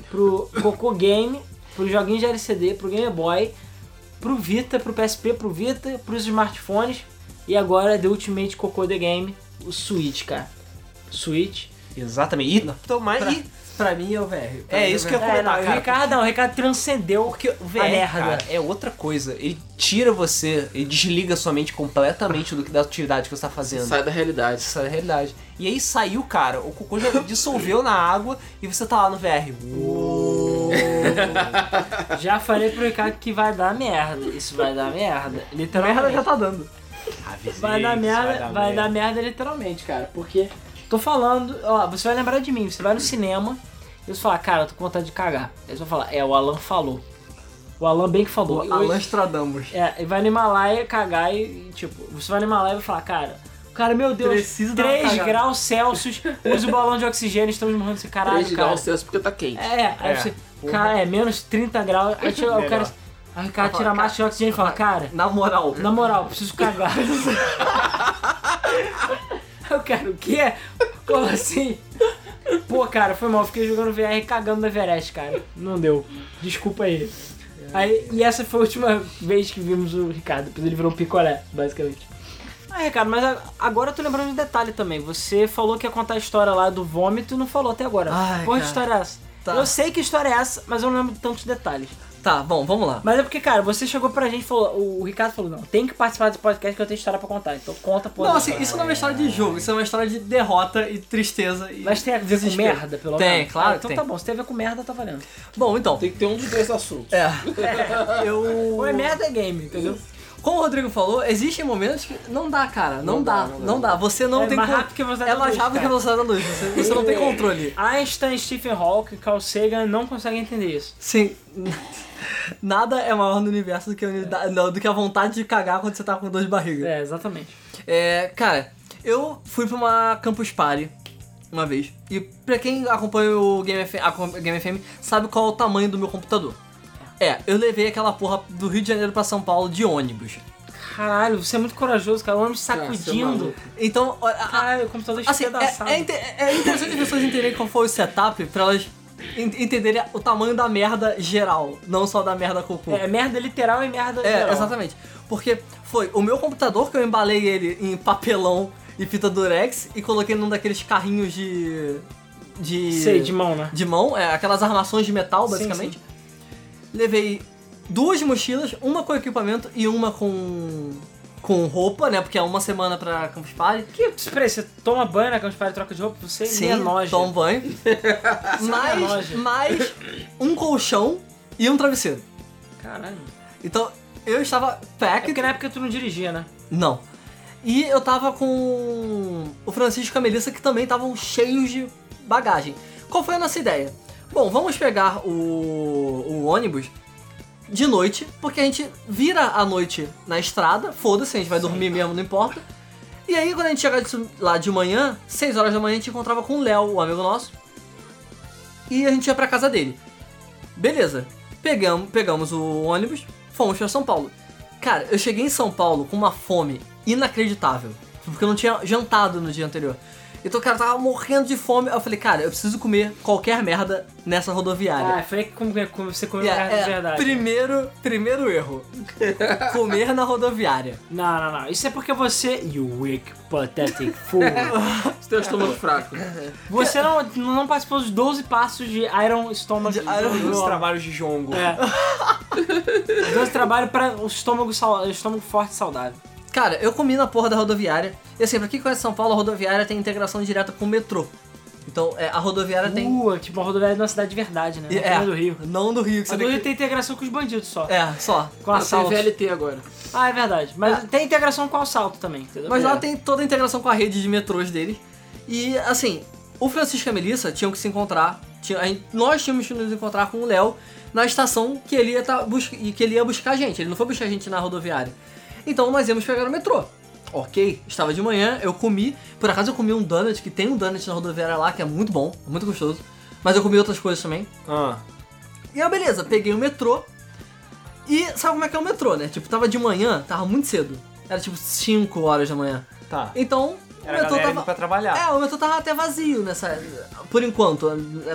Speaker 2: pro Cocô Game, pro joguinho de LCD, pro Game Boy, pro Vita, pro PSP, pro Vita, pros smartphones e agora The Ultimate Cocô The Game, o Switch, cara. Switch.
Speaker 1: Exatamente. Então, E, tomar, e
Speaker 3: pra mim é o VR. Pra
Speaker 1: É,
Speaker 3: mim
Speaker 1: isso que eu ia
Speaker 2: É, não,
Speaker 1: comentar,
Speaker 2: o
Speaker 1: cara.
Speaker 2: Ricardo não, o Ricardo transcendeu porque o VR,
Speaker 1: A merda
Speaker 2: cara.
Speaker 1: é outra coisa. Ele tira você, ele desliga sua mente completamente do que da atividade que você tá fazendo.
Speaker 4: Sai da realidade.
Speaker 1: Essa é a realidade. E aí saiu, cara, o cocô já dissolveu na água e você tá lá no VR. Uou.
Speaker 2: Já falei pro Ricardo que vai dar merda. Isso vai dar merda.
Speaker 3: o
Speaker 2: Literalmente.
Speaker 3: merda já tá dando.
Speaker 2: Vai dar merda, vai dar, merda literalmente, cara. Porque tô falando, ó, você vai lembrar de mim, você vai no cinema e você fala, cara, eu tô com vontade de cagar. Eles vão falar, é, o Alan falou. O Alan bem que falou. E
Speaker 3: O
Speaker 2: hoje-
Speaker 3: Alan Stradamos.
Speaker 2: É, ele vai no Himalaia cagar e, e, tipo, você vai no Himalaia e vai falar, cara, cara, meu Deus,
Speaker 3: Preciso dar uma
Speaker 2: 3
Speaker 3: cagada.
Speaker 2: graus Celsius, usa o balão de oxigênio, estamos morrendo assim, caralho,
Speaker 4: 3
Speaker 2: cara.
Speaker 4: graus Celsius porque tá quente.
Speaker 2: É, aí
Speaker 1: É,
Speaker 2: você,
Speaker 1: porra.
Speaker 2: cara, é menos 30 graus, aí tira, o cara, assim, aí o cara tira a máscara de oxigênio e fala, cara,
Speaker 3: Na moral.
Speaker 2: na moral, preciso cagar. Eu quero o quê? Como assim? Pô, cara, foi mal. Fiquei jogando VR e cagando no Everest, cara. Não deu. Desculpa aí. aí e essa foi a última vez que vimos o Ricardo. Depois ele virou um picolé, basicamente. Ah, Ricardo, mas a- agora eu tô lembrando de um detalhe também. Você falou que ia contar a história lá do vômito e não falou até agora.
Speaker 3: Ai,
Speaker 2: Qual
Speaker 3: cara.
Speaker 2: história é essa?
Speaker 3: Tá.
Speaker 2: Eu sei que história é essa, mas eu não lembro de tantos detalhes.
Speaker 3: Tá, bom, vamos lá.
Speaker 2: Mas é porque, cara, você chegou pra gente e falou, o- o Ricardo falou, não, tem que participar desse podcast que eu tenho história pra contar. Então conta, pô.
Speaker 3: Não, assim, isso não é uma história de jogo, isso é uma história de derrota e tristeza e.
Speaker 2: Mas tem a ver com
Speaker 3: desespero.
Speaker 2: merda, pelo
Speaker 3: Tem,
Speaker 2: menos.
Speaker 3: claro
Speaker 2: Ah,
Speaker 3: que
Speaker 2: Então
Speaker 3: tem.
Speaker 2: tá bom, se tem a ver com merda, tá valendo.
Speaker 3: Bom, então.
Speaker 4: Tem que ter um dos dois assuntos.
Speaker 3: É. Eu.
Speaker 2: Ou é merda, é game, entendeu?
Speaker 3: Como o Rodrigo falou, existem momentos que não dá, cara. Não, dá, não, dá. Você não
Speaker 2: É
Speaker 3: tem
Speaker 2: mais
Speaker 3: con-
Speaker 2: rápido que a velocidade
Speaker 3: É
Speaker 2: da
Speaker 3: mais
Speaker 2: luz,
Speaker 3: rápido que a
Speaker 2: cara.
Speaker 3: velocidade da luz. Você, você não tem controle.
Speaker 2: Einstein, Stephen Hawking, Carl Sagan não conseguem entender isso.
Speaker 3: Sim. Nada é maior no universo do que a, unida- não, do que a vontade de cagar quando você tá com dor de barriga.
Speaker 2: É, exatamente.
Speaker 3: É, cara, eu fui pra uma Campus Party uma vez. E pra quem acompanha o Game FM, a com- Game FM sabe qual é o tamanho do meu computador. É, eu levei aquela porra do Rio de Janeiro pra São Paulo de ônibus.
Speaker 2: Caralho, você é muito corajoso, cara. O
Speaker 3: Ah,
Speaker 2: homem sacudindo.
Speaker 4: é maluco.
Speaker 3: Então, a- a-
Speaker 2: Caralho, o computador
Speaker 3: é assim,
Speaker 2: espedaçado.
Speaker 3: é, é inte- é interessante as pessoas entenderem qual foi o setup pra elas en- entenderem o tamanho da merda geral, não só da merda cocô.
Speaker 2: É, merda literal e merda
Speaker 3: É,
Speaker 2: geral.
Speaker 3: exatamente. Porque foi o meu computador que eu embalei ele em papelão e fita durex e coloquei num daqueles carrinhos de. de.
Speaker 2: Sei, de mão, né?
Speaker 3: de mão, é, aquelas armações de metal,
Speaker 2: Sim,
Speaker 3: basicamente. Levei duas mochilas, uma com equipamento e uma com. com roupa, né? Porque é uma semana pra Campus Party.
Speaker 2: Que, peraí, você toma banho na cama de e troca de roupa? Você é noja.
Speaker 3: tomo banho.
Speaker 2: Meia
Speaker 3: mais,
Speaker 2: noja.
Speaker 3: mais um colchão e um travesseiro.
Speaker 2: Caralho.
Speaker 3: Então, eu estava
Speaker 2: É
Speaker 3: packed.
Speaker 2: porque na época tu não dirigia, né?
Speaker 3: Não. E eu tava com o Francisco e a Melissa que também estavam cheios de bagagem. Qual foi a nossa ideia? Bom, vamos pegar o, o ônibus de noite, porque a gente vira a noite na estrada, foda-se, a gente vai dormir mesmo, não importa. E aí quando a gente chegava de- lá de manhã, 6 horas da manhã, a gente encontrava com o Léo, o amigo nosso, e a gente ia pra casa dele. Beleza, pegamos, pegamos o ônibus, fomos pra São Paulo. Cara, eu cheguei em São Paulo com uma fome inacreditável. Porque eu não tinha jantado no dia anterior. Então, cara, eu tava morrendo de fome. Aí Eu falei, cara, eu preciso comer qualquer merda nessa rodoviária.
Speaker 2: Ah, foi como, como você comeu
Speaker 3: Yeah,
Speaker 2: merda
Speaker 3: é,
Speaker 2: de verdade. né?
Speaker 3: Primeiro, primeiro erro. Comer na rodoviária.
Speaker 2: Não, não, não. Isso é porque você. You weak, pathetic fool.
Speaker 4: Você tem um
Speaker 2: Tá.
Speaker 4: estômago fraco.
Speaker 2: Você não, não participou dos 12 passos de Iron Stomach.
Speaker 3: De Iron
Speaker 2: Grow.
Speaker 1: Os trabalhos de jongo.
Speaker 2: É. 12 trabalhos para o estômago, sal- um estômago forte e saudável.
Speaker 3: Cara, eu comi na porra da rodoviária. E assim, pra quem conhece São Paulo, a rodoviária tem integração direta com o metrô. Então, é, a rodoviária tem.
Speaker 2: Rua, tipo, uma rodoviária de uma cidade de verdade, né?
Speaker 3: é,
Speaker 2: Não do Rio.
Speaker 3: Não do Rio, que
Speaker 2: A
Speaker 3: você
Speaker 2: do
Speaker 3: tem
Speaker 2: Rio
Speaker 3: que-
Speaker 2: tem integração com os bandidos só.
Speaker 3: É, só.
Speaker 2: Com
Speaker 4: Nossa, é
Speaker 2: assalto.
Speaker 4: VLT agora.
Speaker 2: Ah, é verdade. Mas tem integração com o assalto também, entendeu?
Speaker 3: Mas lá
Speaker 4: É.
Speaker 3: tem toda a integração com a rede de metrôs deles. E assim, o Francisco e a Melissa tinham que se encontrar. tinha- a gente- nós tínhamos que nos encontrar com o Léo na estação que ele, ia tá bus- e que ele ia buscar a gente. Ele não foi buscar a gente na rodoviária. Então nós íamos pegar o metrô. Ok, estava de manhã, eu comi. Por acaso eu comi um donut, que tem um donut na rodoviária lá, que é muito bom, muito gostoso. Mas eu comi outras coisas também.
Speaker 1: Ah,
Speaker 3: E aí, beleza, peguei o metrô. E sabe como é que é o metrô, né? Tipo, tava de manhã, tava muito cedo. Era tipo 5 horas da manhã.
Speaker 1: tá.
Speaker 3: Então,
Speaker 1: Era
Speaker 3: o
Speaker 1: a
Speaker 3: metrô
Speaker 1: galera indo
Speaker 3: tava.
Speaker 1: pra trabalhar.
Speaker 3: É, o metrô tava até vazio nessa. Por enquanto,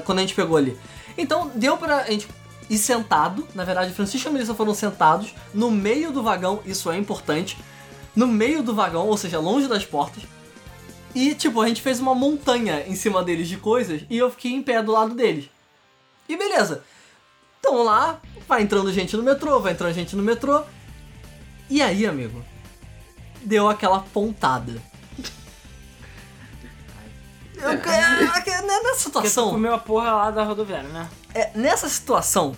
Speaker 3: quando a gente pegou ali. Então, deu pra gente ir sentado. Na verdade, Francisco e a Melissa foram sentados no meio do vagão, isso é importante. No meio do vagão, ou seja, longe das portas. E, tipo, a gente fez uma montanha em cima deles de coisas e eu fiquei em pé do lado deles. E beleza. Então lá, vai entrando gente no metrô, vai entrando gente no metrô. E aí, amigo, deu aquela pontada. Eu, é, é, nessa
Speaker 2: Porque tu
Speaker 3: situação,
Speaker 2: comeu a porra lá da rodoviária, né?
Speaker 3: é, nessa situação,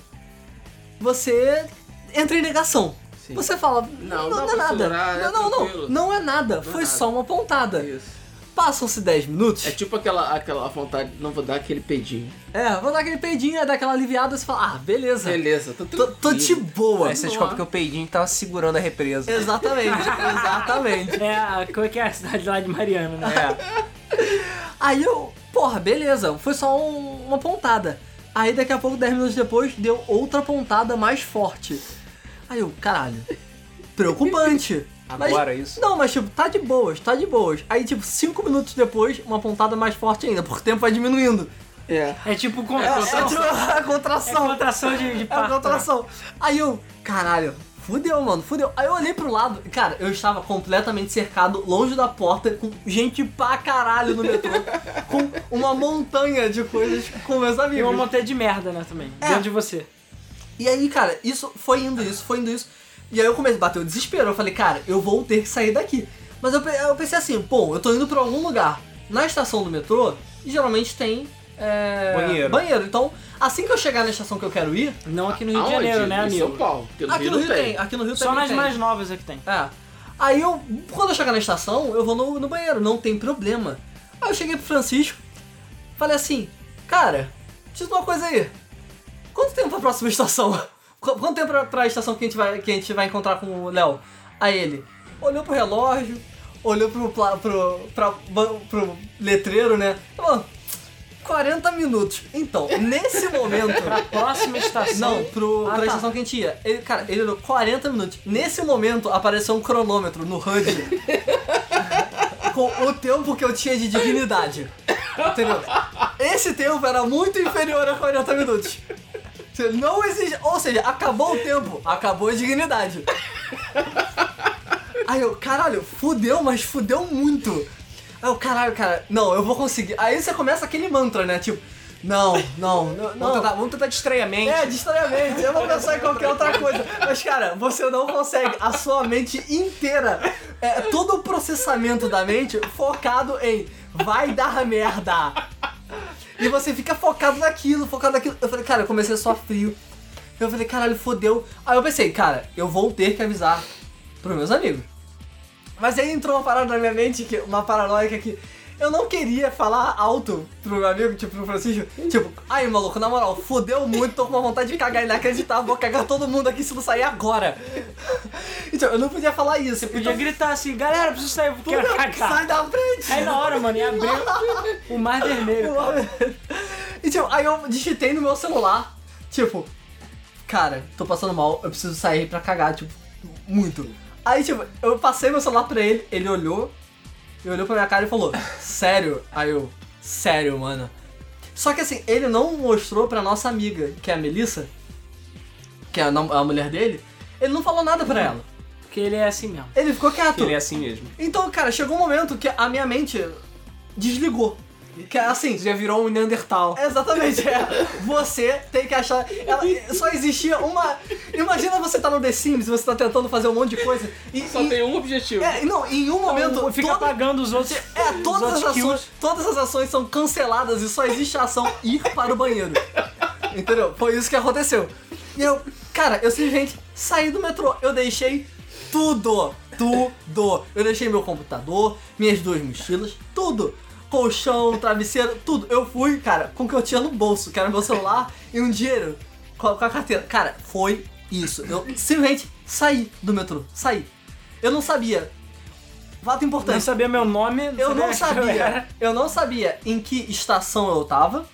Speaker 3: você entra em negação.
Speaker 2: Sim.
Speaker 3: Você fala,
Speaker 4: Não, dá
Speaker 3: não, não, é
Speaker 4: pra
Speaker 3: nada.
Speaker 4: segurar, é
Speaker 3: não, não, não,
Speaker 4: tranquilo.
Speaker 3: não é nada.
Speaker 4: é
Speaker 3: Foi
Speaker 4: nada.
Speaker 3: só uma pontada.
Speaker 4: Isso.
Speaker 3: Passam-se 10 minutos.
Speaker 4: É tipo aquela, aquela vontade, não vou dar aquele peidinho.
Speaker 3: É, vou dar aquele peidinho, dar aquela aliviada e você fala, ah, beleza.
Speaker 4: Beleza, tô
Speaker 3: Tô, tipo tô de
Speaker 4: tranquilo.
Speaker 3: boa.
Speaker 1: Aí você descobre é que o peidinho que tava segurando a represa.
Speaker 3: Exatamente, exatamente.
Speaker 2: É, a- como é que é a cidade lá de Mariana, né?
Speaker 1: É.
Speaker 3: Aí eu, porra, beleza, foi só um- uma pontada. Aí daqui a pouco, 10 minutos depois, deu outra pontada mais forte. Aí eu, caralho, preocupante. Mas-
Speaker 1: Agora isso?
Speaker 3: Não, mas tipo, tá de boas, tá de boas. Aí, tipo, 5 minutos depois, uma pontada mais forte ainda, porque o tempo vai diminuindo.
Speaker 4: É.
Speaker 2: É tipo
Speaker 3: É,
Speaker 2: contração.
Speaker 3: tipo, a
Speaker 2: É
Speaker 3: contração.
Speaker 2: contração de, de
Speaker 3: É uma
Speaker 2: parto. né?
Speaker 3: contração. Aí eu, caralho, fudeu, mano, fudeu. Aí eu olhei pro lado, cara, eu estava completamente cercado, longe da porta, com gente pra caralho no metrô, com uma montanha de coisas com meus
Speaker 2: E uma
Speaker 3: amigos.
Speaker 2: montanha de merda, né, também.
Speaker 3: É.
Speaker 2: Dentro de você.
Speaker 3: E aí, cara, isso foi indo, isso foi indo, isso. E aí eu comecei a bater o desespero. Eu falei, cara, eu vou ter que sair daqui. Mas eu, pe- eu pensei assim, bom, eu tô indo pra algum lugar. Na estação do metrô, geralmente tem. é,
Speaker 1: Banheiro.
Speaker 3: Banheiro. Então, assim que eu chegar na estação que eu quero ir,
Speaker 2: Não aqui no Rio
Speaker 4: Aonde?
Speaker 2: de Janeiro, né,
Speaker 4: Em São
Speaker 2: amigo?
Speaker 4: Paulo. Porque no
Speaker 3: aqui
Speaker 4: Rio
Speaker 3: no
Speaker 4: não
Speaker 3: Rio tem. Aqui no Rio
Speaker 2: Só
Speaker 3: também
Speaker 2: nas
Speaker 3: tem.
Speaker 2: mais novas é que tem.
Speaker 3: É. Aí eu, quando eu chegar na estação, eu vou no, no banheiro, não tem problema. Aí eu cheguei pro Francisco, falei assim, cara, diz uma coisa aí. Quanto tempo pra próxima estação? Qu- Quanto tempo pra, pra estação que a, gente vai, que a gente vai encontrar com o Léo? Aí ele olhou pro relógio, olhou pro, pla- pro, pra ban- pro letreiro, né? Falou, 40 minutos. Então, nesse momento,
Speaker 2: Próxima estação.
Speaker 3: não, pro,
Speaker 2: Ah,
Speaker 3: pra
Speaker 2: tá.
Speaker 3: estação que a gente ia. Ele, cara, ele olhou 40 minutos. Nesse momento, apareceu um cronômetro no HUD com o tempo que eu tinha de dignidade. Entendeu? Esse tempo era muito inferior a 40 minutos. Você Não exige. Ou seja, acabou o tempo, acabou a dignidade. Aí eu, caralho, fudeu, mas fudeu muito. Aí eu, caralho, cara, não, eu vou conseguir. Aí você começa aquele mantra, né? Tipo, não, não, não. não.
Speaker 1: Vamos tentar, vamos tentar distrair a mente.
Speaker 3: É, distraíamente. Eu vou pensar em qualquer outra coisa. Mas, cara, você não consegue. A sua mente inteira, é, todo o processamento da mente focado em vai dar merda. E você fica focado naquilo, focado naquilo. Eu falei, cara, eu comecei a suar frio. Eu falei, caralho, fodeu. Aí eu pensei, cara, eu vou ter que avisar pros meus amigos. Mas aí entrou uma parada na minha mente, que, uma paranoica que eu não queria falar alto pro meu amigo, tipo, pro Francisco. Tipo, aí, maluco, na moral, fodeu muito, tô com uma vontade de cagar inacreditável, vou cagar todo mundo aqui se não sair agora. Então, eu não podia falar isso. Você
Speaker 2: Podia gritar assim, galera, preciso sair, porque quero cagar.
Speaker 3: Sai da frente!
Speaker 2: Aí na hora, mano, ia abrir o mar vermelho. cara.
Speaker 3: E tipo, aí eu digitei no meu celular, tipo, cara, tô passando mal, eu preciso sair pra cagar, tipo, muito. Aí, tipo, eu passei meu celular pra ele, ele olhou, ele olhou pra minha cara e falou, sério? Aí eu, sério, mano. Só que assim, ele não mostrou pra nossa amiga, que é a Melissa, que é a, nam- a mulher dele, ele não falou nada pra ela.
Speaker 2: Porque ele é assim mesmo.
Speaker 3: Ele ficou quieto.
Speaker 1: Hum. Ele é assim mesmo.
Speaker 3: Então, cara, chegou um momento que a minha mente desligou. Que é assim,
Speaker 1: Já virou um Neandertal.
Speaker 3: Exatamente, é. Você tem que achar. Ela, só existia uma. Imagina você tá no The Sims, você tá tentando fazer um monte de coisa. E,
Speaker 4: Só
Speaker 3: e-
Speaker 4: tem um Então, objetivo.
Speaker 3: é, não, em um momento.
Speaker 2: fica
Speaker 3: toda-
Speaker 2: apagando os outros.
Speaker 3: é,
Speaker 2: os
Speaker 3: todas as
Speaker 2: outros
Speaker 3: ações.
Speaker 2: kills.
Speaker 3: Todas as ações são canceladas e só existe a ação ir para o banheiro. Entendeu? Foi isso que aconteceu. E eu, cara, eu simplesmente saí do metrô. Eu deixei tudo. Tudo. Eu deixei meu computador, minhas duas mochilas, tudo. Colchão, travesseiro, tudo. Eu fui, cara, com o que eu tinha no bolso, que era meu celular e um dinheiro com a, com a carteira. Cara, foi isso. Eu simplesmente saí do metrô. Saí. Eu não sabia. Fato importante.
Speaker 2: Não sabia meu nome.
Speaker 3: Eu não
Speaker 2: quem eu era.
Speaker 3: sabia. Eu não sabia em que estação eu tava.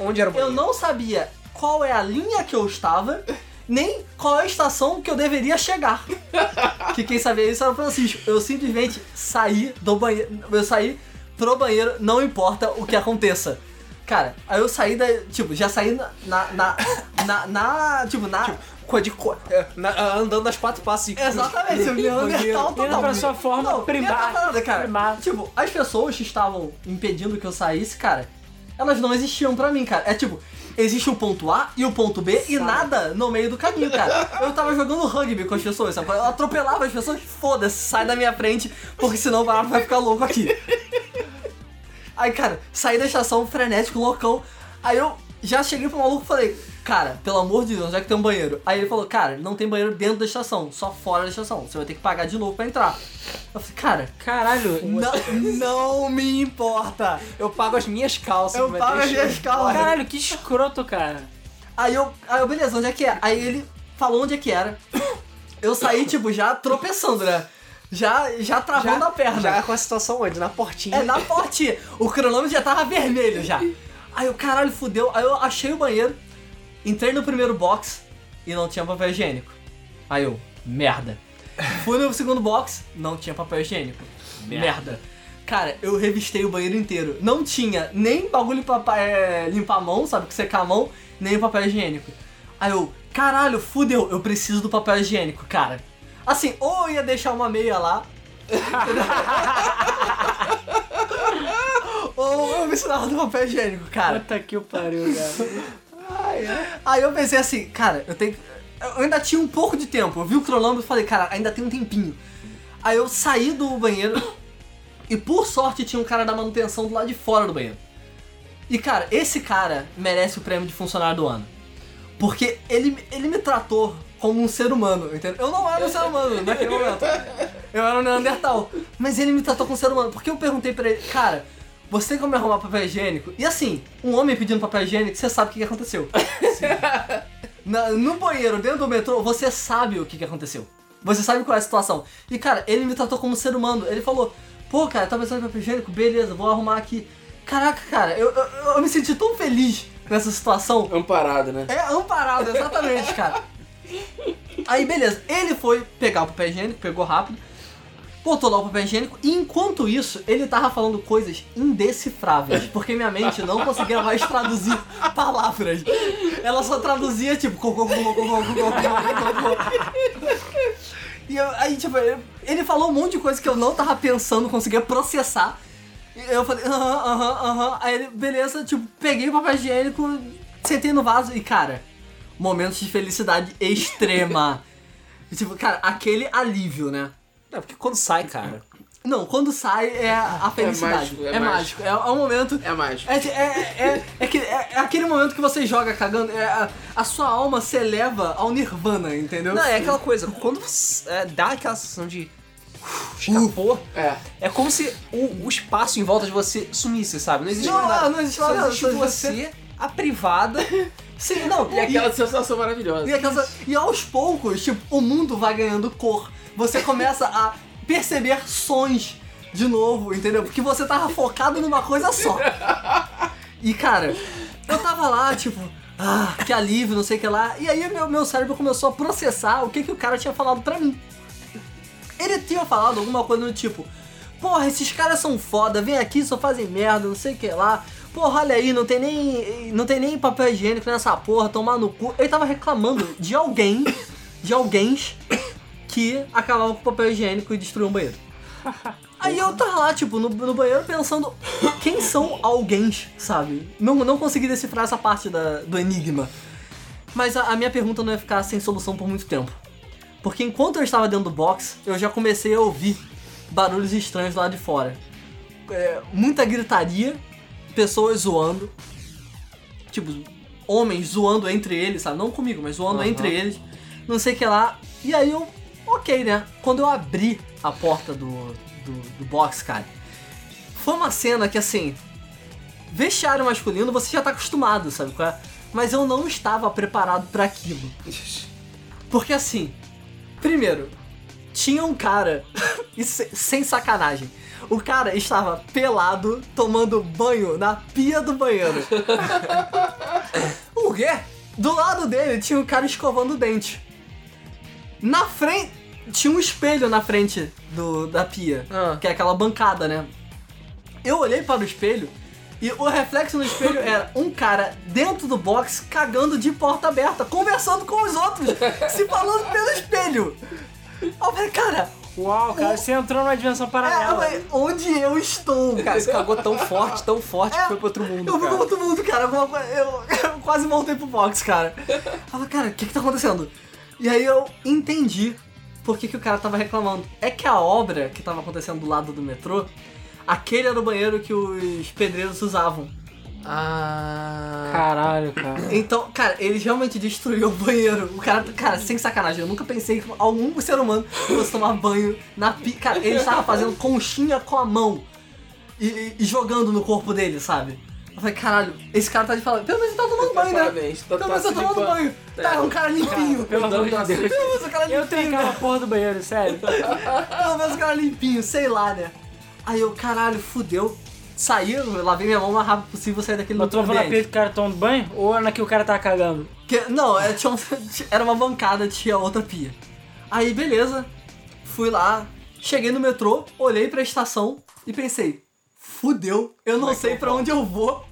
Speaker 1: Onde era o
Speaker 3: Eu
Speaker 1: banheiro?
Speaker 3: não sabia qual é a linha que eu estava, nem qual é a estação que eu deveria chegar. Que quem sabia isso era o Francisco. Eu simplesmente saí do banheiro. Eu saí pro banheiro, não importa o que aconteça. Cara, aí eu saí da. Tipo, já saí na. Na. Na. na- na- tipo, na.
Speaker 1: com a de. co- é, na- a- andando nas quatro passos e.
Speaker 3: Exatamente, o
Speaker 1: Banheiro.
Speaker 3: Neandertal
Speaker 2: Indo
Speaker 3: total.
Speaker 2: pra sua forma
Speaker 3: Não,
Speaker 2: primar.
Speaker 3: Neandertal nada, cara.
Speaker 2: primar.
Speaker 3: Tipo, as pessoas que estavam impedindo que eu saísse, cara, elas não existiam pra mim, cara. É tipo, existe o ponto A e o ponto B e nada no meio do caminho, cara. Eu tava jogando rugby com as pessoas, sabe? Eu atropelava as pessoas, foda-se, sai da minha frente, porque senão o barato vai ficar louco aqui. Aí, cara, saí da estação frenético, loucão. Aí eu já cheguei pro maluco e falei, cara, pelo amor de Deus, onde é que tem um banheiro? Aí ele falou, cara, não tem banheiro dentro da estação, só fora da estação. Você vai ter que pagar de novo pra entrar. Eu falei, cara,
Speaker 2: Caralho,
Speaker 3: não, não me importa.
Speaker 1: Eu pago as minhas calças.
Speaker 3: Eu
Speaker 1: mas
Speaker 3: pago
Speaker 1: deixa-
Speaker 3: as minhas calças.
Speaker 2: caralho, que escroto, cara.
Speaker 3: Aí eu, aí eu, beleza, onde é que é? Aí ele falou onde é que era. Eu saí, tipo, já tropeçando, né? Já, já travando a perna.
Speaker 1: Já com a situação onde? Na portinha.
Speaker 3: É na portinha. O cronômetro já tava vermelho já. Aí eu, caralho, fudeu. Aí eu achei o banheiro, entrei no primeiro box e não tinha papel higiênico. Aí eu, merda. Fui no segundo box, não tinha papel higiênico. Merda. Cara, eu revistei o banheiro inteiro. Não tinha nem bagulho pra pa- é, limpar a mão, sabe? Que secar a mão, nem papel higiênico. Aí eu, caralho, fudeu, eu preciso do papel higiênico, cara. Assim, ou eu ia deixar uma meia lá, ou eu precisava do papel higiênico, cara.
Speaker 2: Puta que o pariu, cara.
Speaker 3: Aí eu pensei assim, cara, eu tenho. que- Eu ainda tinha um pouco de tempo. Eu vi o cronômetro e falei, cara, ainda tem um tempinho. Aí eu saí do banheiro e por sorte tinha um cara da manutenção do lado de fora do banheiro. E cara, esse cara merece o prêmio de funcionário do ano. Porque ele, ele me tratou como um ser humano, entendeu? Eu não era um ser humano naquele momento. Eu era um Neandertal. Mas ele me tratou como um ser humano. Porque eu perguntei pra ele, cara, você tem como me arrumar papel higiênico? E assim, um homem pedindo papel higiênico, você sabe o que que aconteceu. Na- no banheiro, dentro do metrô, você sabe o que, que aconteceu. Você sabe qual é a situação. E, cara, ele me tratou como um ser humano. Ele falou, pô, cara, tá pensando em papel higiênico? Beleza, vou arrumar aqui. Caraca, cara, eu, eu, eu me senti tão feliz nessa situação.
Speaker 4: Amparado, né?
Speaker 3: É amparado, exatamente, cara. Aí, beleza. Ele foi pegar o papel higiênico, pegou rápido, botou lá o papel higiênico, e enquanto isso, ele tava falando coisas indecifráveis, porque minha mente não conseguia mais traduzir palavras. Ela só traduzia, tipo, cocô, cocô, cocô, cocô, cocô, cocô. E eu- aí, tipo, ele- ele falou um monte de coisa que eu não tava pensando, conseguia processar. E Eu falei, aham, aham, aham. Aí ele, beleza, tipo, peguei o papel higiênico, sentei no vaso e, cara, momentos de felicidade extrema. E, tipo, cara, aquele alívio, né?
Speaker 1: Não, porque quando sai, cara.
Speaker 3: Não, quando sai é a felicidade.
Speaker 4: mágico, é
Speaker 3: É mágico. É é um momento.
Speaker 4: É mágico.
Speaker 3: É, é, é, é, que- é- é aquele momento que você joga cagando, é, a, a sua alma se eleva ao nirvana, entendeu?
Speaker 1: Não, é aquela coisa. Quando você, é, dá aquela sensação de. uf, Escapou.
Speaker 4: É.
Speaker 1: É como se o, o espaço em volta de você sumisse, sabe? Não existe
Speaker 3: Não,
Speaker 1: mais nada.
Speaker 3: não existe mais
Speaker 1: Só
Speaker 3: nada,
Speaker 1: existe
Speaker 3: só
Speaker 1: você,
Speaker 3: existe
Speaker 1: a privada.
Speaker 3: Sim, não.
Speaker 4: E aquela sensação
Speaker 3: E,
Speaker 4: maravilhosa.
Speaker 3: aquela- e aos poucos, tipo, o mundo vai ganhando cor. Você começa a perceber sons de novo, entendeu? Porque você tava focado numa coisa só. E cara, eu tava lá, tipo, ah, que alívio, não sei o que lá. E aí meu, meu cérebro começou a processar o que, que o cara tinha falado pra mim. Ele tinha falado alguma coisa do tipo: Porra, esses caras são foda, vem aqui, só fazem merda, não sei o que lá. Porra, olha aí, não tem nem, não tem nem papel higiênico nessa porra, tomar no cu. Ele tava reclamando de alguém, de alguém que acabava com o papel higiênico e destruiu um banheiro. Aí eu tava lá, tipo, no, no banheiro pensando quem são alguém, sabe? Não, não consegui decifrar essa parte da- do enigma. Mas a, a minha pergunta não ia ficar sem solução por muito tempo. Porque enquanto eu estava dentro do box, eu já comecei a ouvir barulhos estranhos lá de fora. É, muita gritaria, pessoas zoando. Tipo, homens zoando entre eles, sabe? Não comigo, mas zoando entre eles. Não sei o que lá. E aí eu, ok, né? Quando eu abri a porta do, do, do box, cara, foi uma cena que assim. Vestiário masculino, você já tá acostumado, sabe? qual é? Mas eu não estava preparado para aquilo. Porque assim, primeiro, tinha um cara, e se- sem sacanagem, o cara estava pelado tomando banho na pia do banheiro. o quê? Do lado dele tinha um cara escovando o dente. Na frente. Tinha um espelho na frente do, da pia,
Speaker 1: Ah.
Speaker 3: que é aquela bancada, né? Eu olhei para o espelho, E o reflexo no espelho era um cara dentro do box cagando de porta aberta, conversando com os outros, se falando pelo espelho. Aí Eu falei, cara,
Speaker 2: Uau, cara, você entrou numa dimensão
Speaker 3: é, eu
Speaker 2: paralela.
Speaker 3: falei, onde eu estou, cara?
Speaker 1: Ah,
Speaker 3: É,
Speaker 1: Cara, você cagou tão forte, tão forte que foi pro outro mundo,
Speaker 3: Eu fui pro
Speaker 1: cara.
Speaker 3: outro mundo, cara. Alguma coisa- Eu, eu quase voltei pro box, cara. Eu falei, cara, o que que tá acontecendo? E aí eu entendi por que, que o cara tava reclamando. É que a obra que tava acontecendo do lado do metrô, aquele era o banheiro que os pedreiros usavam.
Speaker 4: Ah.
Speaker 2: Caralho, cara.
Speaker 3: Então, cara, eles realmente destruíram o banheiro. O cara, cara, sem sacanagem, eu nunca pensei que algum ser humano fosse tomar banho na pi. Cara, ele estava fazendo conchinha com a mão e, e- e jogando no corpo dele, sabe? Eu falei, caralho, esse cara tá de falar. Pelo menos ele tá tomando banho, né?
Speaker 4: Parabéns, tá,
Speaker 3: Pelo menos eu
Speaker 4: se
Speaker 3: tô tomando
Speaker 4: limpando.
Speaker 3: banho. Tá, é um cara limpinho.
Speaker 2: Pelo amor de Deus.
Speaker 3: Pelo menos o cara
Speaker 2: Eu tenho
Speaker 3: limpinho.
Speaker 2: aquela porra do banheiro, sério.
Speaker 3: Pelo menos o cara limpinho, sei lá, né? Aí eu, caralho, fudeu. Saí, eu lavei minha mão o mais rápido possível, saí daquele
Speaker 2: Botou
Speaker 3: lugar.
Speaker 2: na pia que o cara tá tomando banho ou na que o cara tá cagando?
Speaker 3: Que- não, é, tinha um- era uma bancada, tinha outra pia. Aí, beleza. Fui lá, cheguei no metrô, olhei pra estação e pensei: fudeu, eu não sei pra onde eu vou.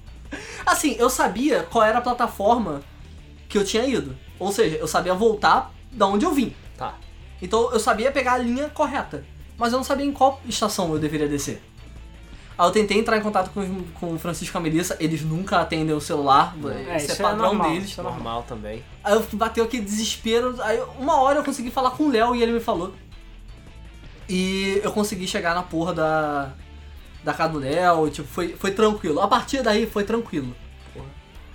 Speaker 3: Assim, eu sabia qual era a plataforma que eu tinha ido. Ou seja, eu sabia voltar da onde eu vim.
Speaker 1: Tá.
Speaker 3: Então eu sabia pegar a linha correta, mas eu não sabia em qual estação eu deveria descer. Aí eu tentei entrar em contato com, os- com o Francisco e a Melissa, eles nunca atendem o celular,
Speaker 2: É,
Speaker 3: isso é
Speaker 2: isso é
Speaker 3: padrão
Speaker 2: normal,
Speaker 3: deles.
Speaker 2: isso é
Speaker 1: Normal também.
Speaker 3: Aí eu bateu aquele desespero. Aí uma hora eu consegui falar com o Léo e ele me falou. E eu consegui chegar na porra da. Da casa do Léo, tipo, foi, foi tranquilo. A partir daí foi tranquilo.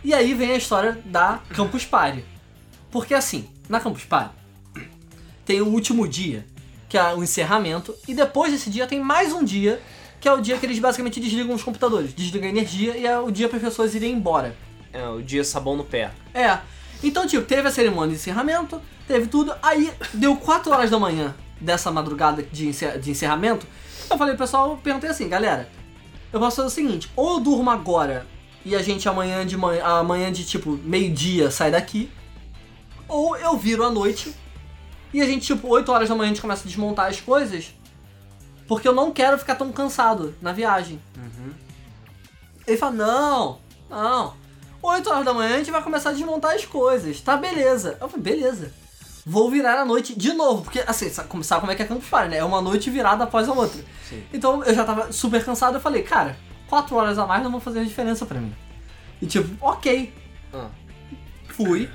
Speaker 3: E aí vem a história da Campus Party. Porque assim, na Campus Party tem o último dia, que é o encerramento, e depois desse dia tem mais um dia, que é o dia que eles basicamente desligam os computadores, desligam a energia e é o dia para as pessoas irem embora.
Speaker 1: É, o dia sabão no pé.
Speaker 3: É. Então, tipo, teve a cerimônia de encerramento, teve tudo. Aí, deu 4 horas da manhã dessa madrugada de, encer- de encerramento. Eu falei, pessoal, eu perguntei assim, galera. Eu posso fazer o seguinte: ou eu durmo agora e a gente amanhã de manhã, amanhã de tipo meio-dia sai daqui. Ou eu viro à noite e a gente, tipo, 8 horas da manhã a gente começa a desmontar as coisas. Porque eu não quero ficar tão cansado na viagem. Ele fala, não, não. 8 horas da manhã a gente vai começar a desmontar as coisas. Tá, beleza. Eu falei, beleza. Vou virar a noite de novo, porque assim, sabe como- sabe como é que é Campus Party, né? É uma noite virada após a outra.
Speaker 1: Sim.
Speaker 3: Então eu já tava super cansado, eu falei, cara, 4 horas a mais não vão fazer diferença pra mim. E tipo, ok.
Speaker 1: Ah.
Speaker 3: Fui.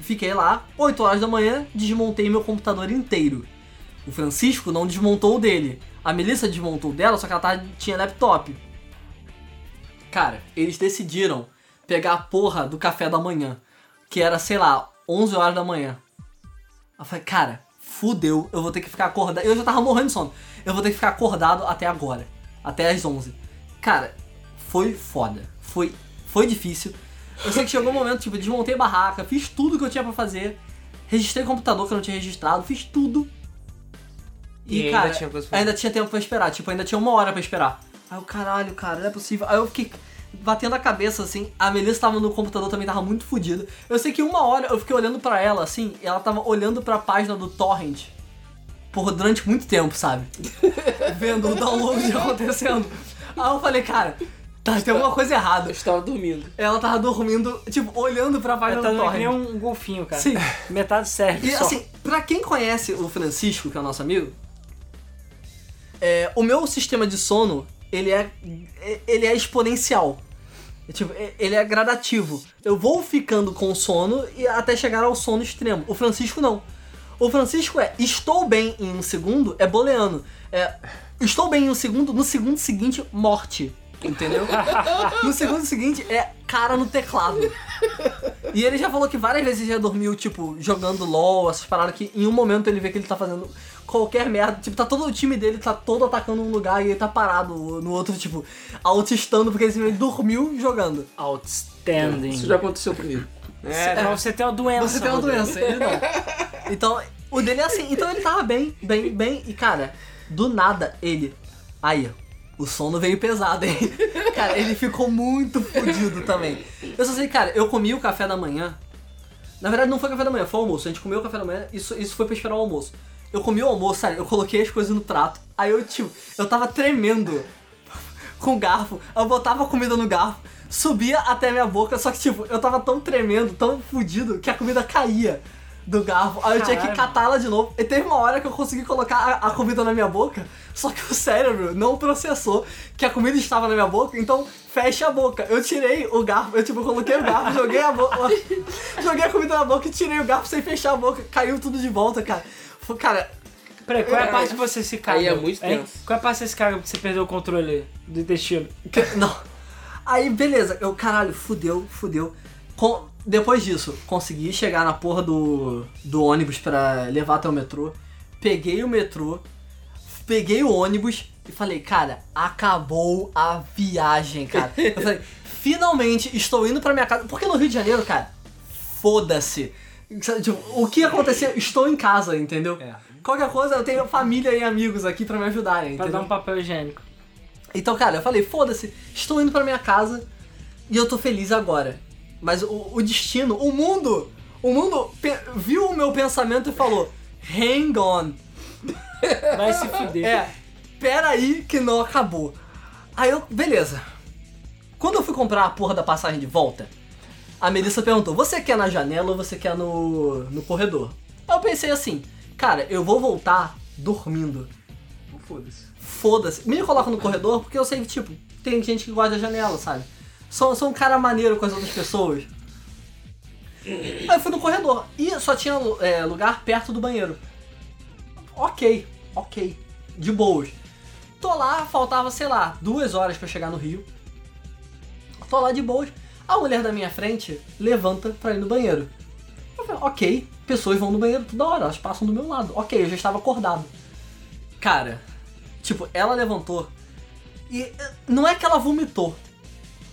Speaker 3: Fiquei lá, 8 horas da manhã, desmontei meu computador inteiro. O Francisco não desmontou o dele. A Melissa desmontou o dela, só que ela tava- tinha laptop. Cara, eles decidiram pegar a porra do café da manhã, que era, sei lá, 11 horas da manhã. Eu falei, cara, fudeu, eu vou ter que ficar acordado. Eu já tava morrendo de sono. Eu vou ter que ficar acordado até agora, até as 11. Cara, foi foda. Foi, foi difícil. Eu sei que chegou um momento, tipo, eu desmontei a barraca, fiz tudo que eu tinha pra fazer, registrei o computador que eu não tinha registrado, fiz tudo.
Speaker 1: E ainda tinha coisa pra fazer.
Speaker 3: ainda tinha tempo pra esperar, tipo, ainda tinha uma hora pra esperar. Aí eu, caralho, cara, não é possível. Aí eu fiquei batendo a cabeça, assim, a Melissa tava no computador também, tava muito fodida. Eu sei que uma hora eu fiquei olhando pra ela, assim, e ela tava olhando pra página do Torrent por durante muito tempo, sabe? Vendo o download acontecendo. Aí eu falei, cara, tá, tem alguma coisa errada.
Speaker 4: Eu estava dormindo.
Speaker 3: Ela tava dormindo, tipo, olhando pra página
Speaker 2: Ela tá
Speaker 3: do
Speaker 2: dando que nem
Speaker 3: Torrent.
Speaker 2: um golfinho, cara.
Speaker 3: Sim.
Speaker 2: Metade serve.
Speaker 3: E
Speaker 2: só.
Speaker 3: assim, pra quem conhece o Francisco, que é o nosso amigo, é, o meu sistema de sono, ele é, ele é exponencial. É tipo, é- ele é gradativo. Eu vou ficando com sono e até chegar ao sono extremo. O Francisco não. O Francisco é estou bem em um segundo, é booleano. É, estou bem em um segundo, no segundo seguinte, morte. Entendeu? no segundo seguinte é cara no teclado. E ele já falou que várias vezes já dormiu, tipo, jogando LOL, essas paradas, que em um momento ele vê que ele tá fazendo qualquer merda. Tipo, tá todo o time dele, tá todo atacando um lugar e ele tá parado no outro, tipo, autistando, porque ele simplesmente dormiu jogando.
Speaker 2: Outstanding.
Speaker 4: Isso já aconteceu comigo.
Speaker 1: É,
Speaker 2: Não, você tem uma doença.
Speaker 3: Você tem uma
Speaker 2: Rodrigo.
Speaker 3: doença, é ele não. Então, o dele é assim. Então ele tava bem, bem, bem. E cara, do nada ele. Aí, o sono veio pesado, hein? Cara, ele ficou muito fodido também. Eu só sei, cara, eu comi o café da manhã. Na verdade, não foi café da manhã, foi almoço. A gente comeu o café da manhã, isso, isso foi pra esperar o almoço. Eu comi o almoço, sério, eu coloquei as coisas no prato. Aí eu, tipo, eu tava tremendo com garfo. Eu botava a comida no garfo, subia até minha boca, só que tipo, eu tava tão tremendo, tão fudido, que a comida caía do garfo. Aí eu tinha que
Speaker 2: Caralho.
Speaker 3: catá-la de novo. E teve uma hora que eu consegui colocar a, a comida na minha boca, só que o cérebro não processou que a comida estava na minha boca, então fecha a boca. Eu tirei o garfo, eu tipo, coloquei o garfo, joguei a boca. joguei a comida na boca e tirei o garfo sem fechar a boca. Caiu tudo de volta, cara. Foi- Cara,
Speaker 2: Peraí, qual é a parte que você se caga?
Speaker 4: Aí é muito
Speaker 2: hein?
Speaker 4: tenso.
Speaker 2: Qual é a parte que você se caga porque você perdeu o controle do intestino?
Speaker 3: Que- Não. Aí, beleza. Eu, caralho, fudeu, fudeu. Com- depois disso, consegui chegar na porra do, do ônibus pra levar até o metrô. Peguei o metrô, peguei o ônibus e falei, cara, acabou a viagem, cara. Eu falei, finalmente estou indo pra minha casa. Porque no Rio de Janeiro, cara, foda-se. Sabe, tipo, o que acontecer, estou em casa, entendeu?
Speaker 2: É.
Speaker 3: Qualquer coisa, eu tenho família e amigos aqui pra me ajudarem,
Speaker 2: Pra
Speaker 3: entendeu?
Speaker 2: dar um papel higiênico.
Speaker 3: Então, cara, eu falei, foda-se, estou indo pra minha casa e eu tô feliz agora. Mas o, o destino, o mundo, o mundo pe- viu o meu pensamento e falou, hang on.
Speaker 2: Vai se fuder.
Speaker 3: É, peraí que não acabou. Aí eu, beleza. Quando eu fui comprar a porra da passagem de volta, a Melissa perguntou, você quer na janela ou você quer no, no corredor? Aí eu pensei assim, cara, eu vou voltar dormindo.
Speaker 2: Foda-se.
Speaker 3: Foda-se. Me coloca no corredor porque eu sei que, tipo, tem gente que guarda a janela, sabe? Sou, sou um cara maneiro com as outras pessoas. Aí eu fui no corredor e só tinha é, lugar perto do banheiro. Ok, ok. De boas. Tô lá, faltava, sei lá, duas horas pra chegar no Rio. Tô lá de boas. A mulher da minha frente levanta pra ir no banheiro. Eu falei, ok, pessoas vão no banheiro toda hora, elas passam do meu lado. Ok, eu já estava acordado. Cara, Tipo, ela levantou e eh, não é que ela vomitou.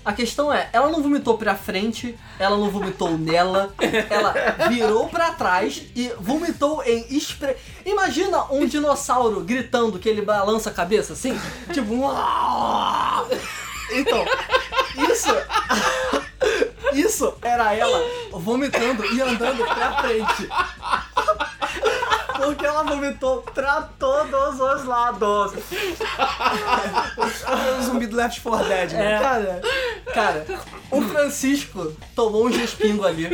Speaker 3: A questão é, ela não vomitou pra frente, ela não vomitou nela, ela virou pra trás e vomitou em espre... Imagina um dinossauro gritando que ele balança a cabeça assim, tipo... "Uau!" Então, isso... Isso era ela vomitando e andando pra frente. Porque ela vomitou pra todos os lados.
Speaker 1: O É um zumbi do Left 4 Dead, né?
Speaker 3: Cara, cara, o Francisco tomou um respingo ali.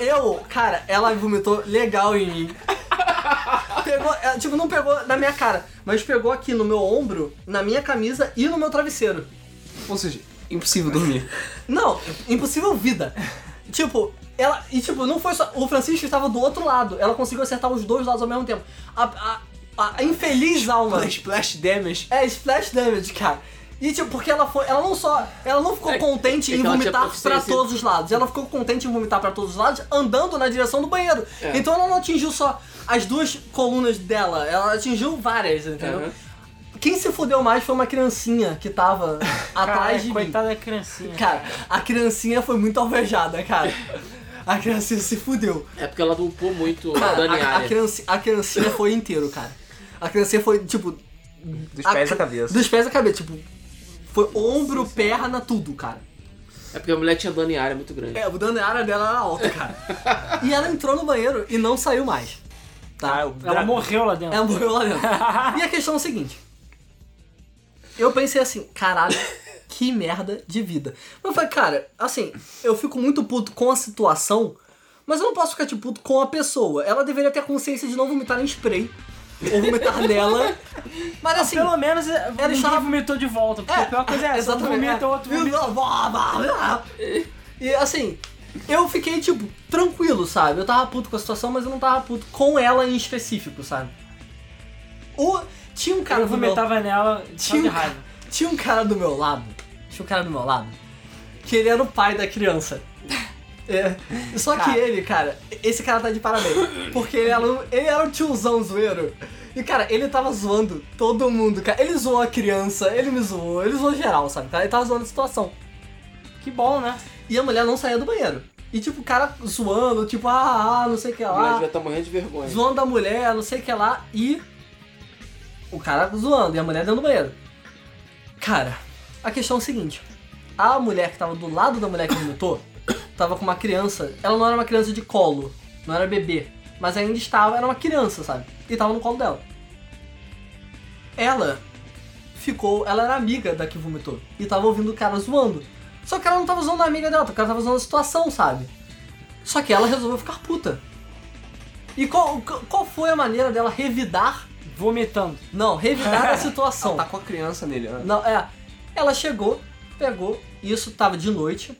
Speaker 3: Eu, cara, ela vomitou legal em mim. Pegou, ela, tipo, não pegou na minha cara, mas pegou aqui no meu ombro, na minha camisa e no meu travesseiro.
Speaker 1: É, Ou seja, impossível dormir.
Speaker 3: Não, impossível vida. Tipo, ela. E tipo, não foi só. O Francisco estava do outro lado. Ela conseguiu acertar os dois lados ao mesmo tempo. A, a, a infeliz alma.
Speaker 1: Splash damage.
Speaker 3: É, splash damage, cara. E tipo, porque ela foi. Ela não só. Ela não ficou
Speaker 4: É,
Speaker 3: contente
Speaker 4: é
Speaker 3: em
Speaker 4: que ela tinha
Speaker 3: vomitar pra
Speaker 4: proficiência.
Speaker 3: todos os lados. Ela ficou contente em vomitar pra todos os lados andando na direção do banheiro.
Speaker 4: É.
Speaker 3: Então ela não atingiu só as duas colunas dela, ela atingiu várias, entendeu?
Speaker 4: Aham.
Speaker 3: Quem se fudeu mais foi uma criancinha que tava atrás de
Speaker 2: Caralho,
Speaker 3: mim.
Speaker 2: coitada da criancinha.
Speaker 3: Cara, a criancinha foi muito alvejada, cara. A criancinha se fudeu.
Speaker 4: É porque ela dupou muito a
Speaker 3: Cara,
Speaker 4: Dani
Speaker 3: Ah, a, a,
Speaker 4: Arias.
Speaker 3: crianci- a criancinha foi inteiro, cara. A criancinha foi, tipo,
Speaker 1: Dos
Speaker 3: a-
Speaker 1: pés à cabeça.
Speaker 3: Dos pés à cabeça, tipo. Foi ombro, perna, tudo, cara.
Speaker 4: É porque a mulher tinha Dani Arias muito grande.
Speaker 3: É, o dano na área dela era alto, cara. e ela entrou no banheiro e não saiu mais.
Speaker 1: Ah,
Speaker 3: Tá?
Speaker 2: Ela morreu lá dentro.
Speaker 3: Ela morreu um lá dentro. e a questão é o seguinte. Eu pensei assim, caralho, que merda de vida. Eu falei, cara, assim, eu fico muito puto com a situação, mas eu não posso ficar, tipo, puto com a pessoa. Ela deveria ter consciência de não vomitar em spray. Ou vomitar nela. Mas assim.
Speaker 2: Pelo menos é, ninguém
Speaker 3: estava-
Speaker 2: vomitou de volta, porque a pior coisa é essa. Um vomita, o outro
Speaker 3: é.
Speaker 2: vomita.
Speaker 3: Blá, blá, blá. E assim, eu fiquei, tipo, tranquilo, sabe? Eu tava puto com a situação, mas eu não tava puto com ela em específico, sabe? Ou tinha um cara
Speaker 2: eu
Speaker 3: do meu...
Speaker 2: vomitava nela só
Speaker 3: Tinha
Speaker 2: de
Speaker 3: um, ca-
Speaker 2: raiva.
Speaker 3: tinha um cara do meu lado, tinha um cara do meu lado, que ele era o pai da criança. É. Só que
Speaker 2: Cara.
Speaker 3: ele, cara, esse cara tá de parabéns. Porque ele era, um- ele era um tiozão zoeiro. E, cara, ele tava zoando todo mundo, cara. Ele zoou a criança, ele me zoou, ele zoou geral, sabe? cara? Ele tava zoando a situação.
Speaker 2: Que bom, né?
Speaker 3: E a mulher não saía do banheiro. E, tipo, o cara zoando, tipo, ah, ah, não sei o que
Speaker 4: A mulher
Speaker 3: lá
Speaker 4: devia estar morrendo de vergonha.
Speaker 3: zoando a mulher, não sei o que lá, e o cara zoando, e a mulher dentro do banheiro. Cara, a questão é o seguinte: a mulher que tava do lado da mulher que vomitou, tava com uma criança, ela não era uma criança de colo, não era bebê, mas ainda estava, era uma criança, sabe? E tava no colo dela. Ela ficou. Ela era amiga da que vomitou. E tava ouvindo o cara zoando. Só que ela não tava zoando a amiga dela, o cara tava zoando a situação, sabe? Só que ela resolveu ficar puta. E qual, qual foi a maneira dela revidar?
Speaker 2: Vomitando.
Speaker 3: Não, revidar a situação.
Speaker 1: Ela tá com a criança nele, né?
Speaker 3: Não, é. Ela chegou, pegou, e isso tava de noite.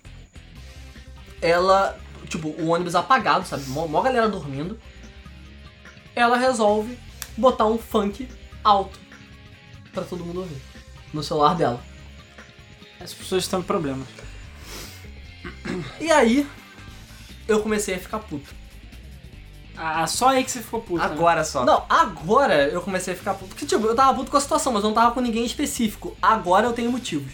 Speaker 3: Ela, tipo, o ônibus apagado, sabe? Mó, mó galera dormindo. Ela resolve botar um funk alto pra todo mundo ouvir no celular dela.
Speaker 2: As pessoas estão com problemas.
Speaker 3: E aí, eu comecei a ficar puto.
Speaker 2: Ah, só aí que você ficou puto. né?
Speaker 1: Agora só.
Speaker 3: Não, agora eu comecei a ficar puto. Porque, tipo, eu tava puto com a situação, mas eu não tava com ninguém em específico. Agora eu tenho motivos.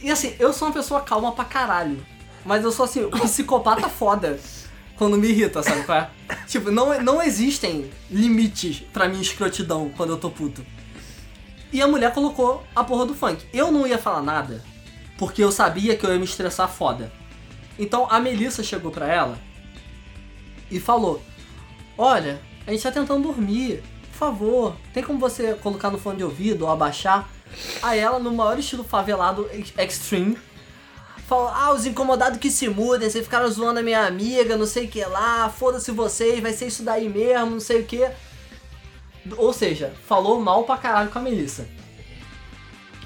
Speaker 3: e assim, eu sou uma pessoa calma pra caralho. Mas eu sou assim, um psicopata foda. Quando me irrita, sabe qual é? Tipo, não, não existem limites pra minha escrotidão quando eu tô puto. E a mulher colocou a porra do funk. Eu não ia falar nada, porque eu sabia que eu ia me estressar foda. Então a Melissa chegou pra ela e falou: Olha, a gente tá tentando dormir. Por favor, tem como você colocar no fone de ouvido ou abaixar? Aí ela, no maior estilo favelado ex- extreme, falou: Ah, os incomodados que se mudem, vocês ficaram zoando a minha amiga, não sei o que lá, foda-se vocês, vai ser isso daí mesmo, não sei o que. Ou seja, falou mal pra caralho com a Melissa.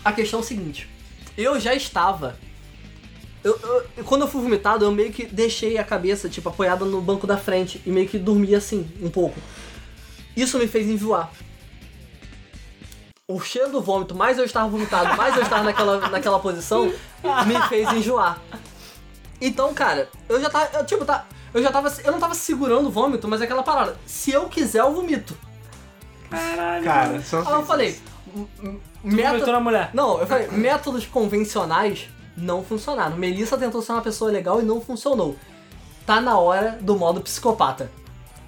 Speaker 3: A questão é o seguinte: eu já estava. Eu, eu- quando eu fui vomitado, eu meio que deixei a cabeça, tipo, apoiada no banco da frente e meio que dormi assim, um pouco. Isso me fez enjoar. O cheiro do vômito, mais eu estava vomitado, mais eu estava naquela, naquela posição, me fez enjoar. Então, cara, eu já tava. Eu, tipo, tá. Eu já tava. Eu não tava segurando o vômito, mas é aquela parada. Se eu quiser, eu vomito.
Speaker 1: Cara, só
Speaker 3: Aí eu falei, m- m-
Speaker 2: Vomitou
Speaker 3: meta...
Speaker 2: na mulher.
Speaker 3: Não, eu falei, métodos convencionais não funcionaram. Melissa tentou ser uma pessoa legal e não funcionou. Tá na hora do modo psicopata.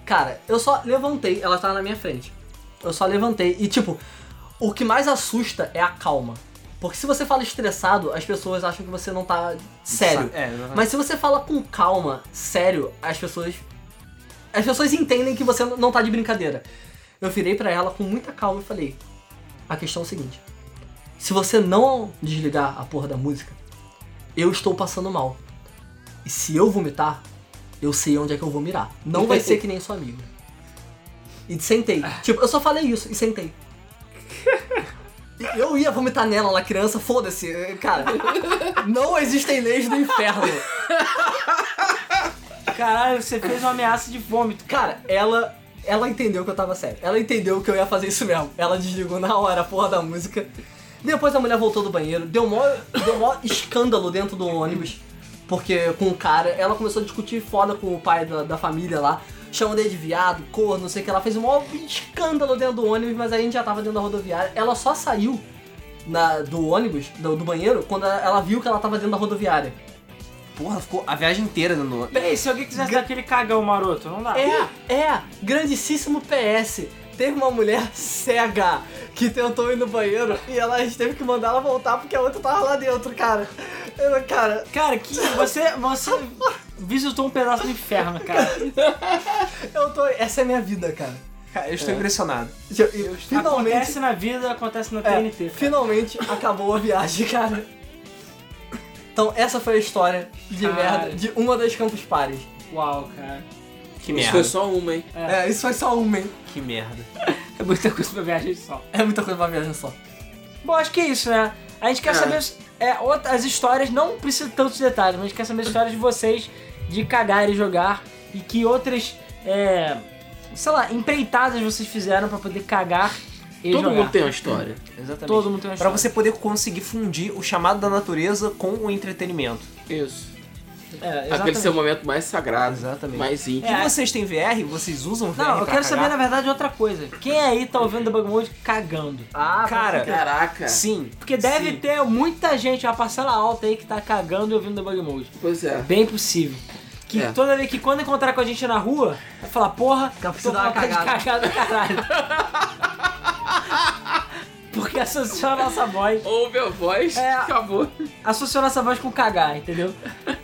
Speaker 3: Cara, eu só levantei, ela tava na minha frente. Eu só levantei e tipo, o que mais assusta é a calma. Porque se você fala estressado, as pessoas acham que você não tá sério.
Speaker 1: É, exatamente.
Speaker 3: Mas se você fala com calma, sério, as pessoas. As pessoas entendem que você não tá de brincadeira. Eu virei pra ela com muita calma e falei: A questão é o seguinte. Se você não desligar a porra da música, eu estou passando mal. E se eu vomitar, eu sei onde é que eu vou mirar. Não vai ser que nem sua amiga. E sentei. Tipo, eu só falei isso e sentei. E Eu ia vomitar nela, ela criança, foda-se. eh, Cara, não existem leis do inferno.
Speaker 2: Caralho, você fez uma ameaça de vômito.
Speaker 3: Cara, ela. Ela entendeu que eu tava sério. Ela entendeu que eu ia fazer isso mesmo. Ela desligou na hora a porra da música. Depois a mulher voltou do banheiro, deu mó, deu mó escândalo dentro do ônibus. Porque com o cara, ela começou a discutir foda com o pai da, da família lá, chamando ele de viado, cor, não sei o que. Ela fez um maior escândalo dentro do ônibus, mas aí a gente já tava dentro da rodoviária. Ela só saiu na- do ônibus, do, do banheiro, quando ela- ela viu que ela tava dentro da rodoviária.
Speaker 1: Porra, ficou a viagem inteira no.
Speaker 2: Peraí, se alguém quisesse dar aquele cagão maroto, não dá.
Speaker 3: É, é, grandíssimo PS. Teve uma mulher cega que tentou ir no banheiro e ela a gente teve que mandar ela voltar porque a outra tava lá dentro, cara. Eu- cara,
Speaker 2: Cara, que você, você visitou um pedaço do inferno, cara.
Speaker 3: eu tô. Essa é a minha vida, cara.
Speaker 1: Cara, eu estou impressionado.
Speaker 3: Eu- eu-
Speaker 2: Acontece
Speaker 3: finalmente.
Speaker 2: na vida, acontece na
Speaker 3: é,
Speaker 2: TNT. cara.
Speaker 3: finalmente acabou a viagem, cara. Então essa foi a história de
Speaker 2: Cara.
Speaker 3: merda de uma das campus pares.
Speaker 2: Uau, cara.
Speaker 1: Que
Speaker 4: Isso
Speaker 1: merda.
Speaker 4: foi só uma, hein?
Speaker 3: É. isso foi só uma, hein?
Speaker 1: Que merda.
Speaker 2: É muita coisa pra viagem só.
Speaker 3: É muita coisa pra viagem só.
Speaker 2: Bom, acho que é isso, né? A gente quer
Speaker 4: É.
Speaker 2: saber os- é, outra- as histórias, não precisa de tantos detalhes, mas a gente quer saber as histórias de vocês de cagar e jogar e que outras, é, sei lá, empreitadas vocês fizeram pra poder cagar e
Speaker 4: Todo
Speaker 2: jogar.
Speaker 4: mundo tem uma história.
Speaker 1: Exatamente.
Speaker 2: Todo mundo tá tem uma
Speaker 1: Pra
Speaker 2: história.
Speaker 1: você poder conseguir fundir o chamado da natureza com o entretenimento.
Speaker 4: Isso.
Speaker 2: É,
Speaker 4: Aquele
Speaker 2: exatamente.
Speaker 4: seu momento mais sagrado,
Speaker 1: Exatamente.
Speaker 4: mais íntimo.
Speaker 1: E vocês têm VR? Vocês usam VR?
Speaker 2: É. Não, eu
Speaker 1: pra
Speaker 2: quero
Speaker 1: cagar?
Speaker 2: saber, na verdade, outra coisa. Quem aí tá ouvindo o Bug Mode cagando?
Speaker 3: Ah,
Speaker 1: Cara,
Speaker 4: Caraca.
Speaker 1: sim.
Speaker 2: Porque deve
Speaker 1: sim.
Speaker 2: ter muita gente, uma parcela alta aí que tá cagando e ouvindo o Bug Mode.
Speaker 4: Pois é.
Speaker 2: Bem possível. Que
Speaker 4: É.
Speaker 2: toda vez que quando encontrar com a gente na rua, vai falar, porra, tô
Speaker 3: preciso Então dar uma
Speaker 2: com vontade de cagar do caralho. Porque associou a nossa voz.
Speaker 4: Ouve a voz,
Speaker 2: É.
Speaker 4: acabou.
Speaker 2: Associou a nossa voz com cagar, entendeu?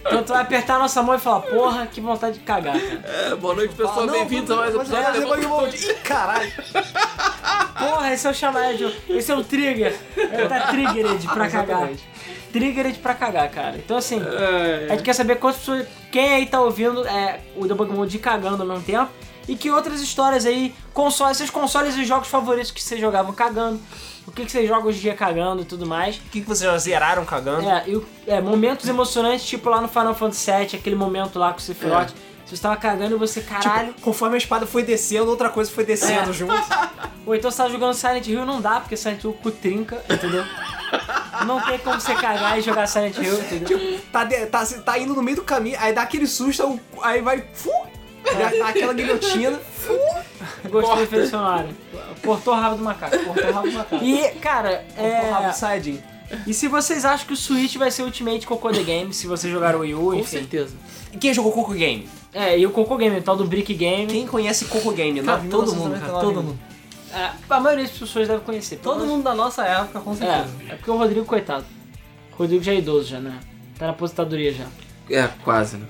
Speaker 2: Então tu vai apertar a nossa mão e falar, porra, que vontade de cagar. cara."
Speaker 4: É, boa noite, pessoal.
Speaker 1: não,
Speaker 4: Bem-vindos a mais um
Speaker 1: mas-
Speaker 4: episódio
Speaker 1: mas-
Speaker 4: do Debug Mode.
Speaker 1: Ih, caralho.
Speaker 2: Porra, esse é o Shamadio, esse é o Trigger. Ele tá triggered pra cagar. Triggered pra cagar, cara. Então assim,
Speaker 4: É,
Speaker 2: a gente quer saber quantas pessoas. Quem aí tá ouvindo é, o Debug Mode cagando ao mesmo tempo. E que outras histórias aí, consoles, seus consoles e jogos favoritos que vocês jogavam cagando. O que, que vocês jogam hoje em dia cagando e tudo mais.
Speaker 1: O que, que vocês já zeraram cagando?
Speaker 2: É, e o- é, momentos emocionantes, tipo lá no Final Fantasy VII, aquele momento lá com o Sephiroth. Você estava cagando e você, caralho.
Speaker 1: Tipo, conforme a espada foi descendo, outra coisa foi descendo
Speaker 2: É.
Speaker 1: junto.
Speaker 2: Ou então você tá jogando Silent Hill não dá, porque Silent Hill cutrinca, entendeu? não tem como você cagar e jogar Silent Hill, entendeu?
Speaker 1: Tá, de- tá, tá indo no meio do caminho, aí dá aquele susto, aí o- aí vai. Fu,
Speaker 2: É.
Speaker 1: dá aquela guilhotina.
Speaker 2: Gostei do funcionário. Cortou o rabo do macaco, cortou o rabo do macaco. E, cara,
Speaker 1: Porra,
Speaker 2: é...
Speaker 1: rabo saiyajin.
Speaker 2: E se vocês acham que o Switch vai ser o Ultimate Cocô The Game, se vocês jogaram o Wii U,
Speaker 4: Com
Speaker 2: enfim.
Speaker 4: certeza.
Speaker 1: E Quem jogou Coco Game?
Speaker 2: É, e o Cocô Game, o tal do Brick Game.
Speaker 1: Quem conhece Coco Game?
Speaker 3: Cara,
Speaker 1: Não,
Speaker 3: todo mundo, cara, todo mundo.
Speaker 2: É, a maioria das pessoas deve conhecer. pelo
Speaker 3: Todo
Speaker 2: menos-
Speaker 3: mundo da nossa época, com certeza.
Speaker 2: É, é porque o Rodrigo, coitado. O Rodrigo já é idoso já, né? Tá na aposentadoria já.
Speaker 4: É, quase, né?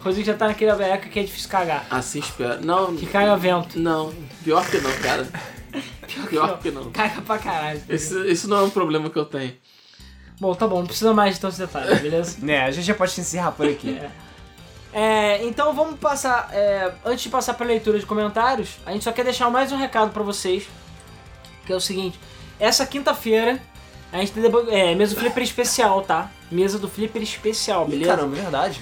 Speaker 2: O Rodrigo já tá naquela época que é difícil cagar.
Speaker 4: Assim espero. Não,
Speaker 2: Que caga vento.
Speaker 4: não. Pior que não, cara. Pior, que não.
Speaker 2: Caga pra caralho.
Speaker 4: Isso, isso não é um problema que eu tenho.
Speaker 2: Bom, tá bom, não precisa mais de tantos detalhes, beleza?
Speaker 1: Né, a gente já pode encerrar por aqui.
Speaker 2: É, então vamos passar. é, antes de passar pra leitura de comentários, a gente só quer deixar mais um recado pra vocês. Que é o seguinte: essa quinta-feira a gente tem deba- é, mesa do Flipper especial, tá? Mesa do Flipper especial, beleza?
Speaker 1: Caramba, é verdade.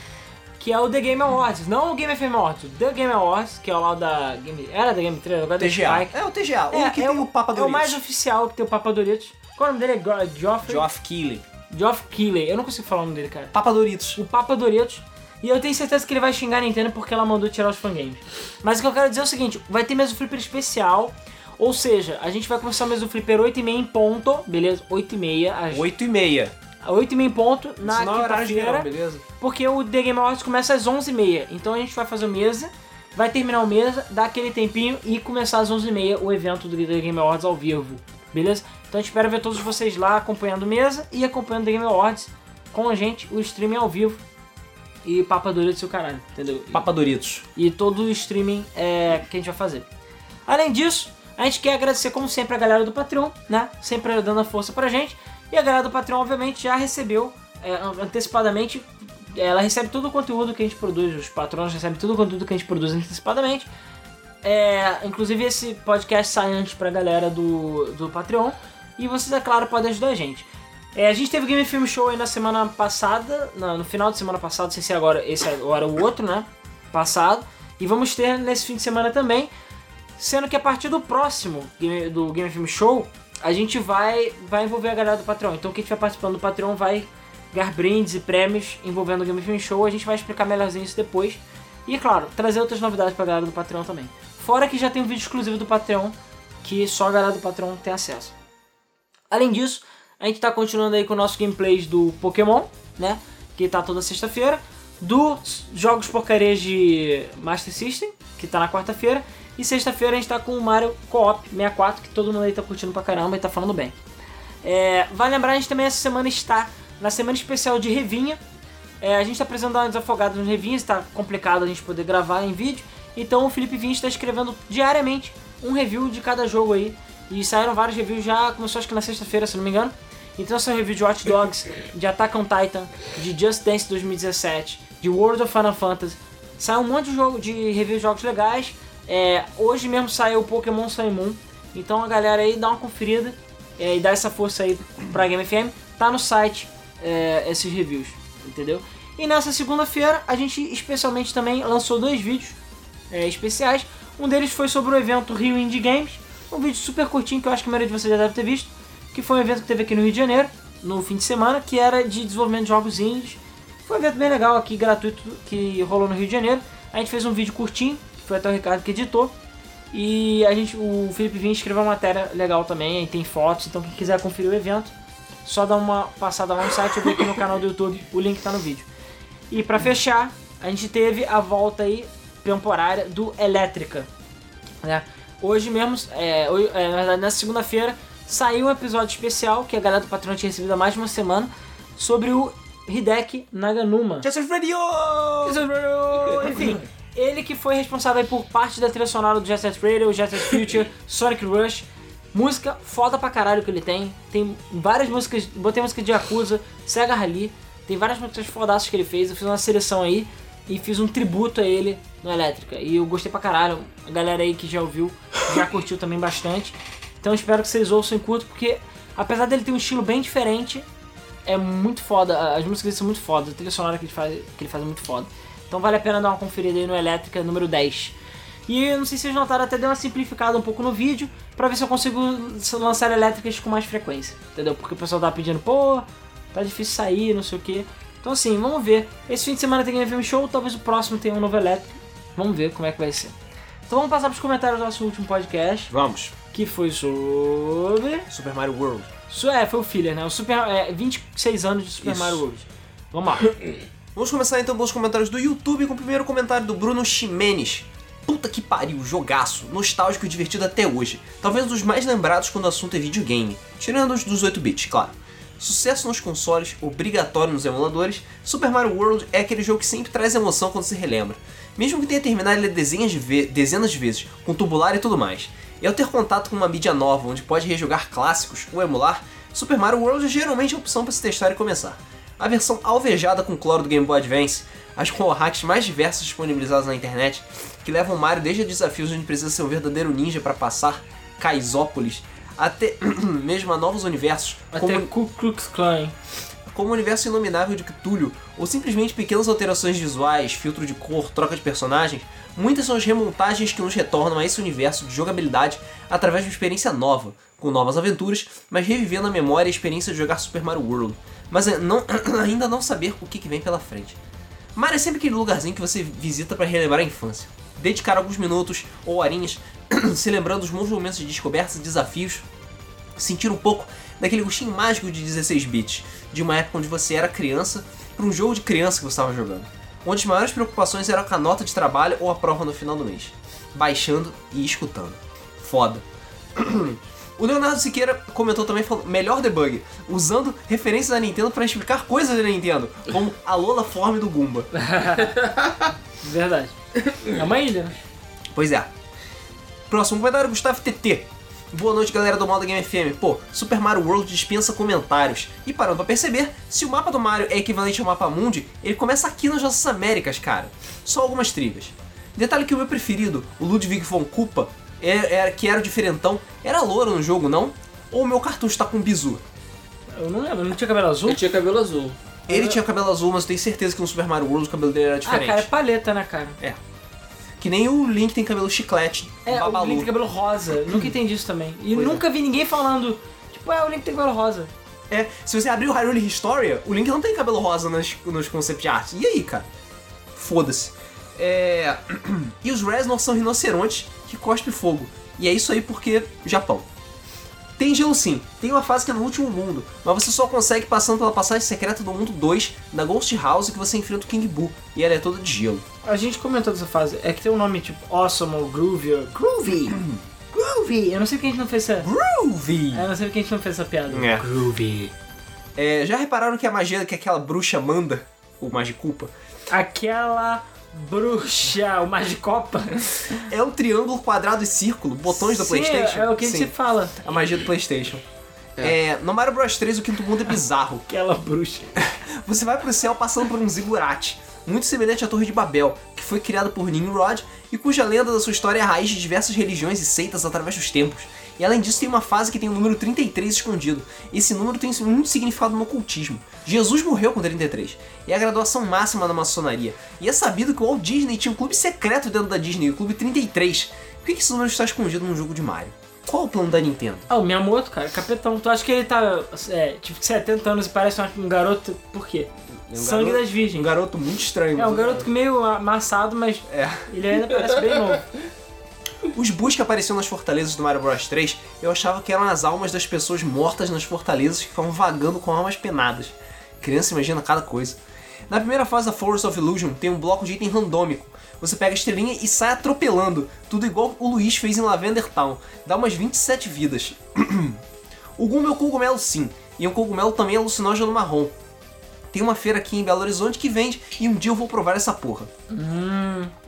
Speaker 2: Que é o The Game Awards, não o Game FM Awards, o The Game Awards, que é o lá da. Game, era da Game 3, agora é da
Speaker 1: TGA.
Speaker 2: Spike.
Speaker 1: É o TGA, o que tem
Speaker 2: é
Speaker 1: o Papa
Speaker 2: É o
Speaker 1: Doritos.
Speaker 2: mais oficial que tem o Papa Doritos. Qual é o nome dele? É Go- Geoffrey?
Speaker 1: Geoff Keighley.
Speaker 2: Geoff Keighley. Eu não consigo falar o nome dele, cara.
Speaker 1: Papa Doritos.
Speaker 2: o Papa Doretos. E eu tenho certeza que ele vai xingar a Nintendo porque ela mandou tirar os fangames. Mas o que eu quero dizer é o seguinte: vai ter mesmo flipper especial. Ou seja, a gente vai começar o mesmo flipper 8h30 em ponto, beleza? 8h30, às 8
Speaker 1: 8 e meia.
Speaker 2: h 30 em ponto, na
Speaker 1: Isso não é horário de verão,
Speaker 2: quinta-feira,
Speaker 1: beleza?
Speaker 2: porque o The Game Awards começa às 11h30. Então a gente vai fazer o mesa, vai terminar o mesa, dar aquele tempinho e começar às 11h30 o evento do The Game Awards ao vivo, beleza? Então a gente espera ver todos vocês lá acompanhando o mesa e acompanhando o The Game Awards com a gente, o streaming ao vivo e Papa Doritos e o caralho, entendeu?
Speaker 1: Papa Doritos.
Speaker 2: E todo o streaming é, que a gente vai fazer. Além disso, a gente quer agradecer, como sempre, a galera do Patreon, né? Sempre dando a força pra gente. E a galera do Patreon, obviamente, já recebeu é, an- antecipadamente. Ela recebe todo o conteúdo que a gente produz, os patronos recebem todo o conteúdo que a gente produz antecipadamente. É, inclusive, esse podcast sai antes pra galera do, do Patreon. E vocês, é claro, podem ajudar a gente. É, a gente teve o Game Film Show aí na semana passada, na- no final de semana passada, não sei se é agora esse agora é o outro, né? Passado. E vamos ter nesse fim de semana também. Sendo que a partir do próximo game- do Game Film Show, a gente vai, vai envolver a galera do Patreon. Então quem estiver participando do Patreon vai ganhar brindes e prêmios envolvendo o Game Film Show. A gente vai explicar melhorzinho isso depois. E é claro, trazer outras novidades pra galera do Patreon também. Fora que já tem um vídeo exclusivo do Patreon, que só a galera do Patreon tem acesso. Além disso, a gente tá continuando aí com o nosso gameplays do Pokémon, né? Que tá toda sexta-feira. Dos jogos porcarias de Master System, que tá na quarta-feira. E sexta-feira a gente tá com o Mario Co-op 64, que todo mundo aí tá curtindo pra caramba e tá falando bem. É, vale lembrar, a gente também essa semana está na semana especial de Revinha. É, a gente está precisando dar uma desafogada nos Revinhas, está complicado a gente poder gravar em vídeo. Então o Felipe Vinci está escrevendo diariamente um review de cada jogo aí. E saíram vários reviews já, começou acho que na sexta-feira, se não me engano. Então são reviews de Watch Dogs, de Attack on Titan, de Just Dance 2017, de World of Final Fantasy. Saiu um monte de jogo de review de jogos legais. É, hoje mesmo saiu o Pokémon Sun e Moon. Então a galera aí dá uma conferida é, e dá essa força aí pra Game FM. Tá no site é, esses reviews, entendeu? E nessa segunda-feira a gente especialmente também lançou dois vídeos é, especiais. Um deles foi sobre o evento Rio Indie Games, um vídeo super curtinho que eu acho que a maioria de vocês já deve ter visto, que foi um evento que teve aqui no Rio de Janeiro no fim de semana, que era de desenvolvimento de jogos indies. Foi um evento bem legal aqui, gratuito, que rolou no Rio de Janeiro. A gente fez um vídeo curtinho, que foi até o Ricardo que editou. E a gente, o Felipe Vinha escreveu uma matéria legal também, aí tem fotos, então quem quiser conferir o evento, só dá uma passada lá no site ou aqui no canal do YouTube, o link tá no vídeo. E pra fechar, a gente teve a volta aí temporária do Elétrica. né? Hoje mesmo, é, hoje- é, na verdade, na segunda-feira, saiu um episódio especial que a galera do Patreon tinha recebido há mais de uma semana sobre o Hideki Naganuma.
Speaker 1: Jesus Radio!
Speaker 2: Enfim, ele que foi responsável aí por parte da trilha sonora do Jet Set Radio, Jet Set Future, Sonic Rush. Música foda pra caralho que ele tem. Tem várias músicas. Botei música de Yakuza, Sega Rally. Tem várias músicas fodaças que ele fez. Eu fiz uma seleção aí e fiz um tributo a ele no Elétrica. E eu gostei pra caralho. A galera aí que já ouviu, já curtiu também bastante. Então espero que vocês ouçam e curtam, porque apesar dele ter um estilo bem diferente, é muito foda. As músicas dele são muito foda. A trilha sonora que ele faz, que ele faz é muito foda. Então vale a pena dar uma conferida aí no Elétrica número 10. E eu não sei se vocês notaram, até dei uma simplificada um pouco no vídeo pra ver se eu consigo lançar elétricas com mais frequência, entendeu? Porque o pessoal tava pedindo, pô, tá difícil sair, não sei o que. Então assim, vamos ver. Esse fim de semana tem Game Show, talvez o próximo tenha um novo elétrico. Vamos ver como é que vai ser. Então vamos passar pros comentários do nosso último podcast,
Speaker 1: Vamos.
Speaker 2: que foi sobre.
Speaker 1: Super Mario World.
Speaker 2: Isso é, foi o filler, né? O Super, é, 26 anos de Super
Speaker 1: Isso.
Speaker 2: Mario World. Vamos lá.
Speaker 1: Vamos começar então pelos comentários do YouTube com o primeiro comentário do Bruno Ximenes. Puta que pariu, jogaço, nostálgico e divertido até hoje. Talvez um dos mais lembrados quando o assunto é videogame, tirando os dos 8-bits, claro. Sucesso nos consoles, obrigatório nos emuladores, Super Mario World é aquele jogo que sempre traz emoção quando se relembra. Mesmo que tenha terminado ele dezenas de, ve- dezenas de vezes, com tubular e tudo mais. E ao ter contato com uma mídia nova onde pode rejogar clássicos ou emular, Super Mario World é geralmente a opção para se testar e começar a versão alvejada com cloro do Game Boy Advance, as com hacks mais diversas disponibilizadas na internet, que levam Mario desde desafios onde precisa ser um verdadeiro ninja para passar Kaisópolis, até mesmo a novos universos,
Speaker 2: Até
Speaker 1: como,
Speaker 2: Ku Klux Klan.
Speaker 1: como o universo inominável de Cthulhu, ou simplesmente pequenas alterações visuais, filtro de cor, troca de personagens, muitas são as remontagens que nos retornam a esse universo de jogabilidade através de uma experiência nova, com novas aventuras, mas revivendo a memória e a experiência de jogar Super Mario World, mas é- não- ainda não saber o que que vem pela frente. Mario é sempre aquele lugarzinho que você visita para relembrar a infância. Dedicar alguns minutos ou horinhas se lembrando dos bons momentos de descobertas e desafios sentir um pouco daquele gostinho mágico de 16 bits, de uma época onde você era criança para um jogo de criança que você estava jogando, onde as maiores preocupações eram com a nota de trabalho ou a prova no final do mês, baixando e escutando. Foda. O Leonardo Siqueira comentou também falando, melhor debug, usando referências da Nintendo para explicar coisas da Nintendo, como a Lola Form do Goomba.
Speaker 2: Verdade. É uma ilha. né?
Speaker 1: Pois é. Próximo comentário, Gustavo TT. Boa noite, galera do Moda Game FM. Pô, Super Mario World dispensa comentários. E parando pra perceber, se o mapa do Mario é equivalente ao mapa Mundi, ele começa aqui nas nossas Américas, cara. Só algumas trilhas. Detalhe que o meu preferido, o Ludwig von Koopa, é- era- que era o diferentão, era louro no jogo, não? Ou o meu cartucho tá com bizu?
Speaker 2: Eu não lembro, não tinha cabelo azul?
Speaker 4: Ele tinha cabelo azul.
Speaker 1: Ele tinha cabelo azul, mas eu tenho certeza que no Super Mario World o cabelo dele era
Speaker 2: Ah,
Speaker 1: diferente.
Speaker 2: cara, é paleta, né, cara?
Speaker 1: Que nem o Link tem cabelo chiclete,
Speaker 2: É, o
Speaker 1: babalu.
Speaker 2: Link tem cabelo rosa. Nunca entendi isso também. E
Speaker 1: Pois é.
Speaker 2: nunca vi ninguém falando, tipo, é, o Link tem cabelo rosa.
Speaker 1: É, se você abrir o Hyrule Historia, o Link não tem cabelo rosa nos, nos concept art. E aí, cara? Foda-se. É... e os Reznor são rinocerontes que cospe fogo. E é isso aí porque Japão. Tem gelo sim, tem uma fase que é no último mundo, mas você só consegue passando pela passagem secreta do mundo 2, da Ghost House, que você enfrenta o King Boo, e ela é toda de gelo.
Speaker 2: A gente comentou dessa fase. É que tem um nome tipo Awesome ou Groovy. ou-
Speaker 1: Groovy!
Speaker 2: Groovy! Eu não sei porque a gente não fez essa.
Speaker 1: Groovy!
Speaker 2: É, Eu não sei porque a gente não fez essa piada.
Speaker 1: É.
Speaker 2: Groovy.
Speaker 1: É, já repararam que a magia que aquela bruxa manda, ou Magicupa,
Speaker 2: Aquela bruxa, o Magicopa.
Speaker 1: é um triângulo, quadrado e círculo, botões da
Speaker 2: Sim,
Speaker 1: Playstation?
Speaker 2: É o que a
Speaker 1: Sim.
Speaker 2: gente sempre fala.
Speaker 1: A magia do PlayStation. É, no Mario Bros 3, o quinto mundo é bizarro.
Speaker 2: Aquela bruxa.
Speaker 1: Você vai pro céu passando por um zigurate, muito semelhante à Torre de Babel, que foi criada por Nimrod e cuja lenda da sua história é a raiz de diversas religiões e seitas através dos tempos. E além disso, tem uma fase que tem o número 33 escondido. Esse número tem um muito significado no ocultismo. Jesus morreu com 33, e é a graduação máxima na maçonaria. E é sabido que o Walt Disney tinha um clube secreto dentro da Disney, o Clube 33. Por que que esse número está escondido num jogo de Mario? Qual o plano da Nintendo?
Speaker 2: Ah, o Miyamoto, cara, capitão. Tu acha que ele tá, é, tipo, 70 anos e parece um garoto. Por quê?
Speaker 1: um
Speaker 2: Sangue
Speaker 1: garoto-
Speaker 2: das
Speaker 1: Um
Speaker 2: virgens.
Speaker 1: garoto muito estranho.
Speaker 2: É, um garoto meio amassado, mas
Speaker 1: É.
Speaker 2: ele ainda parece bem novo.
Speaker 1: Os Boos que apareciam nas fortalezas do Mario Bros 3, eu achava que eram as almas das pessoas mortas nas fortalezas que ficavam vagando com almas penadas. Criança imagina cada coisa. Na primeira fase da Forest of Illusion tem um bloco de item randômico. Você pega a estrelinha e sai atropelando, tudo igual o Luiz fez em Lavender Town. Dá umas 27 vidas. o Goomba é um cogumelo sim, e um cogumelo também alucinógeno marrom. Tem uma feira aqui em Belo Horizonte que vende e um dia eu vou provar essa porra.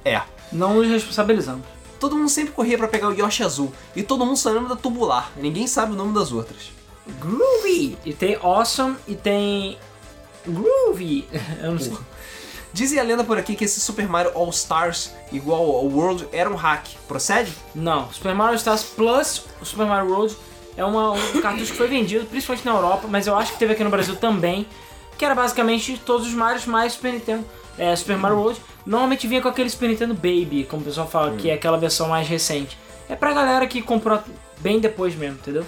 Speaker 1: É.
Speaker 2: Não nos responsabilizamos.
Speaker 1: Todo mundo sempre corria pra pegar o Yoshi azul. E todo mundo só lembra da tubular. Ninguém sabe o nome das outras.
Speaker 2: Groovy! E tem Awesome e tem. Groovy! É um Eu não sei.
Speaker 1: Dizem a lenda por aqui que esse Super Mario All Stars igual ao World era um hack. Procede?
Speaker 2: Não, Super Mario Stars Plus o Super Mario World é uma- um cartucho que foi vendido, principalmente na Europa, mas eu acho que teve aqui no Brasil também, que era basicamente todos os Marios mais Super Nintendo. É, Super Mario World normalmente vinha com aquele Super Nintendo Baby, como o pessoal fala, que é aquela versão mais recente. É pra galera que comprou bem depois mesmo, entendeu?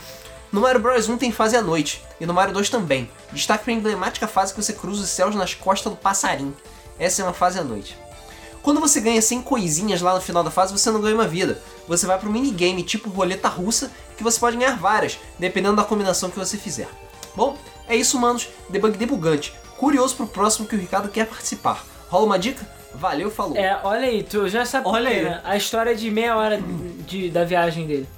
Speaker 1: No Mario Bros 1 tem fase à noite, e no Mario 2 também. Destaque para a emblemática fase que você cruza os céus nas costas do passarinho. Essa é uma fase à noite. Quando você ganha 100 coisinhas lá no final da fase, você não ganha uma vida. Você vai para um minigame tipo roleta russa, que você pode ganhar várias, dependendo da combinação que você fizer. Bom, é isso, manos. Debug debugante. Curioso pro próximo que o Ricardo quer participar. Rola uma dica? Valeu, falou.
Speaker 2: É, olha aí, tu já sabe por
Speaker 1: Olha
Speaker 2: quê,
Speaker 1: aí.
Speaker 2: né? a história de meia hora de, da viagem dele.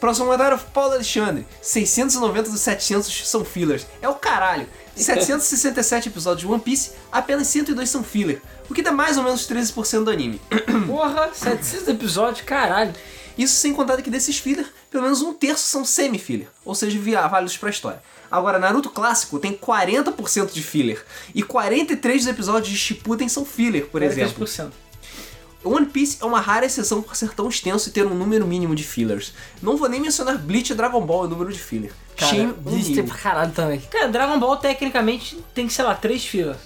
Speaker 1: Próximo mandaram Paulo Alexandre. 690 dos 700 são fillers. É o caralho. De 767 episódios de One Piece, apenas 102 são filler, o que dá mais ou menos 13% do anime.
Speaker 2: Porra, 700 episódios, caralho.
Speaker 1: Isso sem contar que desses filler, pelo menos um terço são semi-filler, ou seja, via- válidos pra história. Agora, Naruto clássico tem 40% de filler, e 43 dos episódios de Shippuden são filler, por exemplo.
Speaker 2: 43%.
Speaker 1: One Piece é uma rara exceção por ser tão extenso e ter um número mínimo de fillers. Não vou nem mencionar Bleach e Dragon Ball em número de filler. um Shame on
Speaker 3: Existe
Speaker 1: you.
Speaker 3: pra caralho também.
Speaker 2: Cara, Dragon Ball tecnicamente tem, sei lá, três filas.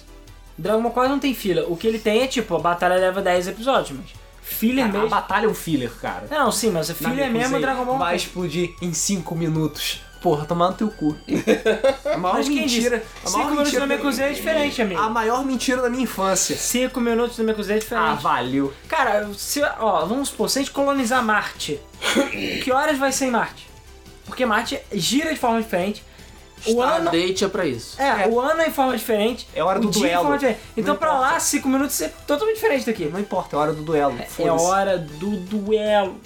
Speaker 2: Dragon Ball quase não tem fila. O que ele tem é tipo, a batalha leva 10 episódios, mas filler
Speaker 1: A
Speaker 2: mesmo.
Speaker 1: batalha é um filler, cara.
Speaker 2: Não, sim, mas o filler é mesmo Dragon Ball.
Speaker 1: Vai explodir em 5 minutos. Porra, tomar no teu cu. A maior
Speaker 2: Mas quem
Speaker 1: mentira.
Speaker 2: disse?
Speaker 1: A
Speaker 2: Cinco
Speaker 1: maior
Speaker 2: minutos
Speaker 1: mentira,
Speaker 2: da minha cozinha é diferente, amigo.
Speaker 1: a maior mentira da minha infância.
Speaker 2: Cinco minutos da minha cozinha é diferente.
Speaker 1: Ah, valeu.
Speaker 2: Cara, se, ó, vamos supor, se a gente colonizar Marte, que horas vai ser em Marte? Porque Marte gira de forma diferente. O
Speaker 4: Star
Speaker 2: ano,
Speaker 4: Date é pra isso.
Speaker 2: é, o ano é em forma diferente.
Speaker 1: É hora
Speaker 2: o
Speaker 1: do
Speaker 2: dia é em
Speaker 1: duelo.
Speaker 2: forma diferente. Então pra lá, cinco minutos é totalmente diferente daqui.
Speaker 1: Não importa, é hora do duelo.
Speaker 2: É
Speaker 1: Foda-se.
Speaker 2: hora do duelo.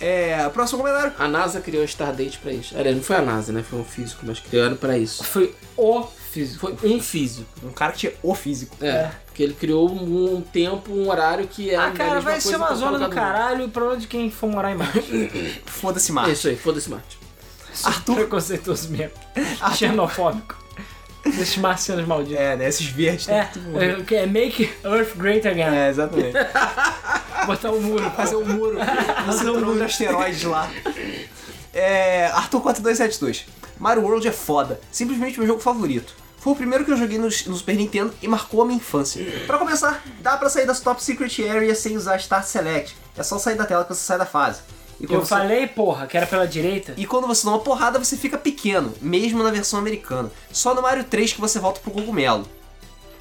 Speaker 1: É, próximo comentário.
Speaker 4: A NASA criou o Stardate pra isso. Aliás, não foi a NASA, né? Foi um físico, mas criaram pra isso.
Speaker 2: Foi o físico.
Speaker 4: Foi um físico.
Speaker 1: Um cara que tinha o físico.
Speaker 4: É. Porque ele criou um, um tempo, um horário que era.
Speaker 2: Ah, cara, vai ser uma zona do
Speaker 4: caralho.
Speaker 2: caralho. O problema de quem for morar em Marte.
Speaker 1: Foda-se,
Speaker 4: É
Speaker 1: Marte.
Speaker 4: isso aí, foda-se Marte.
Speaker 1: Arthur.
Speaker 2: Preconceituoso mesmo. Ah, tá. Xenofóbico. Esses marcianos malditos.
Speaker 1: É, né? Esses verdes.
Speaker 2: É,
Speaker 1: Tá tudo bom.
Speaker 2: é, que é make Earth great again.
Speaker 1: é exatamente.
Speaker 2: Botar um muro.
Speaker 1: Fazer um muro. Fazer um muro de asteroides lá. É, Arthur 4272. Mario World é foda. Simplesmente meu jogo favorito. Foi o primeiro que eu joguei no, no Super Nintendo e marcou a minha infância. Pra começar, dá pra sair da Top Secret Area sem usar Start Select. É só sair da tela que você sai da fase. E quando
Speaker 2: Eu
Speaker 1: você-
Speaker 2: falei, porra, que era pela direita.
Speaker 1: e quando você dá uma porrada, você fica pequeno, mesmo na versão americana. Só no Mario 3 que você volta pro cogumelo.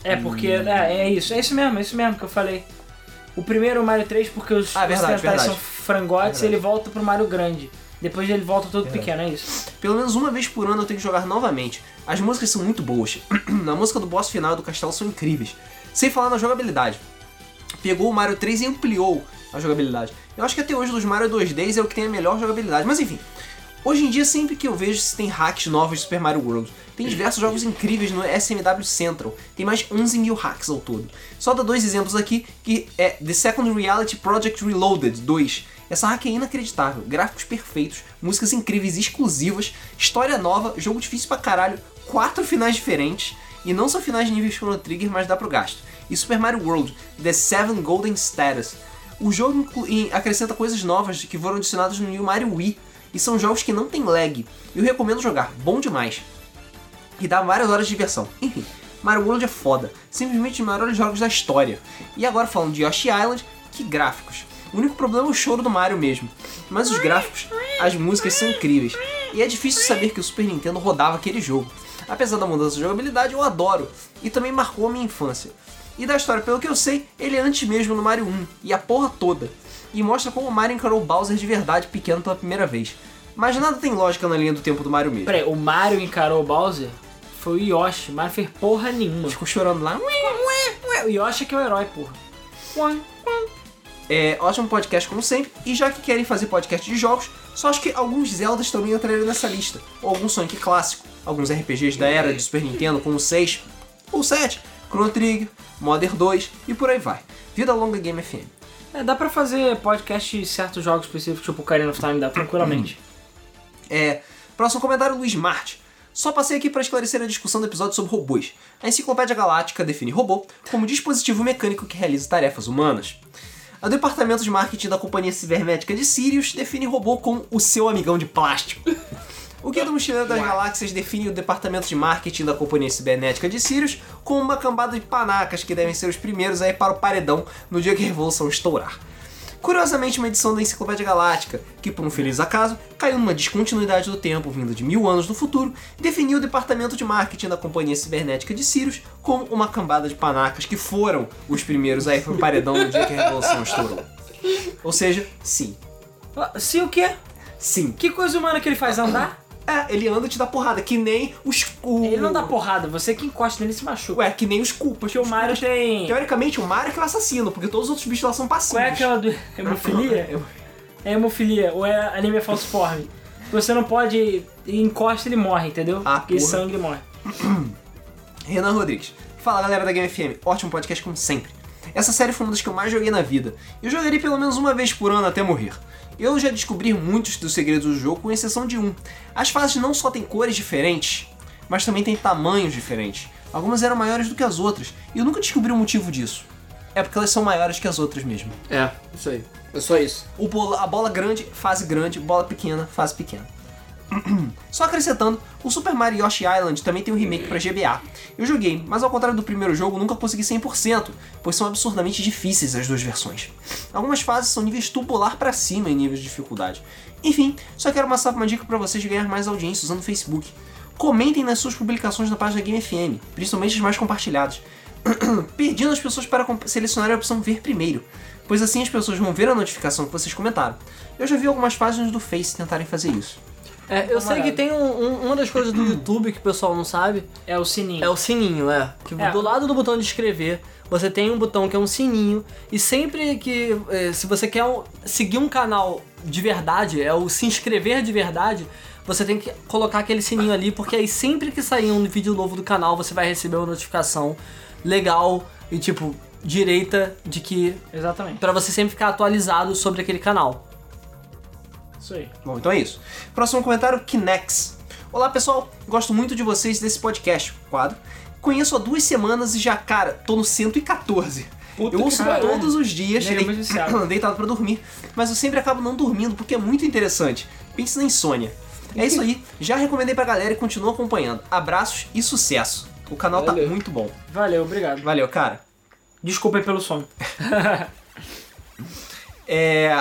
Speaker 2: É, porque. É, é isso. É isso mesmo, é isso mesmo que eu falei. O primeiro é o Mario 3, porque os
Speaker 1: Ah, verdade,
Speaker 2: os centrais
Speaker 1: verdade.
Speaker 2: são frangotes, ele volta pro Mario grande. Depois ele volta todo pequeno, é isso.
Speaker 1: Pelo menos uma vez por ano eu tenho que jogar novamente. As músicas são muito boas. Na música do boss final e do castelo são incríveis. Sem falar na jogabilidade. Pegou o Mario 3 e ampliou a jogabilidade. Eu acho que até hoje dos Mario 2Ds é o que tem a melhor jogabilidade, mas enfim. Hoje em dia, sempre que eu vejo se tem hacks novos de Super Mario World, tem diversos jogos incríveis no SMW Central, tem mais 11 mil hacks ao todo. Só dá dois exemplos aqui, que é The Second Reality Project Reloaded 2. Essa hack é inacreditável, gráficos perfeitos, músicas incríveis e exclusivas, história nova, jogo difícil pra caralho, quatro finais diferentes, e não são finais de níveis Chrono Trigger, mas dá pro gasto. E Super Mario World, The Seven Golden Status. O jogo inclu- em- acrescenta coisas novas que foram adicionadas no New Mario Wii e são jogos que não tem lag. Eu recomendo jogar, bom demais. E dá várias horas de diversão. Enfim, Mario World é foda, simplesmente os maiores jogos da história. E agora falando de Yoshi Island, que gráficos. O único problema é o choro do Mario mesmo, mas os gráficos, as músicas são incríveis. E é difícil saber que o Super Nintendo rodava aquele jogo. Apesar da mudança de jogabilidade, eu adoro e também marcou a minha infância. E da história, pelo que eu sei, ele é antes mesmo no Mario 1, e a porra toda. E mostra como o Mario encarou o Bowser de verdade pequeno pela primeira vez. Mas nada tem lógica na linha do tempo do Mario mesmo.
Speaker 2: Peraí, o Mario encarou o Bowser? Foi o Yoshi. O Mario fez porra nenhuma.
Speaker 1: Ficou chorando lá. "Ué".
Speaker 2: Ué, o Yoshi é que é o herói, porra. Ué.
Speaker 1: É, ótimo podcast como sempre, e já que querem fazer podcast de jogos, só acho que alguns Zeldas também entrariam nessa lista. Ou algum Sonic clássico, alguns RPGs da era de Super Nintendo, como o 6 ou 7, Chrono Trigger, Modern 2 e por aí vai. Vida longa Game FM.
Speaker 2: É, dá pra fazer podcast de certos jogos específicos, tipo Ocarina of Time, dá tranquilamente.
Speaker 1: É, próximo comentário do Smart. Só passei aqui para esclarecer a discussão do episódio sobre robôs. A Enciclopédia Galáctica define robô como dispositivo mecânico que realiza tarefas humanas. O departamento de marketing da Companhia Cibernética de Sirius define robô como o seu amigão de plástico. O Guia do Mochileiro das Galáxias define o departamento de marketing da Companhia Cibernética de Sirius como uma cambada de panacas que devem ser os primeiros a ir para o paredão no dia que a Revolução estourar. Curiosamente, uma edição da Enciclopédia Galáctica, que por um feliz acaso caiu numa descontinuidade do tempo vinda de mil anos do futuro, definiu o departamento de marketing da Companhia Cibernética de Sirius como uma cambada de panacas que foram os primeiros a ir para o paredão no dia que a Revolução estourou. Ou seja, sim.
Speaker 2: Ah, Sim, o quê?
Speaker 1: Sim.
Speaker 2: Que coisa humana que ele faz andar?
Speaker 1: É, ele anda e te dá porrada, que nem os. O...
Speaker 2: Ele não dá porrada, você que encosta nele se machuca.
Speaker 1: Ué, que nem os culpas.
Speaker 2: Porque o Mario tem.
Speaker 1: Teoricamente, o Mario é que é o assassino, porque todos os outros bichos lá são
Speaker 2: Qual
Speaker 1: passivos.
Speaker 2: é aquela do. Hemofilia? É hemofilia, ou é anemia falciforme. Você não pode. Encosta, ele morre, entendeu?
Speaker 1: Ah,
Speaker 2: Porque
Speaker 1: porra.
Speaker 2: sangue ele morre.
Speaker 1: Renan Rodrigues. Fala galera da Game FM, ótimo podcast como sempre. Essa série foi uma das que eu mais joguei na vida. Eu jogarei pelo menos uma vez por ano até morrer. Eu já descobri muitos dos segredos do jogo, com exceção de um. As fases não só têm cores diferentes, mas também têm tamanhos diferentes. Algumas eram maiores do que as outras, e eu nunca descobri o motivo disso. É porque elas são maiores que as outras mesmo.
Speaker 4: É, isso aí. É só isso.
Speaker 1: O bola- a bola grande, fase grande, bola pequena, fase pequena. Só acrescentando, o Super Mario Yoshi Island também tem um remake pra GBA. Eu joguei, mas ao contrário do primeiro jogo, nunca consegui 100%, pois são absurdamente difíceis as duas versões. Algumas fases são níveis tubular pra cima em níveis de dificuldade. Enfim, só quero passar uma dica pra vocês de ganhar mais audiência usando o Facebook. Comentem nas suas publicações na página Game FM, principalmente as mais compartilhadas pedindo as pessoas para comp- selecionarem a opção ver primeiro, pois assim as pessoas vão ver a notificação que vocês comentaram. Eu já vi algumas páginas do Face tentarem fazer isso.
Speaker 3: É, eu sei que tem um- um- uma das coisas do YouTube que o pessoal não sabe,
Speaker 2: É o sininho.
Speaker 3: É o sininho, é. Que
Speaker 2: É.
Speaker 3: Do lado do botão de escrever, você tem um botão que é um sininho. E sempre que. eh, se você quer um- seguir um canal de verdade, é o se inscrever de verdade, você tem que colocar aquele sininho ali, porque aí sempre que sair um vídeo novo do canal, você vai receber uma notificação legal e tipo, direita de que.
Speaker 2: Exatamente.
Speaker 3: Pra você sempre ficar atualizado sobre aquele canal.
Speaker 2: Isso aí.
Speaker 1: Bom, então é isso. Próximo comentário, Kinex. Olá pessoal, gosto muito de vocês e desse podcast, quadro. Conheço há duas semanas e já, cara, tô no 114.
Speaker 4: Puta
Speaker 1: eu
Speaker 4: que
Speaker 1: ouço
Speaker 2: pariu.
Speaker 1: todos os dias,
Speaker 2: Ele é
Speaker 1: dei-
Speaker 2: muito viciado.
Speaker 1: deitado pra dormir, mas eu sempre acabo não dormindo porque é muito interessante. Pense na insônia. É isso aí, já recomendei pra galera e continuo acompanhando. Abraços e sucesso. O canal
Speaker 4: Valeu.
Speaker 1: tá muito bom.
Speaker 2: Valeu, obrigado.
Speaker 1: Valeu, cara.
Speaker 2: Desculpa aí pelo som.
Speaker 1: É.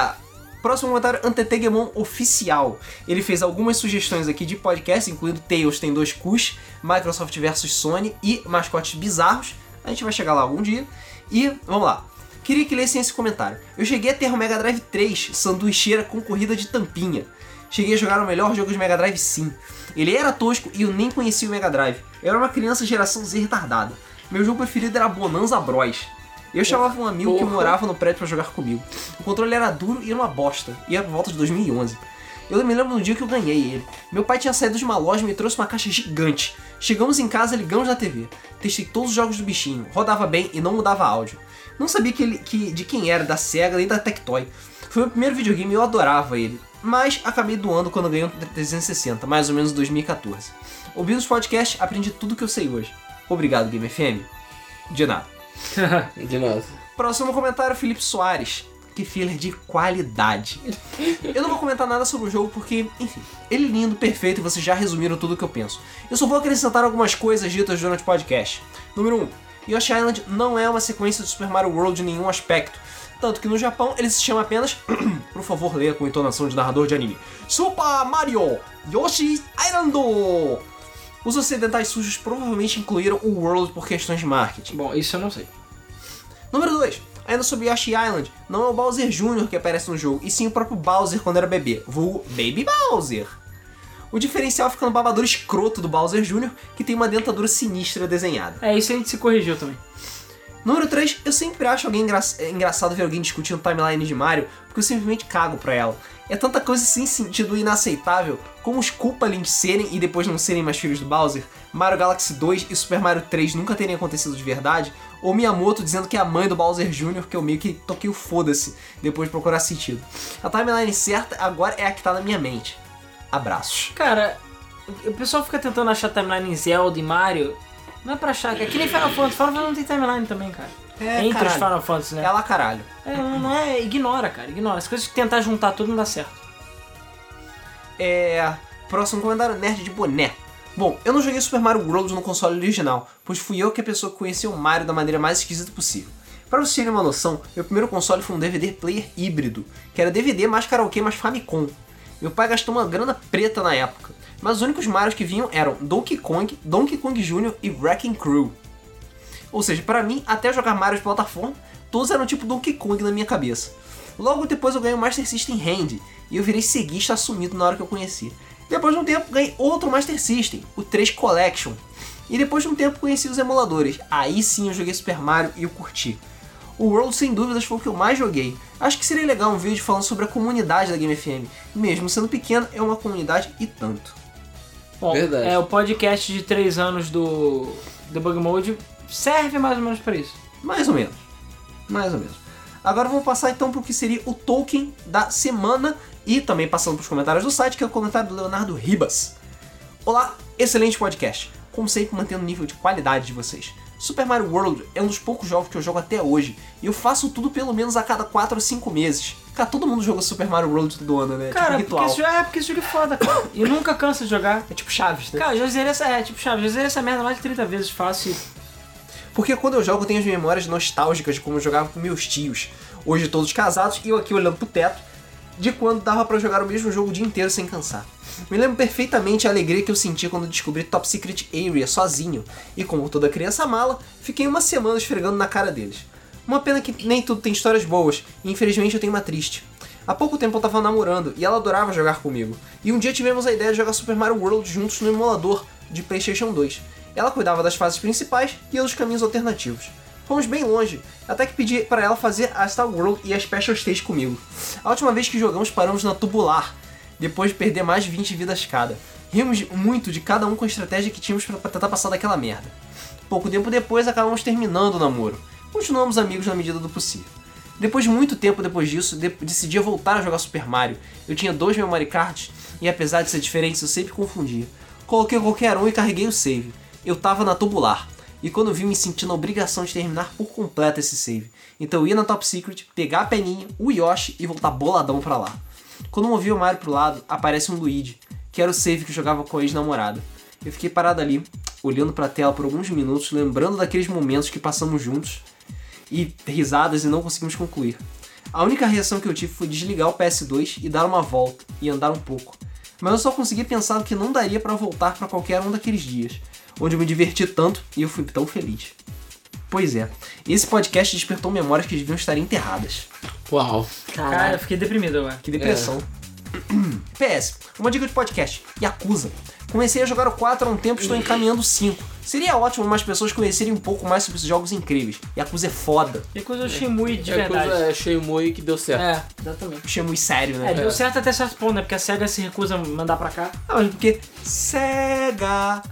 Speaker 1: Próximo comentário, Antetegemon Oficial. Ele fez algumas sugestões aqui de podcast, incluindo Tails tem dois cus, Microsoft versus Sony e mascotes bizarros. A gente vai chegar lá algum dia. E vamos lá. Queria que lessem esse comentário. Eu cheguei a ter o Mega Drive 3, sanduicheira com corrida de tampinha. Cheguei a jogar o melhor jogo de Mega Drive sim. Ele era tosco e eu nem conhecia o Mega Drive. Eu era uma criança geração Z retardada. Meu jogo preferido era Bonanza Bros. Eu chamava um amigo que
Speaker 4: porra.
Speaker 1: morava no prédio pra jogar comigo. O controle era duro e era uma bosta. E era por volta de 2011. Eu me lembro no dia que eu ganhei ele. Meu pai tinha saído de uma loja e me trouxe uma caixa gigante. Chegamos em casa, ligamos na TV. Testei todos os jogos do bichinho, rodava bem e não mudava áudio. Não sabia que ele- que- de quem era, da SEGA nem da Tectoy. Foi o meu primeiro videogame e eu adorava ele. Mas acabei doando quando ganhei um 360, mais ou menos em 2014. Ouvindo os podcasts, aprendi tudo que eu sei hoje. Obrigado, Game FM. De nada.
Speaker 4: De nada.
Speaker 1: Próximo comentário, Felipe Soares. Que filler de qualidade. Eu não vou comentar nada sobre o jogo porque, enfim, ele é lindo, perfeito e vocês já resumiram tudo o que eu penso. Eu só vou acrescentar algumas coisas ditas durante o podcast. Número 1. Um, Yoshi Island não é uma sequência do Super Mario World em nenhum aspecto. Tanto que no Japão ele se chama apenas, por favor leia com entonação de narrador de anime, Super Mario Yoshi Island! Os ocidentais sujos provavelmente incluíram o World por questões de marketing.
Speaker 2: Bom, isso eu não sei.
Speaker 1: Número 2. Ainda sobre Yoshi Island, não é o Bowser Jr. que aparece no jogo, e sim o próprio Bowser quando era bebê, vulgo Baby Bowser. O diferencial fica no babador escroto do Bowser Jr., que tem uma dentadura sinistra desenhada.
Speaker 2: É, isso a gente se corrigiu também.
Speaker 1: Número é, 3, eu sempre acho alguém engra- engraçado ver alguém discutindo timeline de Mario, porque eu simplesmente cago pra ela. É tanta coisa sem sentido e inaceitável, como os Koopa Link serem e depois não serem mais filhos do Bowser, Mario Galaxy 2 e Super Mario 3 nunca terem acontecido de verdade, ou Miyamoto dizendo que é a mãe do Bowser Jr., que eu meio que toquei o foda-se depois de procurar sentido. A timeline certa agora é a que tá na minha mente. Abraços.
Speaker 2: Cara, o pessoal fica tentando achar timeline em Zelda e Mario. Não é pra achar, cara. Que nem Final Fantasy. Final Fantasy não tem timeline também, cara.
Speaker 1: É,
Speaker 2: Entre os
Speaker 1: caralho.
Speaker 2: Final Fantasy, né?
Speaker 1: É lá caralho.
Speaker 2: É, não não é. Ignora, cara. Ignora. As coisas que tentar juntar tudo não dá certo.
Speaker 1: É. Próximo comentário, nerd de boné. Bom, eu não joguei Super Mario World no console original, pois fui eu que a pessoa que conheceu o Mario da maneira mais esquisita possível. Pra vocês terem uma noção, meu primeiro console foi um DVD player híbrido, que era DVD mais karaokê mais Famicom. Meu pai gastou uma grana preta na época, mas os únicos Marios que vinham eram Donkey Kong, Donkey Kong Jr. e Wrecking Crew. Ou seja, pra mim, até jogar Mario de plataforma, todos eram tipo Donkey Kong na minha cabeça. Logo depois eu ganhei o Master System Hand, e eu virei seguista assumido na hora que eu conheci. Depois de um tempo ganhei outro Master System, o 3 Collection. E depois de um tempo conheci os emuladores. Aí sim eu joguei Super Mario e eu curti. O World sem dúvidas foi o que eu mais joguei. Acho que seria legal um vídeo falando sobre a comunidade da Game FM. Mesmo sendo pequena, é uma comunidade e tanto.
Speaker 2: Bom,
Speaker 4: Verdade.
Speaker 2: é o podcast de 3 anos do Debug Mode serve mais ou menos pra isso.
Speaker 1: Mais ou menos. Mais ou menos. Agora vamos passar então para o que seria o Tolkien da semana e também passando para os comentários do site, que é o comentário do Leonardo Ribas. Olá, excelente podcast. Como sempre, mantendo o nível de qualidade de vocês. Super Mario World é um dos poucos jogos que eu jogo até hoje, e eu faço tudo pelo menos a cada 4 ou 5 meses. Cara, todo mundo joga Super Mario World todo ano, né? É
Speaker 2: Cara,
Speaker 1: tipo
Speaker 2: porque
Speaker 1: ritual.
Speaker 2: esse, jogo, é porque esse jogo é foda, cara. E nunca cansa de jogar.
Speaker 1: É tipo Chaves, né?
Speaker 2: Cara, eu já zerei essa. É, tipo, chave, já zerei essa merda mais de 30 vezes fácil.
Speaker 1: Porque quando eu jogo, eu tenho as memórias nostálgicas de como eu jogava com meus tios. Hoje todos casados e eu aqui olhando pro teto, de quando dava pra jogar o mesmo jogo o dia inteiro sem cansar. Me lembro perfeitamente a alegria que eu senti quando descobri Top Secret Area sozinho, e como toda criança mala, fiquei uma semana esfregando na cara deles. Uma pena que nem tudo tem histórias boas, e infelizmente eu tenho uma triste. Há pouco tempo eu tava namorando e ela adorava jogar comigo, e um dia tivemos a ideia de jogar Super Mario World juntos no emulador de PlayStation 2. Ela cuidava das fases principais e eu dos caminhos alternativos. Fomos bem longe, até que pedi pra ela fazer a Star World e a Special Stage comigo. A última vez que jogamos paramos na tubular, depois de perder mais de 20 vidas cada. Rimos muito de cada um com a estratégia que tínhamos pra tentar passar daquela merda. Pouco tempo depois acabamos terminando o namoro. Continuamos amigos na medida do possível. Depois de muito tempo depois disso, de- decidi voltar a jogar Super Mario. Eu tinha dois memory cards e apesar de ser diferente, eu sempre confundia. Coloquei qualquer um e carreguei o save. Eu tava na tubular. E quando vi, me senti na obrigação de terminar por completo esse save. Então eu ia na Top Secret, pegar a peninha, o Yoshi e voltar boladão pra lá. Quando movi o Mario pro lado, aparece um Luigi, que era o save que eu jogava com a ex-namorada. Eu fiquei parado ali, olhando pra tela por alguns minutos, lembrando daqueles momentos que passamos juntos e risadas e não conseguimos concluir. A única reação que eu tive foi desligar o PS2 e dar uma volta e andar um pouco. Mas eu só consegui pensar que não daria pra voltar pra qualquer um daqueles dias, onde eu me diverti tanto e eu fui tão feliz. Pois é, esse podcast despertou memórias que deviam estar enterradas.
Speaker 4: Uau.
Speaker 2: Cara, eu fiquei deprimido agora.
Speaker 1: Que depressão. PS, É. uma dica de podcast. Yakuza. Comecei a jogar o 4 há um tempo e estou encaminhando o 5. Seria ótimo mais pessoas conhecerem um pouco mais sobre esses jogos incríveis. Yakuza é foda.
Speaker 2: E coisa eu achei muito de
Speaker 4: é a
Speaker 2: verdade.
Speaker 4: coisa é Shenmue que deu certo.
Speaker 2: É, exatamente.
Speaker 1: Chamo isso sério, né?
Speaker 2: É, deu certo até certo ponto, né? Porque a SEGA se recusa a mandar pra cá.
Speaker 1: Ah, mas porque cega.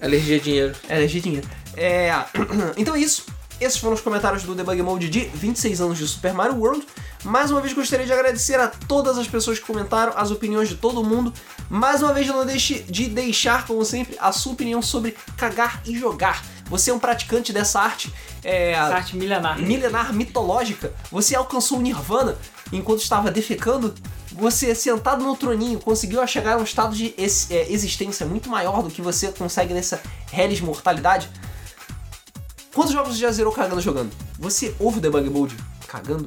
Speaker 4: Alergia a dinheiro.
Speaker 1: É legitinha. É. Então é isso. Esses foram os comentários do Debug Mode de 26 anos de Super Mario World. Mais uma vez gostaria de agradecer a todas as pessoas que comentaram, as opiniões de todo mundo. Mais uma vez não deixe de deixar, como sempre, a sua opinião sobre cagar e jogar. Você é um praticante dessa arte. É,
Speaker 2: Essa arte milenar.
Speaker 1: milenar mitológica. Você alcançou o Nirvana enquanto estava defecando. Você, sentado no troninho, conseguiu chegar a um estado de ex- é, existência muito maior do que você consegue nessa reles mortalidade. Quantos jogos você já zerou cagando jogando? Você ouve o Debug Mode cagando?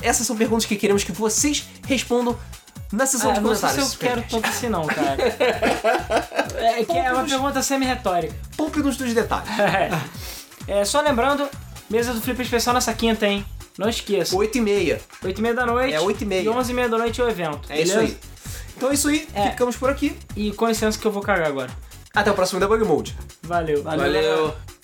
Speaker 1: Essas são perguntas que queremos que vocês respondam na sessão
Speaker 2: Ah,
Speaker 1: de
Speaker 2: não sei se
Speaker 1: comentários.
Speaker 2: eu quero tanto assim não, cara. É, que é uma pergunta semi-retórica.
Speaker 1: Poupe-nos dos detalhes.
Speaker 2: É, só lembrando, mesa do Flip Especial nessa quinta, hein? Não esqueça.
Speaker 1: 8 e meia.
Speaker 2: 8 e meia da noite.
Speaker 1: É, oito e meia.
Speaker 2: E 11 e meia da noite é o evento.
Speaker 1: É isso
Speaker 2: beleza?
Speaker 1: aí. Então é isso aí.
Speaker 2: É.
Speaker 1: Ficamos por aqui.
Speaker 2: E com licença que eu vou cagar agora.
Speaker 1: Até o próximo Debug Mode.
Speaker 2: Valeu.
Speaker 4: Valeu.